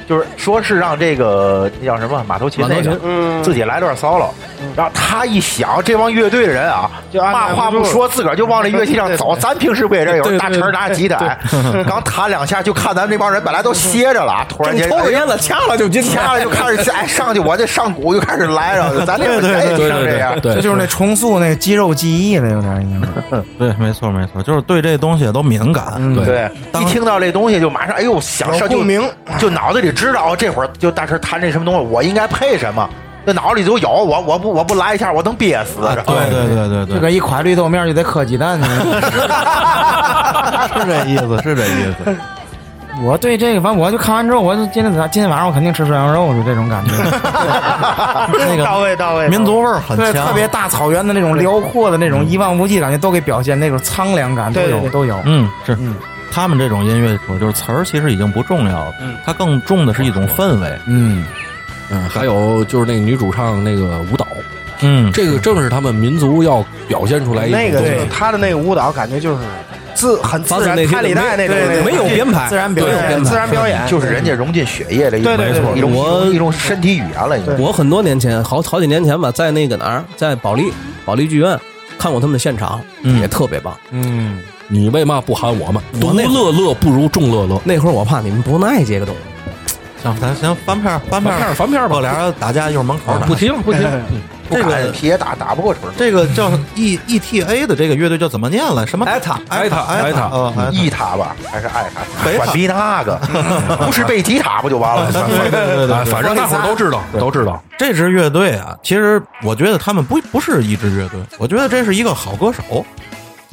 S11: 就是说是让这个那叫什么马头琴那个
S3: 嗯，
S11: 自己来段 solo，然后他一想，这帮乐队的人啊，
S3: 就按
S11: 嘛
S3: 捺
S11: 话
S3: 不
S11: 不
S3: 住
S11: 说，自个儿就往这乐器上走。咱平时不也这
S5: 对
S11: 有
S5: 对
S11: 大锤拿吉他，
S4: 啊刚弹两下，就看咱们这帮人本来都歇着了啊，突然
S2: 正
S4: 间
S2: 抽着
S4: 哎
S2: 烟了，掐了就进去了。
S4: 掐了就开始哎上去，我这上鼓就开始来了，咱这边咱也
S5: 对
S4: 上这样
S5: 对。对
S6: 这
S5: 对，
S6: *laughs* 就是那重塑那肌肉记忆了，有点应该。
S1: 对，没错没错，就是对这东西都敏感。
S6: 嗯，
S5: 对
S4: 对，一听到这东西就马上，哎呦，想上就
S3: 有共鸣，
S4: 就脑子里知道哦这会儿就大师弹这什么东西，我应该配什么，这脑子里就有，我我不我不来一下，我能憋死。
S1: 对对对对对
S6: 这个一块绿豆面就得磕鸡蛋呢。
S1: 是这意思，是这意 *laughs* 思。
S6: *laughs* 我对这个，反正我就看完之后，我就今天早今天晚上我肯定吃涮羊肉，就这种感觉。那个
S3: 到位到位，
S1: 民族味儿很
S6: 对，
S1: 强，
S6: 特别大草原的那种辽阔的那种一望无际感觉，都给表现那种苍凉感都
S3: 对对
S6: 有
S3: 对
S6: 都有。
S1: 嗯是
S6: 嗯。
S1: 他们这种音乐，我就是词儿其实已经不重要了，它更重的是一种氛围。
S5: 嗯嗯，还有就是那个女主唱那个舞蹈，
S1: 嗯，
S5: 这个正是他们民族要表现出来一种
S3: 那个
S5: 东
S3: 就是
S5: 西
S3: 他的那个舞蹈感觉就是自很
S2: 发
S3: 自
S2: 自
S3: 然
S2: 内，心
S3: 拍
S2: 的
S3: 里带那种
S2: 对对
S3: 那
S2: 没有
S3: 种
S2: 编排，
S6: 自然表
S2: 没有
S6: 演
S2: 编
S3: 对
S2: 排
S3: 自然表演，
S4: 就是人家融进血液的一种
S3: 对对对
S4: 一种
S2: 我
S4: 一种身体语言了，已经。
S2: 我很多年前，好好几年前吧，在那个哪儿，在保利保利剧院看过他们的现场，也特别棒。
S5: 嗯，你为嘛不喊我们？独
S2: 那
S5: 乐乐不如众乐乐。
S2: 那会儿我怕你们不耐这个东西，
S1: 行，咱行翻篇儿翻篇儿，
S5: 翻片
S1: 哥俩打架一会儿门口
S5: 啊
S1: 打。
S5: 不听不听，
S4: 不
S1: 这
S4: 敢
S1: 个
S4: 皮也打打不过锤儿，
S1: 这个叫 E E T A 的这个乐队叫怎么念来？什么
S2: 艾塔
S1: 艾塔
S5: 艾塔
S1: 艾塔
S5: 艾塔
S1: 哦艾塔
S4: 一塔吧还是
S1: *laughs*
S4: 爱
S1: 北塔
S4: 塔，管逼那
S1: *laughs*
S4: 个，不是贝吉塔不就完了？
S1: 对对对
S5: 哎
S1: 对，
S5: 反正大伙儿都知道，都知道。
S1: 这支乐队啊，其实我觉得他们不不是一支乐队，我觉得这是一个好歌手。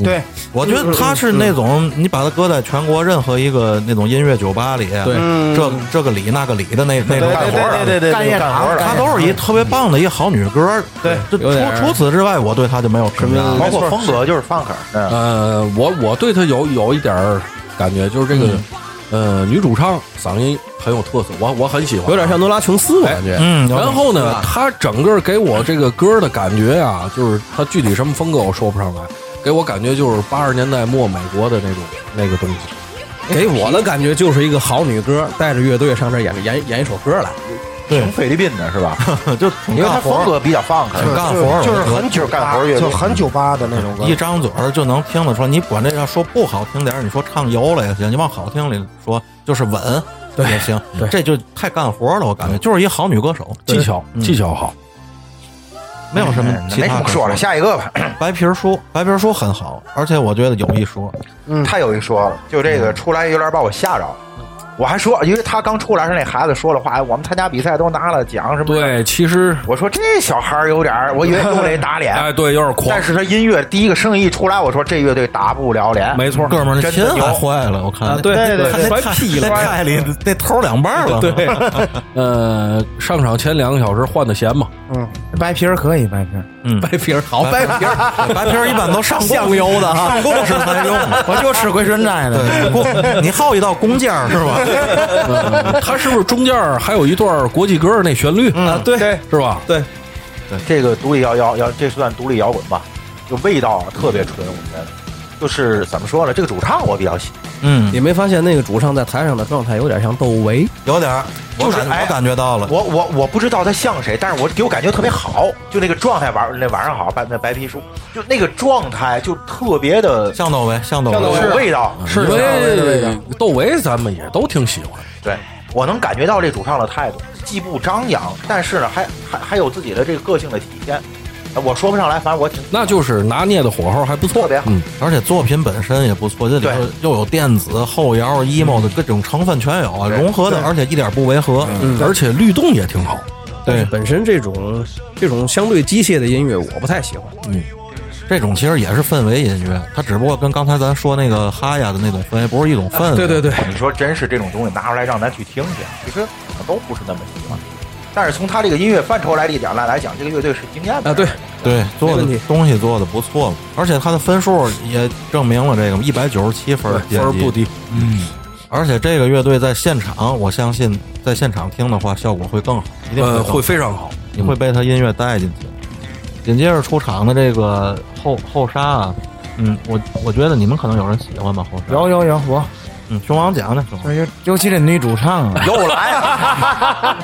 S3: 对，
S1: 我觉得他是那种你把他搁在全国任何一个那种音乐酒吧里，啊
S2: 对
S3: 嗯
S1: 这这个里那个里的那那
S3: 对
S1: 种
S3: 对
S1: 干活儿
S5: 啊
S3: 对
S1: 的，
S3: 对对
S6: 干
S3: 对对，
S6: 夜场，
S1: 他都是一特别棒的一好女歌。
S3: 对，
S1: 这除
S2: 有点儿
S1: 除此之外，我对啊他就没有评价了。
S4: 包括风格就是 funk，嗯
S5: 呃，我我对他有有一点儿感觉，就是这个呃女主唱嗓音很有特色，我我很喜欢，
S2: 嗯
S5: 啊
S2: 有点像罗拉琼斯，我感觉。
S1: 嗯，有
S5: 然后呢，他整个给我这个歌的感觉啊，就是他具体什么风格我说不上来，给我感觉就是八十年代末美国的那种那个东西。
S2: 给我的感觉就是一个好女歌，带着乐队上这儿演演演一首歌来，
S4: 挺菲律宾的是吧？
S1: 就挺
S4: 因为
S1: 嗯干
S4: 他
S1: 活
S4: 风
S1: 儿，
S4: 格比较 funk，
S1: 挺干活儿，
S3: 就是
S1: 我觉得
S3: 很
S4: 就是干活儿乐队
S3: 就很酒吧的那种歌
S1: 一，张嘴儿就能听得出来。你管这要说不好听点儿，你说唱油了也行，你往好听里说就是稳也行，这就太干活了。我感觉就是一好女歌手，
S5: 技巧嗯技巧好，
S1: 没有什么
S4: 嗯
S1: 其
S4: 没什
S1: 他
S4: 么
S1: 可
S4: 说了，
S1: 的。
S4: 下一个吧。
S1: 白皮儿书，白皮儿书很好，而且我觉得有一说，
S4: 太有一说了，就这个出来有点把我吓着。我还说，因为他刚出来时候那孩子说了话，哎，我们参加比赛都拿了奖什么的。
S5: 对，其实
S4: 我说这小孩儿有点儿，我以为又得
S1: *laughs*
S4: 打脸，
S5: 哎对，有点狂
S4: 但，是他音乐第一个声音一出来，我说这乐队打不了脸。
S5: 没错，
S1: 哥们儿啊那
S4: 真
S1: 琴
S4: 的有
S1: 还坏了，我看
S2: 对
S3: 对对对
S1: 那屁了，菜里那头两半儿了，
S2: 对，
S5: 呃，上场前两个小时换的弦嘛，
S3: 嗯
S6: 白皮儿可以，白皮儿。
S1: 嗯，
S2: 白皮儿好，白皮儿
S1: 白皮儿一般都上供
S2: 酱油的哈
S1: 上供是才用的，
S6: 我就吃回春斋的。
S1: 对，供你耗一道弓箭儿是吧？
S5: 呃他是不嗯是中间儿还有一段国际歌那旋律，
S2: 啊，对，
S5: 是吧？
S4: 这个独立摇摇摇，这算独立摇滚吧？就味道啊特别纯，我觉得。就是怎么说呢？这个主唱我比较喜欢，
S1: 嗯，
S2: *laughs* 你没发现那个主唱在台上的状态有点像窦唯？
S1: 有点儿，我
S4: 就是
S1: 感
S4: 哎
S1: 我感觉到了，
S4: 我我我不知道他像谁，但是我给我感觉特别好，就那个状态晚那晚上好白那白皮书，就那个状态就特别的
S1: 向导维，向导
S4: 有
S1: 维，
S4: 味道，
S5: 因为窦唯咱们也都挺喜欢，
S4: 对，我能感觉到这主唱的态度，既不张扬，但是呢，还还还有自己的这个个性的体现。
S7: 我说不上来，反正我挺
S5: 那就是拿捏的火候还不错，
S7: 特别好
S5: 嗯，
S1: 而且作品本身也不错，这里
S7: 对
S1: 头又有电子、后摇、emo 的各种成分全有，啊，融合的，而且一点不违和。
S5: 而且律动也挺好。
S2: 嗯
S1: 对，
S12: 本身这种这种相对机械的音乐，我不太喜欢。
S1: 这种其实也是氛围音乐，它只不过跟刚才咱说那个哈呀的那种氛围不是一种
S2: 啊
S1: 氛围。
S12: 对对对，
S4: 你说真是这种东西拿出来让咱去听去，啊其实我都不是那么喜欢。
S12: 嗯
S4: 但是从他这个音乐范畴来力讲来来讲，这个乐队是惊艳的
S12: 啊对，
S1: 对，做的
S12: 没问题
S1: 东西做的不错，而且它的分数也证明了这个一百九十七分，
S5: 分儿不低。
S1: 而且这个乐队在现场，我相信在现场听的话，效果会更好，一定
S5: 呃，
S1: 更好
S5: 会非常好。
S1: 你会被他音乐带进去。紧接着出场的这个后后沙啊，嗯，我我觉得你们可能有人喜欢吧，后沙
S6: 有，有有，我
S1: 嗯，熊王讲讲，熊王
S6: 尤尤其这女主唱啊，
S7: 又来了。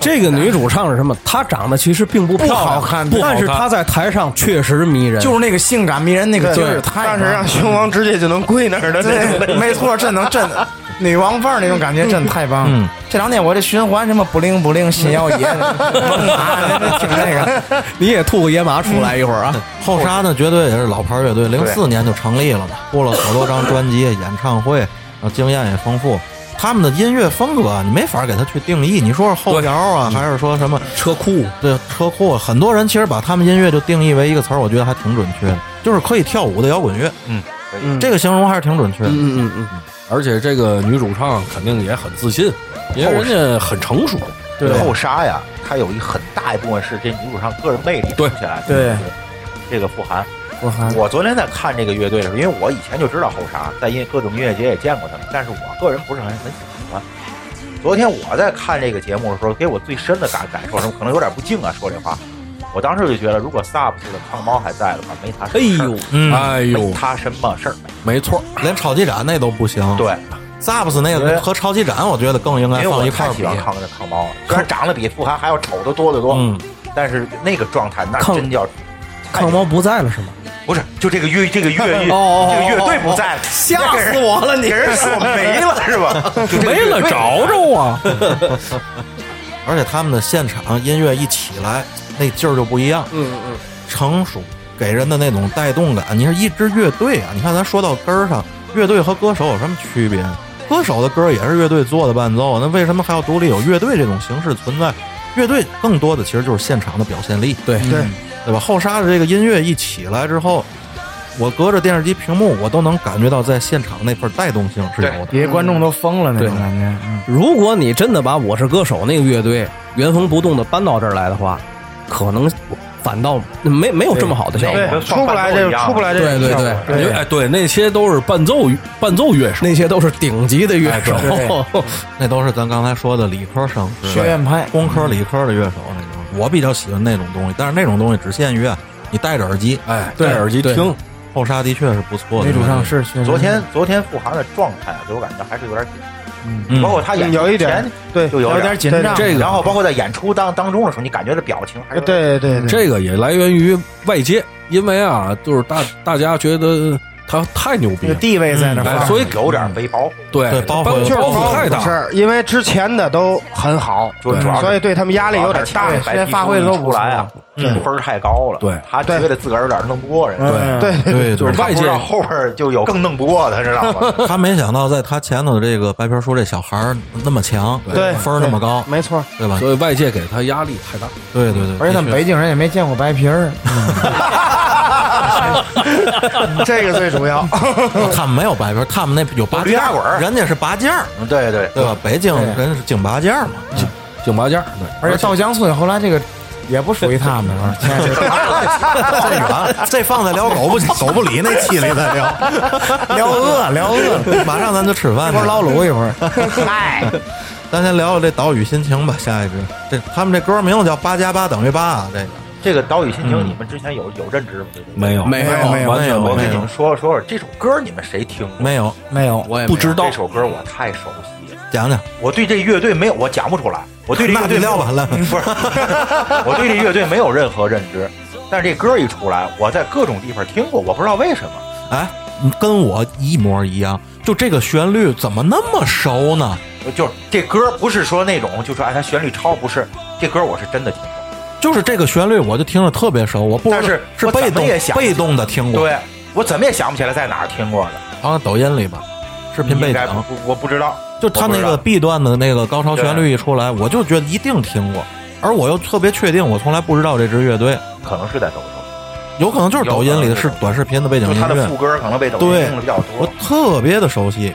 S12: 这个女主唱是什么？她长得其实并不漂亮
S6: 不好看不好看
S12: 但是她在台上确实迷人。
S6: 就是那个性感迷人那个劲儿，
S12: 对
S6: 太
S3: 但是
S6: 棒了
S3: 让熊王直接就能跪那儿的那种
S6: 对，没错，真能真的女王范儿那种感觉真太棒了。
S1: 嗯
S6: 这两天我这循环什么不灵不灵心药爷，梦马听那个，
S12: 你也吐个野马出来一会儿啊！
S1: 后沙呢，绝对也是老牌乐队，零四年就成立了嘛，出了好多张专辑、演唱会，然后经验也丰富。他们的音乐风格啊，你没法给他去定义。你说是后摇啊，还是说什么
S12: 车库
S1: 对车库？啊很多人其实把他们音乐就定义为一个词儿，我觉得还挺准确的，就是可以跳舞的摇滚乐。
S3: 嗯
S1: 这个形容还是挺准确的。
S12: 嗯嗯嗯，
S5: 而且这个女主唱肯定也很自信，因为人家很成熟。
S4: 后沙呀，它有一很大一部分是这女主唱个人魅力
S5: 对
S4: 撑起来的，
S6: 对
S4: 这个富含。
S6: 我
S12: 嗯
S6: 还
S4: 我昨天在看这个乐队的时候，因为我以前就知道后沙，在音各种音乐节也见过他们，但是我个人不是很很喜欢。昨天我在看这个节目的时候，给我最深的感感受是什么？可能有点不敬啊，说这话。我当时就觉得，如果萨普斯的胖猫还在的话，没他什
S12: 哎
S4: 么事儿
S12: 呦，
S1: 嗯，
S5: 哎
S4: 没
S5: 呦，嗯
S4: 他什么事儿。
S5: 没错，
S1: 连超级展那都不行。
S4: 对，
S1: 萨布斯那个和超级展，我觉得更应
S4: 因
S1: 该
S4: 为
S1: 放
S4: 我
S1: 一块
S4: 太
S1: 儿
S4: 喜
S1: 比。
S4: 欢康的康猫了，虽然长得比富含还要丑的多得多，
S1: 嗯，
S4: 但是那个状态那
S12: 康
S4: 真叫
S12: 抗猫不在了是吗？
S4: 不是，就这个乐这个乐乐
S12: 哦
S4: 这个乐队不在了，
S12: 吓死我了！你
S4: 给人说没了是吧？就这个
S5: 没
S4: 乐
S5: 了
S4: 队
S5: 找着啊！
S1: 而且他们的现场音乐一起来，那劲儿就不一样。
S12: 嗯嗯，
S1: 成熟，给人的那种带动感。你是一支乐队啊，你看咱说到根儿上，乐队和歌手有什么区别？歌手的歌也是乐队做的伴奏，那为什么还要独立有乐队这种形式存在？乐队更多的其实就是现场的表现力，
S12: 对
S3: 对
S1: 对吧？后沙的这个音乐一起来之后，我隔着电视机屏幕，我都能感觉到在现场那份带动性是有的。
S6: 底下观众都疯了那种
S12: 对
S6: 感觉。嗯
S12: 如果你真的把《我是歌手》那个乐队原封不动的搬到这儿来的话，可能反倒没没有这么好的效果。
S3: 对，出不来这个，出不来这
S5: 对
S3: 个
S5: 对
S3: 效果，
S5: 对，因为哎对，那些都是伴奏伴奏乐手，
S12: 那些都是顶级的乐手，
S1: 那都是咱刚才说的理科生，是
S6: 学
S1: 吧
S6: 院派，
S1: 工科、理科的乐手那种。我比较喜欢那种东西，但是那种东西只限于啊，你戴着耳机，
S5: 哎，戴耳机
S12: 对
S5: 听，
S1: 后沙的确是不错的。
S6: 女主唱是确实
S4: 昨天昨天富含的状态给我感觉还是有点紧，
S1: 嗯
S4: 包括他演出
S3: 有一点
S4: 前
S3: 对，
S4: 就有
S3: 有
S4: 点
S3: 点紧张，
S5: 这
S4: 然
S5: 个
S4: 后包括在演出当当中的时候，你感觉这表情还是有点
S3: 对对对，
S5: 这个也来源于外界，因为啊，就是大大家觉得他太牛逼
S6: 这个
S5: 了，
S6: 地位在那
S5: 哎
S6: 儿，
S5: 所以
S4: 啊有点背包，
S5: 对
S1: 对包袱
S5: 包袱太
S3: 是
S5: 大，
S3: 因为之前的都很好，
S4: 就主要
S3: 所
S4: 是
S3: 以对他们压力有点大
S4: 大，。
S6: 现在发挥得都不
S4: 出来啊，
S1: 嗯
S4: 这分儿太高了，
S5: 对
S4: 他觉得自个儿有点弄不过人，
S6: 嗯，
S3: 对对
S1: 对，
S5: 就是
S4: 他
S5: 外
S4: 不
S5: 界
S4: 知道后边儿就有更弄不过的，知
S1: *laughs*
S4: 道吗？
S1: 他没想到，在他前头的这个白皮书这小孩儿那么强，
S3: 对
S1: 分儿那么高，
S3: 没错，
S1: 对吧？
S5: 所以外界给他压力太大。
S1: 对对对，
S6: *laughs* 而且咱
S1: 的
S6: 们
S1: 确
S6: 北京人也没见过白
S1: *laughs*
S6: 皮儿，
S3: 这个最
S4: *laughs*
S3: 主要。
S1: 他们没有白皮儿，他们那有拔
S4: 驴
S1: 尖
S4: *laughs* 打滚
S1: 儿，
S4: 儿嗯
S1: 人家是拔尖儿，
S4: 对对，
S1: 对吧？北京人是京拔尖儿嘛，
S5: 警拔尖，对，
S6: 而且到江村后来这个也不属于他们
S1: *laughs*
S6: 了，现在这
S1: 太远了，这放在聊狗不狗不理那期里再聊，
S6: 聊饿聊饿了，
S1: 马上咱就吃饭
S6: 一
S1: 去
S6: 会儿。老鲁一会儿，
S1: 咱先聊聊这岛屿心情吧，下一支，这他们这歌名字叫八加八等于八啊，这个
S4: 这个《岛屿心情》，你们之前有有认知吗？对
S5: 没有，
S12: 没有
S1: 没有
S5: 完
S1: 没
S5: 全
S1: 有
S4: 我
S1: 没
S4: 给你
S1: 有
S4: 们说说这首歌，你们谁听过？啊
S1: 没有，
S6: 没有，
S12: 我也
S5: 不知道
S4: 这。首歌我太熟悉了，
S1: 讲讲，
S4: 我对这乐队没有，我讲不出来。我对这
S1: 那
S4: 乐
S1: 就
S4: 队没有
S1: 聊吧，来，
S4: *laughs* 不是，我对这乐队没有任何认知，但是这歌一出来，我在各种地方听过，我不知道为什么。
S1: 哎，你跟我一模一样，就这个旋律怎么那么熟呢？
S4: 就是这歌不是说那种，就说哎，它旋律超不是，这歌我是真的听过。
S1: 就是这个旋律，我就听着特别熟，我不知道
S4: 但是
S1: 是
S4: 我怎
S1: 被
S4: 么
S1: 动
S4: 也想不
S1: 被动的听过，，
S4: 对我怎么也想不起来在哪儿听过的，
S1: 好像抖音里吧，视频背景
S4: 应该，不我不知道，
S1: 就他那
S4: 我
S1: 个
S4: 不
S1: B 段的那个高潮旋律一出来，我就觉得一定听过，而我又特别确定，我从来不知道这支乐队，
S4: 知道可能是在抖音，
S1: 有可能就是抖音里的是短视频的背景
S4: 就
S1: 音
S4: 他的
S1: 乐
S4: 副，歌可能被抖音
S1: 对
S4: 用的比较
S1: 我
S4: 多。
S1: 特别的熟悉。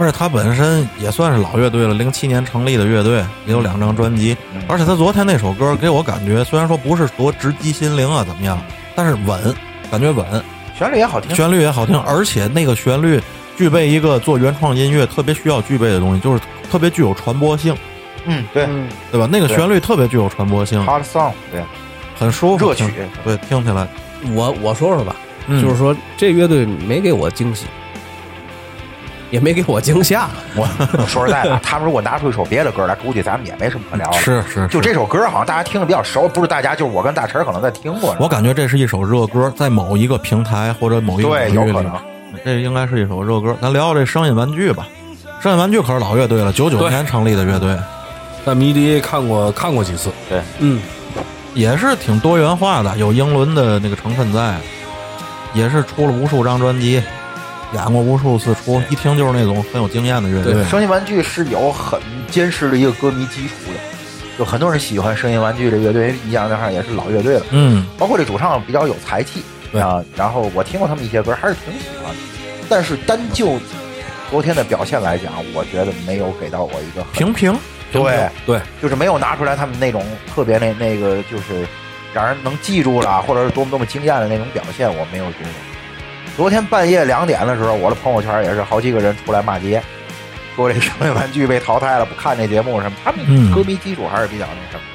S1: 而且他本身也算是老乐队了，零七年成立的乐队，也有两张专辑。
S4: 嗯
S1: 而且他昨天那首歌给我感觉，虽然说不是多直击心灵啊怎么样，但是稳，感觉稳，
S4: 旋律也好听，
S1: 旋律也好听，而且那个旋律具备一个做原创音乐特别需要具备的东西，就是特别具有传播性，
S4: 嗯，对
S3: 嗯，
S1: 对吧？那个
S4: 对
S1: 旋律特别具有传播性，
S4: ，hard song，对，
S1: 很舒服，
S4: 热曲
S1: 听，对，听起来
S2: 我我说说吧，
S1: 嗯
S2: 就是说这乐队没给我惊喜，也没给我惊吓。
S4: *laughs* 我说实在的，他们如果拿出一首别的歌来，估计咱们也没什么可聊的。
S1: 是是
S4: 就这首歌好像大家听的比较熟，不是大家，就是我跟大陈可能在听过。
S1: 我感觉这是一首热歌，在某一个平台或者某一个
S4: 对，有
S1: 领域
S4: 可
S1: 里
S4: 能，。
S1: 这应该是一首热歌。咱聊聊这声音玩具吧，声音玩具可是老乐队了，九九
S5: 对
S1: 年成立的乐队，
S5: 在迷笛看过看过几次，
S13: 嗯，
S1: 也是挺多元化的，有英伦的那个成分在，也是出了无数张专辑，演过无数次出，一听就是那种很有经验的乐队。
S4: 声音玩具是有很坚实的一个歌迷基础的，有很多人喜欢声音玩具这乐队，因为你想想看也是老乐队了，
S1: 嗯，
S4: 包括这主唱比较有才气
S5: 对
S4: 啊。然后我听过他们一些歌，还是挺喜欢的。但是单就昨天的表现来讲，我觉得没有给到我一个很
S1: 平平，
S4: 对
S5: 对，
S4: 就是没有拿出来他们那种特别那那个就是让人能记住了，或者是多么多么惊艳的那种表现，我没有觉得。昨天半夜两点的时候，我的朋友圈也是好几个人出来骂街，说这商业玩具被淘汰了，不看这节目什么。他们
S1: 嗯
S4: 歌迷基础还是比较那什么。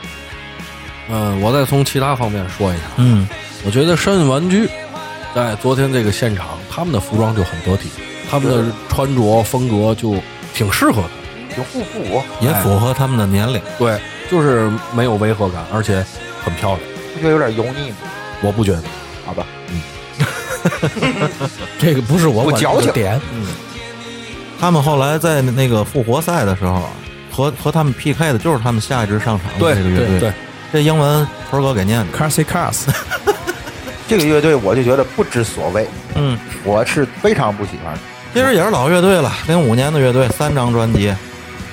S5: 嗯，我再从其他方面说一下，
S1: 嗯，
S5: 我觉得山玩具在昨天这个现场，他们的服装就很得体，他们的穿着风格就挺适合的，
S4: 挺复古，
S1: 也符合他们的年龄。
S5: 对，就是没有违和感，而且很漂亮。
S4: 不觉得有点油腻吗？
S5: 我不觉得，嗯
S4: 好吧，
S5: *laughs*
S2: 这个不是我
S4: 我
S2: 管
S4: 矫
S2: 的
S4: 情
S2: 点，
S1: 他们后来在那个复活赛的时候，和和他们 PK 的就是他们下一支上场的
S5: 对
S1: 这个乐队。
S5: 对对，
S1: 这英文春哥给念的。
S2: Carsy Cars，
S4: 这个乐队我就觉得不知所谓，
S1: 嗯，
S4: 我是非常不喜欢的。
S1: 其实也是老乐队了，零五年的乐队，三张专辑，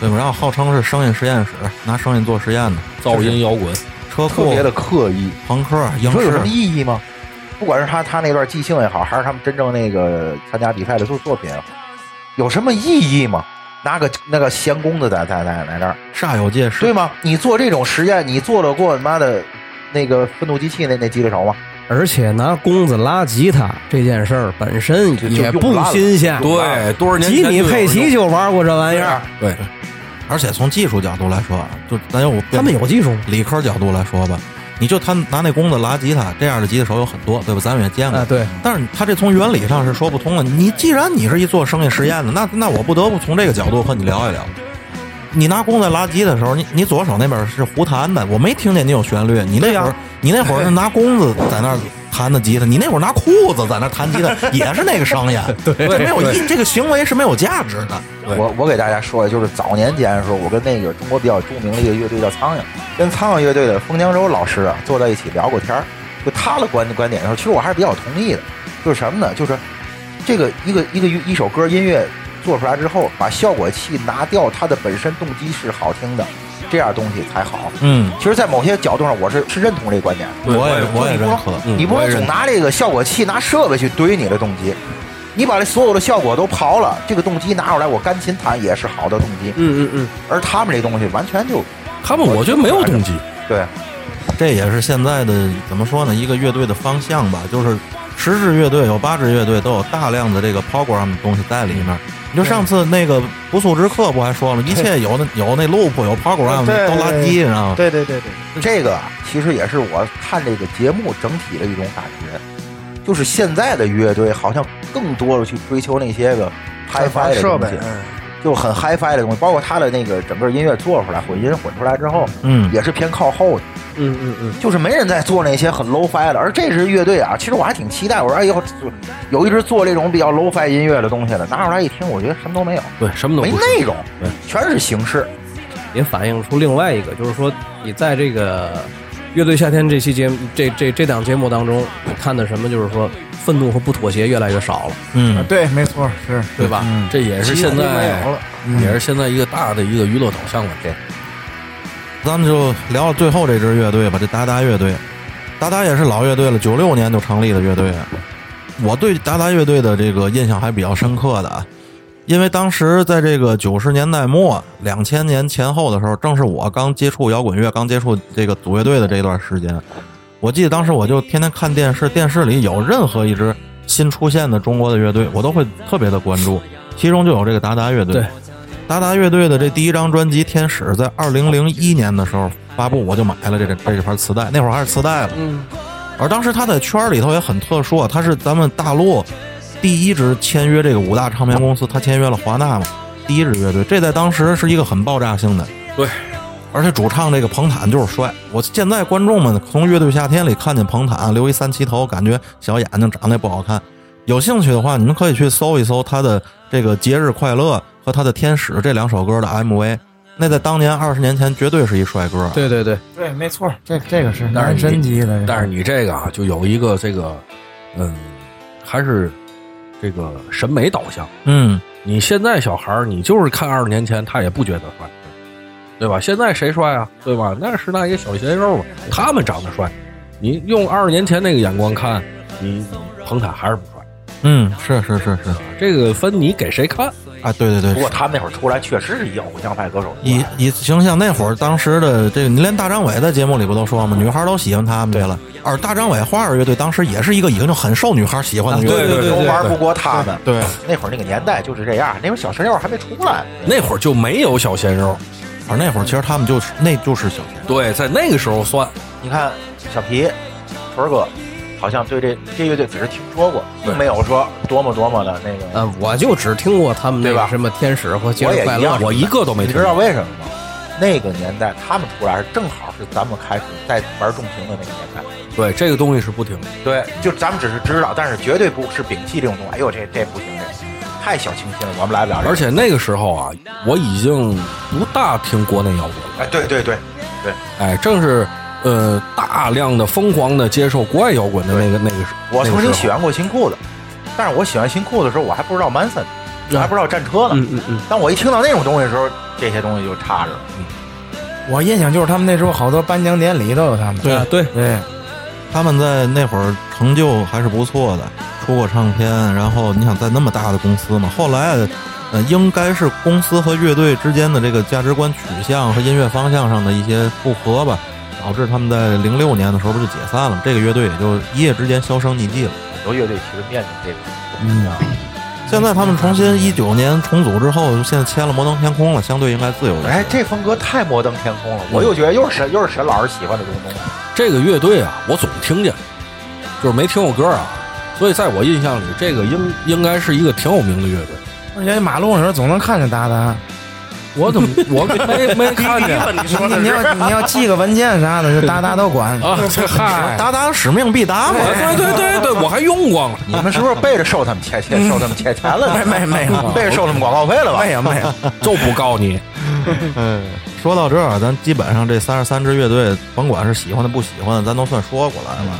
S1: 对吧？然后号称是声音实验室，拿声音做实验的，
S5: 噪音摇滚，
S1: 车
S4: 特
S1: 库
S4: 别、的刻意，
S1: 朋克、英
S4: 你说有什么
S1: 式，
S4: 意义吗？不管是他他那段即兴也好，还是他们真正那个参加比赛的作作品也好，有什么意义吗？拿个那个闲工子在在在在那儿，
S1: 煞有介事。
S4: 对吗？你做这种实验，你做得过他妈的那个愤怒机器那那吉他手吗？
S2: 而且拿弓子拉吉他这件事儿本身
S4: 就
S2: 也
S4: 就
S2: 不
S4: 用烂了
S2: 新鲜。
S4: 用烂了
S5: 对，多少年
S2: 吉
S5: 前
S2: 米
S5: 就有
S2: 佩奇
S5: 人
S2: 就玩过这玩意儿，
S5: 对，
S1: 而且从技术角度来说，就咱有
S2: 他们有技术吗？
S1: 理科角度来说吧，你就他拿那弓子拉吉他，这样的吉他手有很多，对吧？咱们也见过。
S2: 啊，对，
S1: 但是他这从原理上是说不通的。你既然你是一做生意实验的，那那我不得不从这个角度和你聊一聊。你拿弓在拉吉的时候，你你左手那边是胡弹的，我没听见你有旋律。你那会儿、你那会儿是拿弓子在那儿弹的吉他，你那会儿拿裤子在那儿弹吉他，也是那个声音。 *laughs* 对，这没有意，这个行为是没有价值的。
S5: 对
S4: 我我给大家说，就是早年间的时候，我跟那个中国比较著名的一个乐队叫苍蝇，跟苍蝇乐队的冯江洲老师啊坐在一起聊过天儿，就他的观观点的时候，其实我还是比较同意的。就是什么呢？就是这个一个一个一首歌音乐做出来之后，把效果器拿掉，它的本身动机是好听的，这样东西才好。
S1: 嗯，
S4: 其实，在某些角度上，我是是认同这个观点的。
S5: 对
S1: 我也
S4: 我
S1: 我
S4: 也
S1: 也认可。
S5: 嗯
S4: 你不能总拿这个效果器、拿设备去怼你的动机，你把这所有的效果都刨了，这个动机拿出来，我钢琴弹也是好的动机。
S13: 嗯嗯嗯，
S4: 而他们这东西完全就
S5: 他们我觉得没有动机，
S4: 对，
S1: 这也是现在的怎么说呢？一个乐队的方向吧，就是十支乐队有八支乐队都有大量的这个 program 的东西在里面。你就上次那个不速之客不还说了吗，一切有那有那 loop 有 program
S3: 对
S1: 都垃圾，你知道吗？
S3: 对对对对，
S4: 这个啊其实也是我看这个节目整体的一种感觉，就是现在的乐队好像更多的去追求那些个 HiFi 的
S3: 设备
S4: 东，西，
S3: 嗯
S4: 就很 HiFi 的东西，包括他的那个整个音乐做出来混音混出来之后，
S1: 嗯，
S4: 也是偏靠后的。
S13: 嗯嗯嗯，
S4: 就是没人在做那些很 low fi 了，而这支乐队啊，其实我还挺期待，我说哎呦，有一支做这种比较 low fi 音乐的东西的，拿出来一听，我觉得什么都没有，
S5: 对，什么都
S4: 没
S5: 不是。
S4: 内容
S5: 对，
S4: 全是形式。
S2: 也反映出另外一个，就是说你在这个乐队夏天这期节目，这这这档节目当中看的什么，就是说愤怒和不妥协越来越少了，
S3: 啊
S1: 嗯，
S6: 对，没错，是
S2: 对吧？
S5: 嗯这也是现在
S6: 嗯
S5: 也是现在一个大的一个娱乐导向了。这
S1: 咱们就聊聊最后这支乐队吧，这达达乐队。达达也是老乐队了，九六年就成立的乐队。我对达达乐队的这个印象还比较深刻的啊，因为当时在这个九十年代末、两千年前后的时候，正是我刚接触摇滚乐、刚接触这个组乐队的这段时间。我记得当时我就天天看电视，电视里有任何一支新出现的中国的乐队，我都会特别的关注，其中就有这个达达乐队。
S2: 对
S1: 达达乐队的这第一张专辑《天使》在二零零一年的时候发布，我就买了这个这一盘磁带，那会儿还是磁带了。
S2: 嗯，
S1: 而当时他在圈儿里头也很特殊，啊，他是咱们大陆第一支签约这个五大唱片公司，他签约了华纳嘛，第一支乐队，这在当时是一个很爆炸性的。
S5: 对，
S1: 而且主唱这个彭坦就是帅，我现在观众们从《乐队夏天》里看见彭坦留一三七头，感觉小眼睛长得也不好看。有兴趣的话，你们可以去搜一搜他的这个《节日快乐》和他的《天使》这两首歌的 MV，那在当年二十年前绝对是一帅哥。
S2: 对对对，
S6: 对，没错，这这个是
S5: 但是
S6: 男
S5: 你
S6: 神级的，
S5: 但是你这个啊，就有一个这个，嗯，还是这个审美导向。
S1: 嗯，
S5: 你现在小孩儿，你就是看二十年前，他也不觉得帅，对吧？现在谁帅啊？对吧？那是那些小鲜肉啊，他们长得帅。你用二十年前那个眼光看，你彭坦还是不帅。
S1: 嗯，是是是是，
S5: 这个分你给谁看？
S1: 啊，对对对，
S4: 不过他们那会儿出来确实是以偶像派歌手出
S1: 以
S4: 来，
S1: 以形象那会儿，当时的这个，你连大张伟在节目里不都说吗？女孩都喜欢他们去了。而大张伟花儿乐队当时也是一个已经很受女孩喜欢的乐队，
S5: 啊对
S4: 都玩不过他们。
S1: 对
S4: 那会儿那个年代就是这样，那会儿小鲜肉还没出来，
S5: 那会儿就没有小鲜肉，
S1: 而那会儿其实他们就是那就是小鲜肉
S5: 对，在那个时候算
S4: 你看小皮、屯儿哥，好像对这这乐队只是听说过，并没有说多么多么的那个。
S2: 嗯，我就只听过他们那
S4: 对
S2: 个
S4: 吧
S2: 什么天使和节
S4: 我
S2: 日
S4: 也
S2: 快
S4: 一
S2: 乐
S4: 样，
S5: 我一个都没
S4: 你
S5: 听
S4: 知
S5: 过。
S4: 道为什么吗？那个年代他们出来是正好是咱们开始在玩重型的那个年代。
S5: 对，这个东西是不听的。
S4: 对，就咱们只是知道，但是绝对不是摒弃这种东西。哎呦，这这不行，这太小清新了，我们来不了。
S5: 而，且那个时候啊，我已经不大听国内摇滚了，
S4: 哎，对对对，
S5: 哎，正是呃大量的疯狂的接受国外摇滚的那个那个时，
S4: 我曾
S5: 那
S4: 经
S5: 个时
S4: 喜
S5: 候
S4: 欢过新裤子，但是我喜欢新裤子的时候，我还不知道 Manson，我还不知道战车呢。
S2: 嗯嗯嗯，
S4: 当我一听到那种东西的时候，这些东西就差着了。
S6: 我印象就是他们那时候好多颁奖典礼都有他们，
S2: 啊对，
S6: 对，
S1: 他们在那会儿成就还是不错的，出过唱片，然后你想在那么大的公司嘛，后来，呃，应该是公司和乐队之间的这个价值观取向和音乐方向上的一些不合吧，导致他们在零六年的时候不就解散了，这个乐队也就一夜之间销声匿迹了。
S4: 很多乐队其实面临这个，
S1: 现在他们重新一九年重组之后，现在签了摩登天空了，相对应该自由一些。
S4: 哎，这风格太摩登天空了，我又觉得又是沈又是沈老师喜欢的这种 *laughs* 东西。
S5: 这个乐队啊，我总听见，就是没听过歌啊，所以在我印象里，这个应应该是一个挺有名的乐队。
S6: 而且马路上总能看见达达。
S5: 我怎么 *laughs* 我没没看见啊？
S6: 你你要你要寄个文件啥的，就达达都管。
S5: 啊
S6: 啊
S5: 这嗨，
S1: 达达使命必达嘛，
S5: 对对对对，我还用过了。
S4: 你们是不是背着收他们钱钱收他们钱钱了？
S6: 没没没有
S4: 背着收他们广告费了吧？
S6: 没有没有，
S5: 就不告你，
S1: 嗯说到这儿，咱基本上这三十三支乐队，甭管是喜欢的不喜欢的，咱都算说过来了。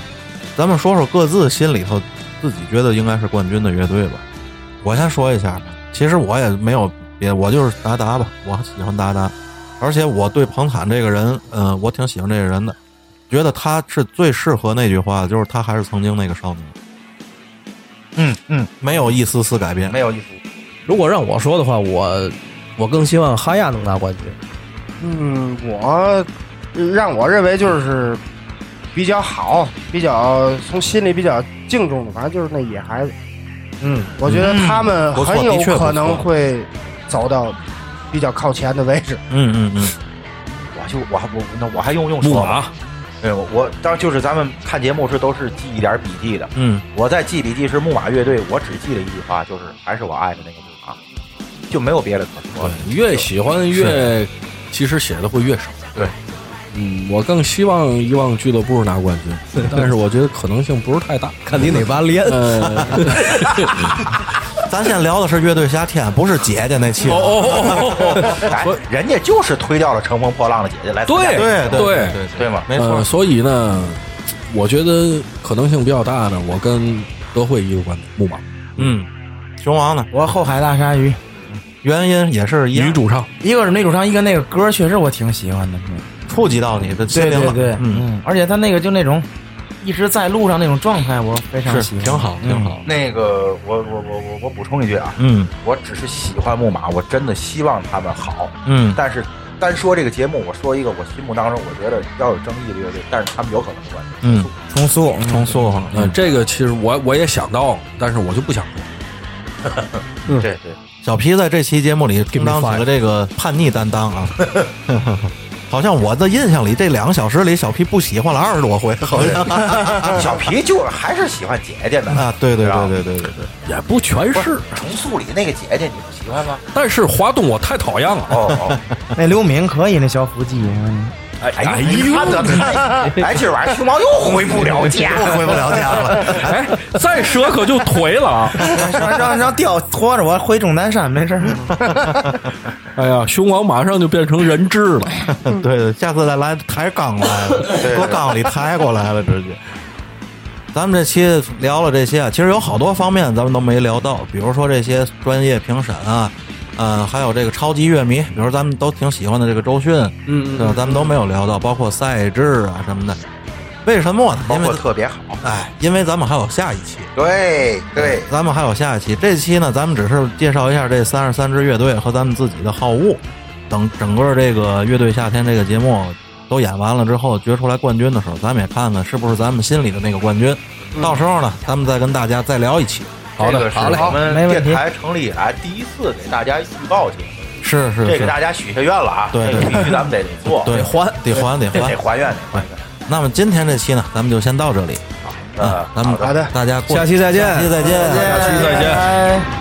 S1: 咱们说说各自心里头自己觉得应该是冠军的乐队吧。我先说一下吧，其实我也没有别，我就是达达吧，我喜欢达达，而且我对彭坦这个人，嗯、我挺喜欢这个人的，觉得他是最适合那句话，就是他还是曾经那个少年，
S4: 嗯嗯，
S1: 没有一丝丝改变。
S4: 没有意思。
S2: 如果让我说的话，我我更希望哈亚能拿冠军。
S3: 嗯，我让我认为就是比较好，比较从心里比较敬重的，反正就是那野孩子。嗯，我觉得他们
S1: 不错
S3: 很有
S1: 的确不错
S3: 可能会走到比较靠前的位置。
S1: 嗯嗯嗯，
S4: 我就我还我那我还用用
S5: 木
S4: 说吗？
S5: 马
S4: 对，我我当然就是咱们看节目是都是记一点笔记的。
S1: 嗯，
S4: 我在记笔记是木马乐队，我只记了一句话，就是还是我爱的那个木马，就没有别的可说了。
S5: 对，哎越喜欢越，其实写的会越少。
S4: 对，
S5: 嗯，我更希望遗忘俱乐部拿冠 *laughs* 军，但是我觉得可能性不是太大。
S2: 看你哪把脸。
S5: 呃，
S1: 咱先聊的是乐队夏天，不是姐姐那期。
S5: 哦哦哦哦，
S7: 哎，人家就是推掉了《乘风破浪的姐姐》来参加
S5: 对
S1: 对
S5: 对
S1: 对
S5: 对
S7: 对吗？
S1: 没
S5: 呃，
S1: 错，
S5: 所以呢，我觉得可能性比较大的，我跟德惠一个观点，木马
S1: 嗯，熊王呢？
S6: 我后海大鲨鱼，
S1: 原因也是一样
S5: 女主唱，
S6: 一个是女主唱，一个那个歌确实我挺喜欢的，
S1: 触及到你的心
S6: 对
S1: 灵
S6: 对
S1: 了，
S6: 对，
S1: 嗯，
S6: 嗯，而且他那个就那种一直在路上那种状态，我嗯非常
S1: 是
S6: 喜欢，
S1: 挺好，挺好，
S4: 那个，我我我我我补充一句啊，
S1: 嗯
S4: 我只是喜欢木马，我真的希望他们好。
S1: 嗯，
S4: 但是单说这个节目，我说一个我心目当中我觉得要有争议的乐队，但是他们有可能冠军。
S1: 嗯，
S6: 重塑，
S1: 重塑了，
S5: 嗯、这个其实我我也想到，但是我就不想说。
S4: 对对，
S1: 小皮在这期节目里充当起了这个叛逆担当啊。好像我的印象里，这两个小时里，小皮不喜欢了二十多回，好像
S4: 小皮就还是喜欢姐姐呢。
S1: 啊，对对
S4: 是吧
S1: 对对对对对，
S5: 也不全是，
S4: 重塑里那个姐姐，你不喜欢吗？
S5: 但是华东我太讨厌了。
S4: 哦哦，
S6: 那刘敏可以，那小腹肌，嗯
S4: 哎哎呦，看得太哎，今儿晚上熊猫又回不了家，
S1: 又回不了家了。
S5: 哎，再折可就颓了啊！
S6: *laughs* 让让让吊拖着我回终南山，没
S1: *laughs*
S6: 事儿。
S5: 哎呀，熊王马上就变成人质了。
S1: 对 *laughs* 对，下次再来抬杠来了，搁缸里抬过来了，直接。咱们这期聊了这些啊，其实有好多方面咱们都没聊到，比如说这些专业评审啊，呃，还有这个超级乐迷，比如咱们都挺喜欢的这个周迅，
S2: 嗯
S1: 对吧？咱们都没有聊到，包括赛制啊什么的。为什么呢？
S4: 包
S1: 因为
S4: 括特别好。
S1: 哎，因为咱们还有下一期，
S4: 对对，
S1: 咱们还有下一期。这期呢，咱们只是介绍一下这三十三支乐队和咱们自己的好恶。等整个这个乐队夏天这个节目都演完了之后，决出来冠军的时候，咱们也看看是不是咱们心里的那个冠军。
S4: 嗯
S1: 到时候呢，咱们再跟大家再聊一期。
S5: 好
S4: 这个
S5: 的，
S4: 是
S5: 好嘞，
S4: 我们
S6: 没问
S4: 电
S6: 题
S4: 台成立以来第一次给大家预告节目，
S1: 是是
S4: 这
S1: 是
S4: 给，大家许下愿了啊，
S1: 对
S4: 这个
S1: 对
S4: 必须咱们得得做，
S1: 对，还得还得
S4: 这
S1: 还
S4: 得。还愿得还愿。
S1: 那么今天这期呢，咱们就先到这里。
S4: 呃
S1: 啊，咱们
S4: 好的
S1: 大家过
S2: 下期再见
S1: 下期再见，
S3: 哎
S6: 下期再见。